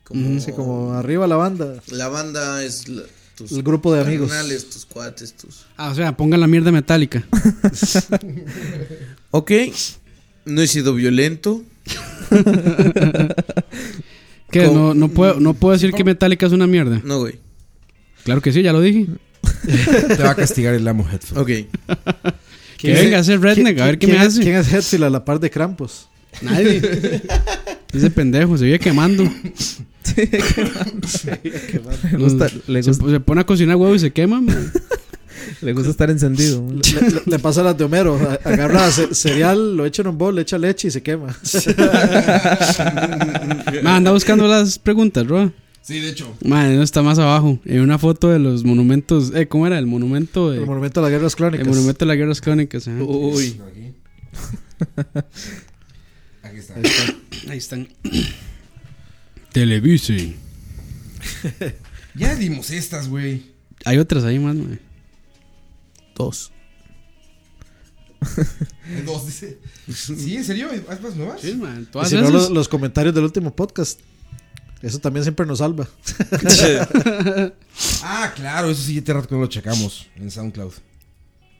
Speaker 4: Como,
Speaker 6: Sí, <laughs> como arriba la banda.
Speaker 4: la banda es la- tus
Speaker 6: El grupo de amigos.
Speaker 4: carnales, tus cuates, tus.
Speaker 3: Ah, o sea, pongan la mierda metálica.
Speaker 4: <laughs> Ok. No he sido violento.
Speaker 3: <laughs> ¿Qué?
Speaker 4: Con-
Speaker 3: No, no, puedo, no puedo decir que metálica es una mierda.
Speaker 4: No, güey.
Speaker 3: Claro que sí, ya lo dije.
Speaker 2: Te va a castigar el amo Headphone.
Speaker 4: Ok.
Speaker 3: <laughs> Que venga a hacer redneck, a ver qué me
Speaker 6: ¿quién es-
Speaker 3: hace.
Speaker 6: ¿Quién es Hetfield a la par de Krampus?
Speaker 3: Nadie. Ese pendejo se vive quemando.
Speaker 2: <laughs>
Speaker 5: Le gusta, le
Speaker 3: Se,
Speaker 5: gusta,
Speaker 3: se pone a cocinar huevo y se quema. man.
Speaker 5: le gusta estar
Speaker 3: <laughs>
Speaker 5: encendido.
Speaker 6: <laughs>
Speaker 5: man.
Speaker 6: Le, le- le pasa las de Homero. a- Agarra ce- cereal, lo echa en un bol, le echa leche y
Speaker 4: <laughs>
Speaker 6: se quema.
Speaker 3: Man, anda buscando las preguntas, bro.
Speaker 2: Sí, de hecho.
Speaker 3: Man, no está más abajo. En una foto de los monumentos. Eh, ¿Cómo era? El monumento de.
Speaker 6: El monumento a las guerras crónicas.
Speaker 3: El monumento de las guerras crónicas.
Speaker 6: <laughs>
Speaker 3: ajá.
Speaker 4: Uy.
Speaker 2: Aquí. Aquí está.
Speaker 3: Ahí están. Televise.
Speaker 2: Ya dimos estas, güey.
Speaker 3: Hay otras ahí más, man.
Speaker 4: Dos.
Speaker 2: Hay Dos, dice. ¿Sí? ¿En serio? ¿Hay más nuevas?
Speaker 3: Sí, man.
Speaker 6: Y
Speaker 3: Todas
Speaker 6: si no,
Speaker 3: esas.
Speaker 6: lo- los, comentarios del último podcast. Eso también siempre nos salva.
Speaker 2: Ah, claro, eso sí, ya te rato que no lo checamos en SoundCloud.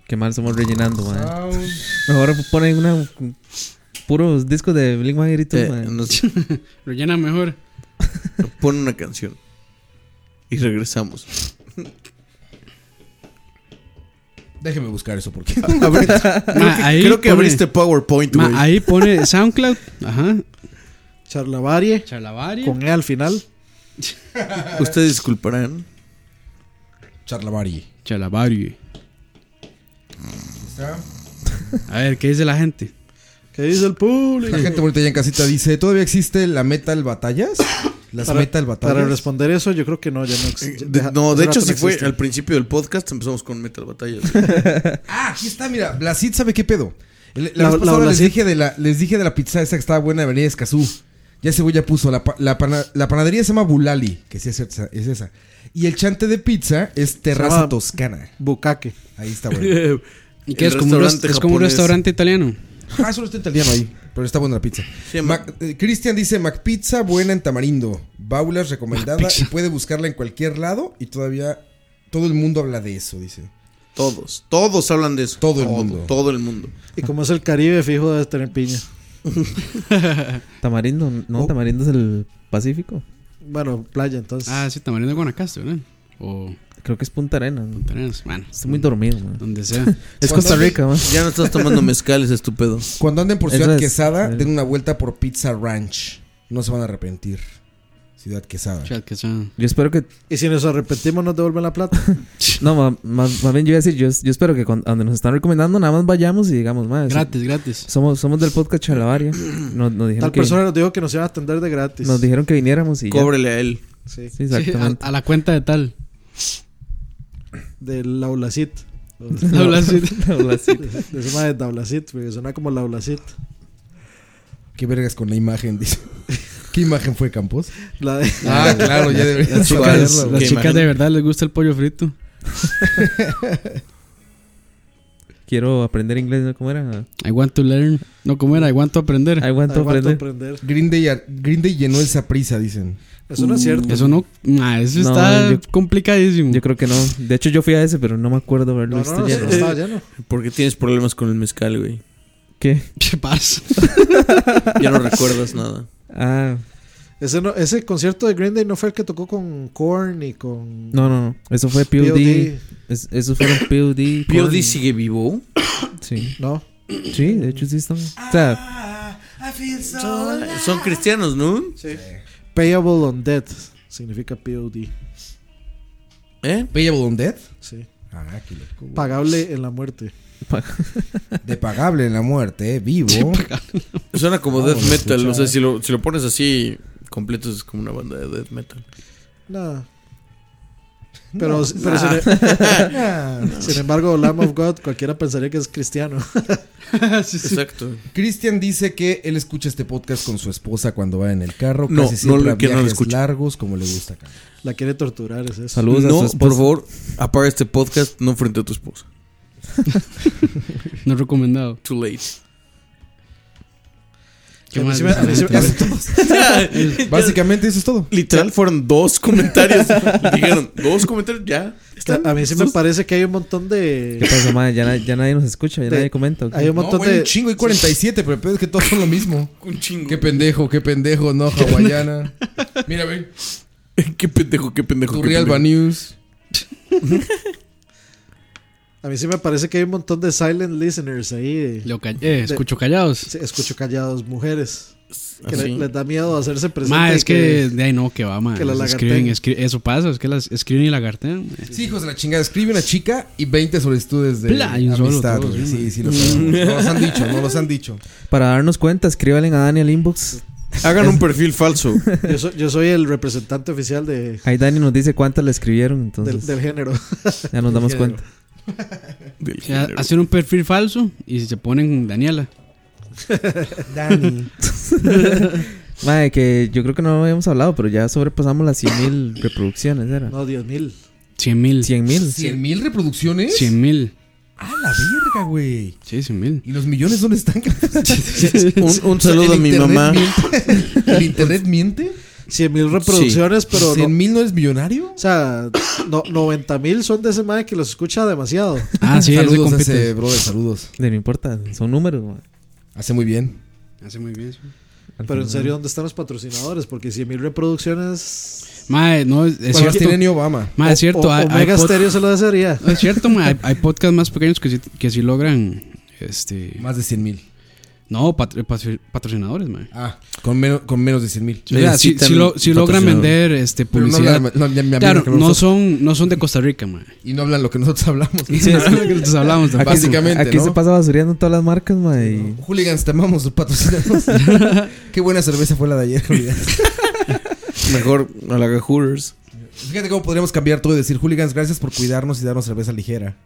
Speaker 5: Qué mal somos rellenando, man. Mejor ponen una puros discos de Blink
Speaker 4: Eh,
Speaker 5: Magritte, <laughs>
Speaker 4: nos
Speaker 3: Rellena mejor.
Speaker 4: pon una canción. Y regresamos.
Speaker 2: Déjeme buscar eso
Speaker 3: <laughs>
Speaker 2: porque. <laughs>
Speaker 4: Abriste-
Speaker 3: Ma, Ah, ahí
Speaker 4: Creo que
Speaker 3: pone-
Speaker 4: abriste PowerPoint,
Speaker 3: ma,
Speaker 4: güey.
Speaker 3: ahí <laughs> pone <laughs> SoundCloud. Ajá.
Speaker 6: Charlavarie
Speaker 3: Charlavaria.
Speaker 6: con E al final.
Speaker 4: <laughs> Ustedes disculparán.
Speaker 2: Charlavari.
Speaker 3: Charlavaria.
Speaker 2: ¿Está?
Speaker 3: A ver, ¿qué dice la gente?
Speaker 6: ¿Qué dice el
Speaker 2: La
Speaker 6: público?
Speaker 2: gente bonita ya en casita dice: ¿Todavía existe la Metal Batallas? Las Metal Batallas. Eh,
Speaker 6: Para responder eso, yo creo que no, ya no ex- ya-
Speaker 4: De-
Speaker 6: deja-
Speaker 4: no, de
Speaker 6: hace
Speaker 4: hecho,
Speaker 6: rato
Speaker 4: si
Speaker 6: no
Speaker 4: fue
Speaker 6: existe.
Speaker 4: al principio del podcast, empezamos con Metal
Speaker 6: <laughs>
Speaker 4: Batallas.
Speaker 2: Ah, aquí está, mira. Blasit sabe qué pedo. El-
Speaker 6: La-
Speaker 2: La, vez
Speaker 6: la
Speaker 2: pasada les
Speaker 6: Blasit.
Speaker 2: dije, de la, les dije de la pizza esa que estaba buena de Avenida Escazú. Ya ese güey ya puso. La, pa- la pana- la panadería se llama Bulali, que sí es esa. es esa. Y el chante de pizza es Terraza
Speaker 6: llama-
Speaker 2: Toscana.
Speaker 6: Bucaque.
Speaker 2: Ahí está bueno.
Speaker 3: <laughs> ¿Y qué
Speaker 4: El
Speaker 3: es? Como un, res-
Speaker 4: restaurante
Speaker 3: es como un
Speaker 4: japonés.
Speaker 3: restaurante italiano.
Speaker 2: Ah, solo está italiano ahí. Pero está buena la pizza.
Speaker 4: Sí,
Speaker 2: Mac- eh, Cristian dice: McPizza buena en tamarindo. Baulas recomendada y puede buscarla en cualquier lado. Y todavía todo el mundo habla de eso, dice.
Speaker 4: Todos, todos hablan de eso.
Speaker 2: Todo el mundo.
Speaker 4: Todo el mundo.
Speaker 6: Y como es el Caribe, fijo, debe tener
Speaker 4: <laughs>
Speaker 6: piña.
Speaker 5: Tamarindo,
Speaker 6: Oh.
Speaker 5: no, Tamarindo es el Pacífico.
Speaker 6: Bueno, playa, entonces.
Speaker 3: Ah, sí, tamarindo de Guanacaste, ¿verdad? O
Speaker 5: Creo que es Punta Arenas. ¿no?
Speaker 3: Tarenas, bueno,
Speaker 5: Estoy muy dormido, man.
Speaker 2: <laughs>
Speaker 3: donde sea.
Speaker 5: <laughs> Es Costa Rica, man.
Speaker 4: Ya no estás tomando mezcales, estúpido.
Speaker 2: Cuando anden por
Speaker 5: Eso
Speaker 2: Ciudad
Speaker 5: es.
Speaker 2: Quesada,
Speaker 5: Eh.
Speaker 2: den una vuelta por Pizza Ranch. No se van a arrepentir. Ciudad Quesada.
Speaker 3: Chat, que sea.
Speaker 5: Yo espero que.
Speaker 6: Y si nos arrepentimos, nos devuelven la plata.
Speaker 5: <laughs> No, ma- más, más bien yo iba a decir, yo, yo espero que cuando, a donde nos están recomendando, nada más vayamos y digamos, más.
Speaker 3: Gratis, gratis.
Speaker 5: Somos, somos del podcast
Speaker 6: <clears throat>
Speaker 5: Chalabaria. Nos, nos dijeron
Speaker 6: Tal
Speaker 5: que,
Speaker 6: persona nos dijo que nos iban a atender de gratis.
Speaker 5: nos dijeron que viniéramos y. ya.
Speaker 4: Cóbrele a él.
Speaker 6: Sí,
Speaker 5: Sí,
Speaker 3: Sí,
Speaker 6: <laughs>
Speaker 3: a,
Speaker 5: exactamente.
Speaker 3: a la cuenta
Speaker 4: <laughs>
Speaker 3: de tal.
Speaker 6: de Laulacit.
Speaker 3: Hablas así.
Speaker 6: <laughs> De su madre, Daulacit, porque suena como Laulacit.
Speaker 2: ¿Qué vergas con la imagen? Dice. <laughs> ¿Qué imagen fue Campos?
Speaker 6: La de-
Speaker 3: <laughs>
Speaker 2: Ah, claro, ya debería
Speaker 4: chicas-
Speaker 2: saberlo.
Speaker 4: Ok,
Speaker 3: Las chicas
Speaker 4: imagínate.
Speaker 3: de verdad les gusta el
Speaker 4: <laughs>
Speaker 3: pollo frito.
Speaker 5: Quiero aprender inglés, ¿no? ¿Cómo era?
Speaker 3: I want to learn. No, ¿cómo era? I want to aprender.
Speaker 5: I want to
Speaker 6: aguanto
Speaker 5: aprender.
Speaker 6: aprender.
Speaker 2: Green Day, Green Day llenó el Saprisa, dicen.
Speaker 6: Eso no es cierto.
Speaker 3: Eso no. nah, eso
Speaker 5: No,
Speaker 3: está
Speaker 5: yo-
Speaker 3: complicadísimo.
Speaker 5: Yo creo que no. De hecho, yo fui a ese, pero no me acuerdo haberlo
Speaker 6: No, no, no,
Speaker 5: visto
Speaker 6: eh,
Speaker 5: lleno.
Speaker 6: no, estaba lleno.
Speaker 4: ¿Por qué tienes problemas con el mezcal, güey?
Speaker 5: ¿Qué?
Speaker 3: ¿Qué pasa?
Speaker 4: Ya no recuerdas nada.
Speaker 5: <laughs> Ah,
Speaker 6: Ese, no, ese concierto de Green Day no fue el que tocó con Korn y con
Speaker 5: no, no, no. Eso fue POD. Es- esos fueron
Speaker 6: <coughs>
Speaker 5: POD.
Speaker 4: ¿POD sigue vivo?
Speaker 5: Sí.
Speaker 6: No.
Speaker 5: Sí, de hecho sí están. O sea,
Speaker 4: Son cristianos, ¿no?
Speaker 6: Payable on Dead significa POD.
Speaker 4: ¿Eh?
Speaker 2: Payable on Dead.
Speaker 6: Sí.
Speaker 2: Ah, qué loco. güey.
Speaker 6: Pagable en la muerte.
Speaker 2: De pagable en la muerte, eh, vivo.
Speaker 4: Suena como death
Speaker 2: Vamos a
Speaker 4: metal. O sea,
Speaker 2: escuchar.
Speaker 4: si lo, si lo pones así completo, es como una banda de death metal.
Speaker 6: Nada. Pero, pero
Speaker 5: <laughs>
Speaker 6: sin, e- sin embargo, Lamb of God, cualquiera pensaría que es cristiano. <laughs>
Speaker 4: Exacto.
Speaker 2: Cristian dice que él escucha este podcast con su esposa cuando va en el carro.
Speaker 4: No,
Speaker 2: Casi
Speaker 4: no,
Speaker 2: siempre a
Speaker 4: que no lo
Speaker 2: viajes
Speaker 4: escuche.
Speaker 2: largos como le gusta acá.
Speaker 6: La quiere torturar, es eso.
Speaker 5: saludos a su
Speaker 4: no, por
Speaker 5: esposa.
Speaker 4: favor, apaga este podcast no frente a tu esposa.
Speaker 3: No recomendado.
Speaker 4: Too late.
Speaker 3: ¿Qué
Speaker 6: A mí
Speaker 3: más?
Speaker 6: sí me- a mí sí me-
Speaker 2: <laughs> Básicamente eso es todo.
Speaker 4: Literal fueron dos comentarios. Le <laughs> Dijeron, dos comentarios, ya.
Speaker 6: que a mí sí me parece que hay un montón
Speaker 5: ¿Qué
Speaker 6: de.
Speaker 5: pasa, madre? Ya, na- ya nadie nos escucha, ya
Speaker 6: De-
Speaker 5: nadie comenta. ¿o qué?
Speaker 6: Hay un
Speaker 2: No,
Speaker 6: montón
Speaker 2: güey,
Speaker 6: de.
Speaker 2: un chingo y 47, pero el pedo es que todos son lo mismo.
Speaker 4: Un chingo.
Speaker 2: Qué pendejo, qué pendejo, no, hawaiana. Mira, ve,
Speaker 4: <laughs> Qué pendejo, qué pendejo.
Speaker 2: tu
Speaker 4: qué
Speaker 2: Real
Speaker 4: pendejo.
Speaker 2: News.
Speaker 6: A mí sí me parece que hay un montón de silent listeners ahí. de-
Speaker 3: Lo call- eh, escucho callados.
Speaker 6: Sí, escucho callados mujeres. Que le-
Speaker 4: Así.
Speaker 6: les da miedo hacerse presente.
Speaker 3: Ma,
Speaker 6: y
Speaker 3: es que de ahí no, que va, ma.
Speaker 6: que la
Speaker 3: Las escriben,
Speaker 6: lagartean.
Speaker 3: escri- eso pasa, es que las escriben y lagartean. ma.
Speaker 2: Sí, hijos de la chingada. Escribe una chica y 20 solicitudes de
Speaker 3: Pla, y un solo,
Speaker 2: amistad.
Speaker 3: todos,
Speaker 2: güey.
Speaker 3: sí,
Speaker 2: sí, sí, lo sabemos. no los han dicho, no los han dicho.
Speaker 5: Para darnos cuenta, escríbanle a Dani al inbox.
Speaker 4: Hagan un perfil falso.
Speaker 6: <laughs> Yo, so- yo soy el representante oficial de,
Speaker 5: Ahí Dani nos dice cuántas le escribieron,
Speaker 6: del,
Speaker 5: entonces
Speaker 6: del género.
Speaker 5: ya nos damos cuenta.
Speaker 4: Del
Speaker 3: Ya
Speaker 4: género.
Speaker 3: Hacen un perfil falso y se ponen Daniela.
Speaker 5: Madre, que yo creo que no habíamos hablado, pero ya sobrepasamos las 100.000 reproducciones, ¿era?
Speaker 6: No, 10.000.
Speaker 3: 100 mil.
Speaker 5: 100.000.
Speaker 2: ¿100 mil reproducciones?
Speaker 3: 100 mil.
Speaker 2: ¡Ah, la verga, güey!
Speaker 3: Sí, 100 mil.
Speaker 2: ¿Y los millones dónde
Speaker 3: <laughs>
Speaker 2: están?
Speaker 6: <laughs>
Speaker 4: Un, un saludo a
Speaker 2: ¿El
Speaker 4: mi
Speaker 2: internet
Speaker 4: mamá. <laughs>
Speaker 2: miente? ¿El
Speaker 3: <laughs>
Speaker 2: internet miente?
Speaker 6: 100.000 reproducciones, pero.
Speaker 2: ¿100
Speaker 6: No,
Speaker 2: mil no eres millonario?
Speaker 6: o sea, no, 90.000 son de ese madre que los escucha demasiado. <laughs>
Speaker 3: Ah, sí, ese
Speaker 2: saludos a
Speaker 3: compite.
Speaker 2: ese brother, saludos.
Speaker 5: No importa, son números, madre.
Speaker 2: Hace muy bien.
Speaker 3: Hace muy bien eso.
Speaker 5: Al
Speaker 6: Pero en
Speaker 5: final.
Speaker 6: serio, ¿dónde están los patrocinadores? Porque 100.000 reproducciones.
Speaker 3: Ma, no, es,
Speaker 2: Bueno,
Speaker 3: es
Speaker 2: las tiene
Speaker 3: cierto.
Speaker 2: ni Obama.
Speaker 3: Ma, es cierto.
Speaker 6: O-
Speaker 3: hay- hay
Speaker 6: Omega
Speaker 3: pod-
Speaker 6: Stereo se lo desearía.
Speaker 3: No, es cierto, ma, hay, hay podcasts más pequeños que sí, que sí logran. Este,
Speaker 2: Más de 100 mil.
Speaker 3: no, patro- patro- patrocinadores, ma.
Speaker 2: Ah, con, menos- con menos de 100 mil.
Speaker 3: O sea, si,
Speaker 4: Necesitan
Speaker 3: logran
Speaker 4: patrocinador.
Speaker 3: vender este,
Speaker 2: Pero no hablan-
Speaker 3: publicidad.
Speaker 2: no hablan- me
Speaker 3: claro,
Speaker 2: hablan que
Speaker 3: no
Speaker 2: nosotros-
Speaker 3: son, no son de Costa Rica, ma.
Speaker 2: Y no hablan lo que nosotros <laughs> hablamos.
Speaker 3: Sí, es que les hablamos
Speaker 5: Aquí,
Speaker 3: tampoco.
Speaker 5: se-
Speaker 2: Básicamente,
Speaker 5: aquí
Speaker 2: ¿no?
Speaker 5: se pasa basureando todas las marcas, madre. y-
Speaker 2: Hooligans, te amamos,
Speaker 3: <laughs>
Speaker 2: patrocinamos. Qué buena cerveza fue la de ayer, Hooligans.
Speaker 4: Mejor a la Hooters.
Speaker 2: Fíjate cómo podríamos cambiar todo y decir, Hooligans, gracias por cuidarnos y darnos cerveza ligera.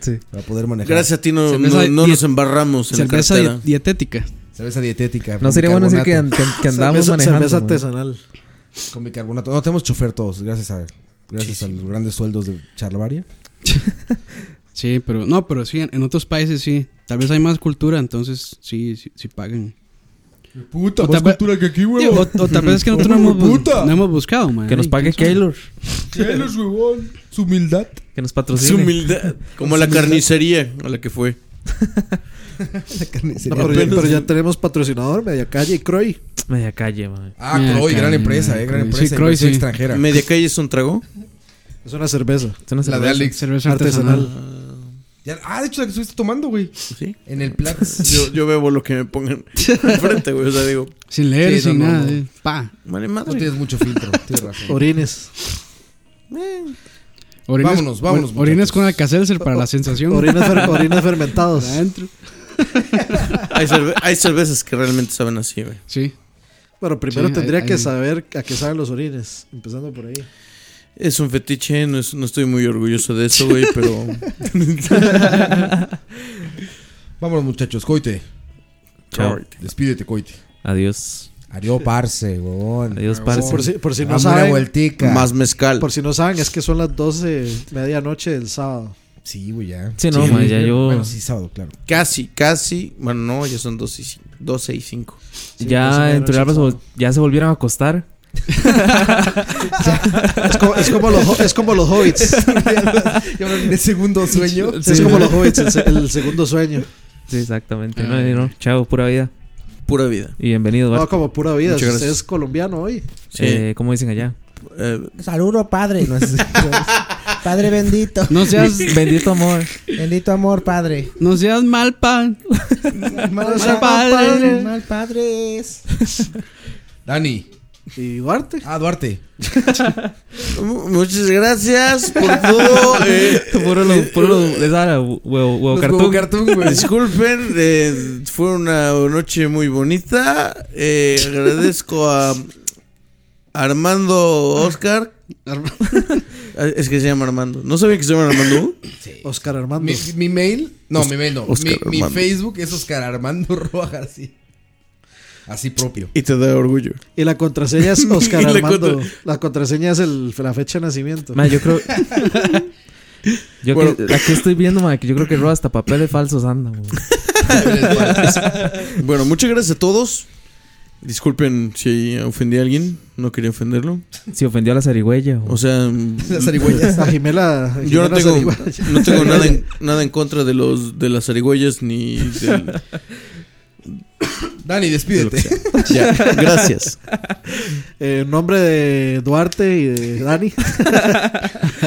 Speaker 5: Sí.
Speaker 2: Para poder manejar.
Speaker 4: Gracias a ti no,
Speaker 3: Cerveza
Speaker 4: no- no
Speaker 3: diet-
Speaker 4: nos embarramos en la
Speaker 3: Cerveza
Speaker 4: carretera.
Speaker 3: di- dietética.
Speaker 2: Cerveza Cerveza dietética.
Speaker 5: No
Speaker 2: con
Speaker 5: sería bueno decir que,
Speaker 2: bicarbonato.
Speaker 5: an- que- que andábamos
Speaker 6: Cerveza-
Speaker 5: manejando.
Speaker 6: Cerveza
Speaker 5: mae.
Speaker 6: artesanal.
Speaker 2: Con bicarbonato. No, tenemos chofer todos, gracias a, gracias a los grandes sueldos de Charlavaria.
Speaker 3: <laughs> Sí, pero no, pero sí, en, en otros países sí. Tal vez hay más cultura, entonces sí, sí, sí pagan.
Speaker 2: Puta,
Speaker 3: más cultura
Speaker 2: que aquí,
Speaker 3: Digo, O, o tal vez
Speaker 2: <laughs>
Speaker 3: es que nosotros no hemos, bu- no hemos buscado, man.
Speaker 5: Que nos pague Keylor.
Speaker 2: Su humildad.
Speaker 5: Que nos
Speaker 4: Su
Speaker 5: patrocine.
Speaker 4: humildad. Como la carnicería a la que fue.
Speaker 6: No, pero, ya, pero ya tenemos patrocinador, Media Calle y Croy.
Speaker 5: Media calle, mae.
Speaker 2: Ah,
Speaker 3: Mira,
Speaker 2: Croy, gran
Speaker 3: cabrón,
Speaker 2: empresa, eh, gran
Speaker 3: Croy. Sí,
Speaker 2: empresa.
Speaker 3: Croy,
Speaker 2: inversión
Speaker 3: sí.
Speaker 2: extranjera.
Speaker 4: ¿Media calle es un trago?
Speaker 6: Es una cerveza.
Speaker 5: Esto no se
Speaker 2: La de
Speaker 5: puede.
Speaker 2: Alex.
Speaker 3: Cerveza
Speaker 6: Artesanal.
Speaker 3: artesanal.
Speaker 2: Ya- ah, de hecho, la que estuviste tomando, güey.
Speaker 4: Sí.
Speaker 2: En el plan.
Speaker 4: <laughs> Yo, yo bebo lo que me <laughs> pongan enfrente, güey. O sea, digo,
Speaker 3: Sin leer,
Speaker 2: Sí,
Speaker 3: sin
Speaker 2: no, no,
Speaker 3: nada.
Speaker 2: no.
Speaker 3: eh. Pa.
Speaker 4: vale
Speaker 2: No
Speaker 4: madre.
Speaker 2: tienes mucho filtro, <laughs> tienes razón.
Speaker 6: Orines.
Speaker 3: Orines-
Speaker 2: Vámonos, vámonos,
Speaker 3: or- Orines
Speaker 2: muchachos.
Speaker 3: con Alcacelser para la sensación.
Speaker 6: Orines, fer-
Speaker 3: <laughs>
Speaker 6: orines fermentados.
Speaker 3: Adentro.
Speaker 4: Hay, cerve- hay cervezas que realmente saben así, güey.
Speaker 3: Sí.
Speaker 6: Bueno, primero
Speaker 3: Sí,
Speaker 6: tendría
Speaker 3: ahí-
Speaker 6: que
Speaker 3: ahí.
Speaker 6: saber a qué saben los orines. Empezando por ahí.
Speaker 4: Es un fetiche, no, es- no estoy muy orgulloso de eso, güey, pero.
Speaker 2: Vámonos, muchachos. Coite.
Speaker 5: Chao.
Speaker 2: Despídete, coite.
Speaker 5: Adiós.
Speaker 2: Adiós, parce, huevón.
Speaker 5: Adiós,
Speaker 2: Huevón.
Speaker 5: parce.
Speaker 6: Por si, por si
Speaker 2: Dame
Speaker 6: no
Speaker 2: una
Speaker 6: saben,
Speaker 2: vueltica.
Speaker 4: Más mezcal.
Speaker 6: por si no saben, es que son las 12, medianoche del sábado.
Speaker 2: Sí, güey, ya.
Speaker 5: <laughs> Sí, no, ma, ya yo-
Speaker 2: Bueno, sí, sábado, claro.
Speaker 4: Casi, casi. Bueno, no, ya son 12 y 5. 12 y 5.
Speaker 6: Sí, entonces
Speaker 5: ya
Speaker 6: ya
Speaker 5: en
Speaker 6: no
Speaker 5: Turrialba se
Speaker 6: chingado.
Speaker 5: vol- ya se volvieron
Speaker 6: <laughs>
Speaker 5: a acostar. <laughs>
Speaker 6: Es como, es como, los, ho- es como los hobbits.
Speaker 2: De segundo sueño.
Speaker 6: es como los hobbits, el, se- el segundo sueño.
Speaker 5: Sí, exactamente. No, no, Chao, pura vida.
Speaker 4: Pura vida.
Speaker 5: Y bienvenido,
Speaker 6: Ah. No,
Speaker 5: Bart.
Speaker 6: como pura vida.
Speaker 4: Muchas
Speaker 6: Si usted
Speaker 4: gracias.
Speaker 6: es colombiano hoy.
Speaker 4: Sí.
Speaker 5: Eh, ¿Cómo dicen allá?
Speaker 4: eh,
Speaker 2: Saludo, padre. padre bendito.
Speaker 3: No seas,
Speaker 5: Bendito amor.
Speaker 2: Bendito amor, padre.
Speaker 3: no seas mal,
Speaker 2: <laughs>
Speaker 3: pa.
Speaker 6: Mal
Speaker 3: padre.
Speaker 2: Mal
Speaker 5: <laughs>
Speaker 2: padres. Dani.
Speaker 6: Y Duarte.
Speaker 2: Ah, Duarte.
Speaker 4: mu- muchas gracias por todo. <laughs>
Speaker 6: <laughs>
Speaker 4: eh,
Speaker 5: Puro lo, puro lo, es ahora, huevo, huevo cartón.
Speaker 4: Disculpen, eh, fue una noche muy bonita. Eh, agradezco a Armando Oscar. Ah, <laughs> Es que se llama Armando. ¿No sabía que se llama Armando?
Speaker 6: Oscar Armando.
Speaker 2: Mi, mi mail. No, mi mail no.
Speaker 4: Oscar
Speaker 2: mi, mi
Speaker 4: Armando.
Speaker 2: Facebook es Oscar Armando <laughs> Roa García. <laughs> Así propio.
Speaker 4: Y te da orgullo.
Speaker 6: Y la
Speaker 2: <laughs>
Speaker 6: contraseña es Oscar
Speaker 4: Y la
Speaker 6: Armando.
Speaker 4: contra-
Speaker 6: La contraseña es el, la fecha de nacimiento.
Speaker 5: <laughs> Ma, yo
Speaker 4: <laughs>
Speaker 6: <laughs>
Speaker 5: creo. Yo
Speaker 4: Bueno.
Speaker 2: <laughs>
Speaker 5: que, aquí estoy viendo, ma, que yo creo que roba hasta papeles falsos
Speaker 4: <laughs>
Speaker 5: anda, güey. <laughs>
Speaker 4: Bueno, muchas gracias a todos. Disculpen si ofendí a alguien. No quería ofenderlo.
Speaker 5: Si ofendió a la zarigüeya, güey.
Speaker 4: O sea,
Speaker 2: Las arihuellas.
Speaker 6: A Jimena. a
Speaker 4: yo no
Speaker 6: Jimena
Speaker 4: tengo,
Speaker 6: Zarigua-
Speaker 4: no tengo nada, en, nada en contra de los de las arigüeyas ni del-
Speaker 2: Dani, despídete.
Speaker 4: Ya, gracias.
Speaker 6: Eh, en nombre de Duarte y de
Speaker 2: <laughs>
Speaker 6: Dani.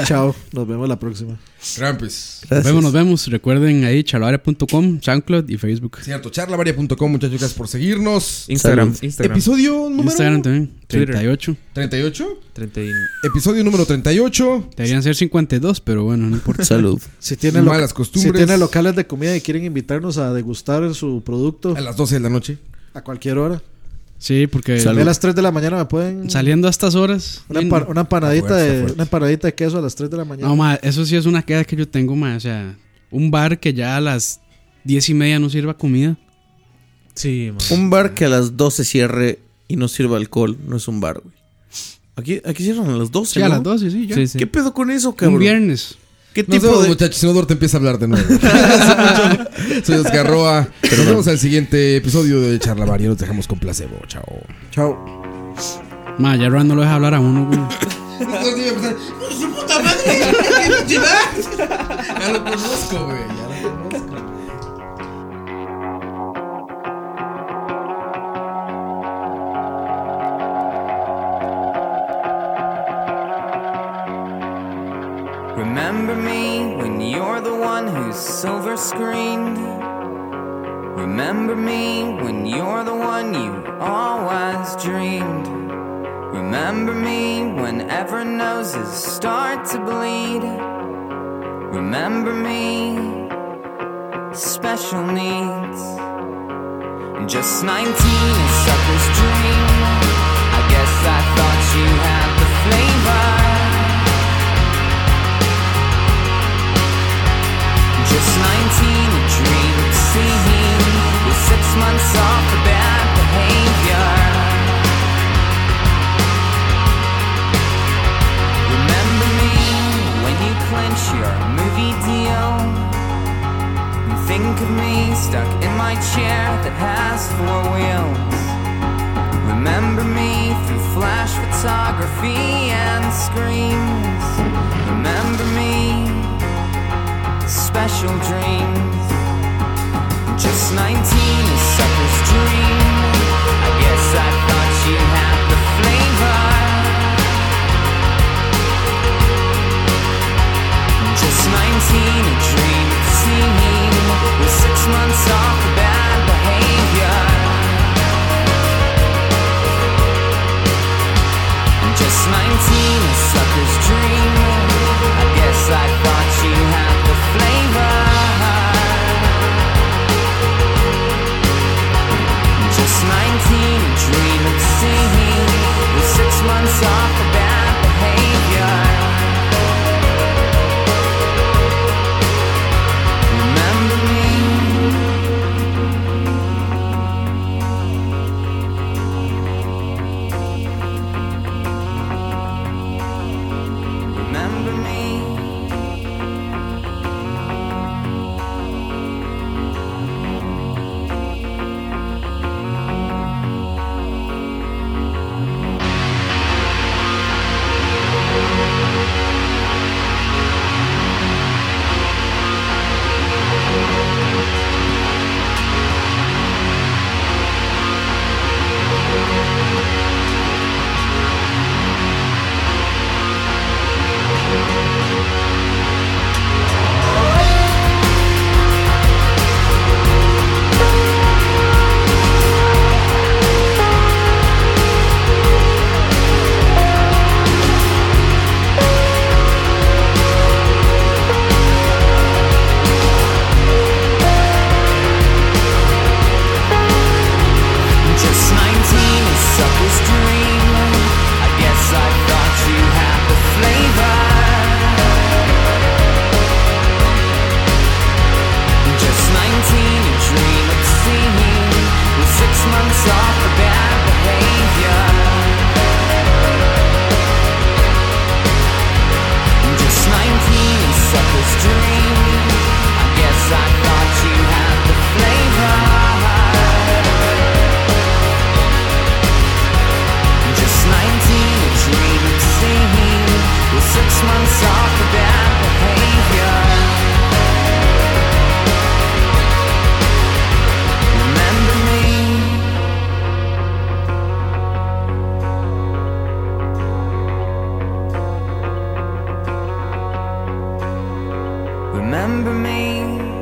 Speaker 6: Chao. Nos vemos la próxima.
Speaker 2: Trampes.
Speaker 3: Nos vemos, nos vemos. Recuerden ahí, charlavaria.com, SoundCloud y Facebook.
Speaker 2: Cierto, charlavaria.com, muchachos, gracias por seguirnos.
Speaker 5: Instagram.
Speaker 4: Salud.
Speaker 5: Instagram.
Speaker 2: Episodio número
Speaker 3: Instagram también. 38.
Speaker 2: 38.
Speaker 5: 30 y-
Speaker 2: Episodio número 38.
Speaker 3: Deberían ser 52, pero bueno, no importa.
Speaker 4: Salud.
Speaker 6: Si tiene, loca-
Speaker 2: Malas
Speaker 6: si
Speaker 2: costumbres.
Speaker 6: tiene locales de comida y quieren invitarnos a degustar su producto
Speaker 2: A las 12 de la noche.
Speaker 6: a cualquier hora.
Speaker 3: Sí, porque
Speaker 6: A
Speaker 4: Salud.
Speaker 6: las 3 de la mañana me pueden.
Speaker 3: saliendo a estas horas.
Speaker 6: Una,
Speaker 3: y-
Speaker 6: empa- una empanadita
Speaker 2: Está fuerte, está
Speaker 6: de,
Speaker 2: fuerte.
Speaker 6: una empanadita de queso a las 3 de la mañana.
Speaker 3: No, ma, eso sí es una queda que yo tengo, ma. O sea, un bar que ya a las diez y media no sirva comida.
Speaker 5: Sí, ma.
Speaker 4: Un bar que a las 12 cierre y no sirva alcohol, no es un bar, güey. Aquí, aquí cierran a las 12,
Speaker 3: Sí, a
Speaker 4: ¿no?
Speaker 3: las 12, sí, ya.
Speaker 5: Sí, sí.
Speaker 4: ¿Qué pedo con eso,
Speaker 3: un
Speaker 4: cabrón?
Speaker 3: viernes.
Speaker 4: ¿Qué
Speaker 2: Nos
Speaker 4: tipo
Speaker 2: vemos,
Speaker 4: de
Speaker 2: muchachos. Si no, Duarte empieza a hablar de
Speaker 4: <laughs>
Speaker 2: nuevo. Soy Oscar Roa. Nos vemos al siguiente episodio de Charlavaria. Nos dejamos con placebo. Chao.
Speaker 6: Chao.
Speaker 3: Ma, ya Roan no lo deja hablar a uno, güey.
Speaker 2: ¡Su puta madre! <laughs> Ya lo conozco, güey. Ya lo conozco.
Speaker 8: Remember me when you're the one who's silver screened. Remember me when you're the one you always dreamed. Remember me whenever noses start to bleed. Remember me, special needs. Just 19, a sucker's dream. I guess I thought you had the flavor. Just 19, a dream it seemed. With six months off the bed. coffee and screams. Remember me, special dreams. Just 19, a sucker's dream. I guess I thought you had the flavor. Just 19, a dream it seemed. With six months off of bad behavior. Just 19, a sucker's dream. I guess I thought you had the flavor. Just 19, a dream of singing with six months off of bad behavior. Remember me. Remember me. Just 19, a sucker's dream. I guess I thought you had the flavor. Just 19, a dream of seeing with six months off of bad behavior. Just 19, a sucker's dream. I guess I thought you had the flavor. Just 19, a dream of seeing with six months off of bad behavior. Remember me. Remember me.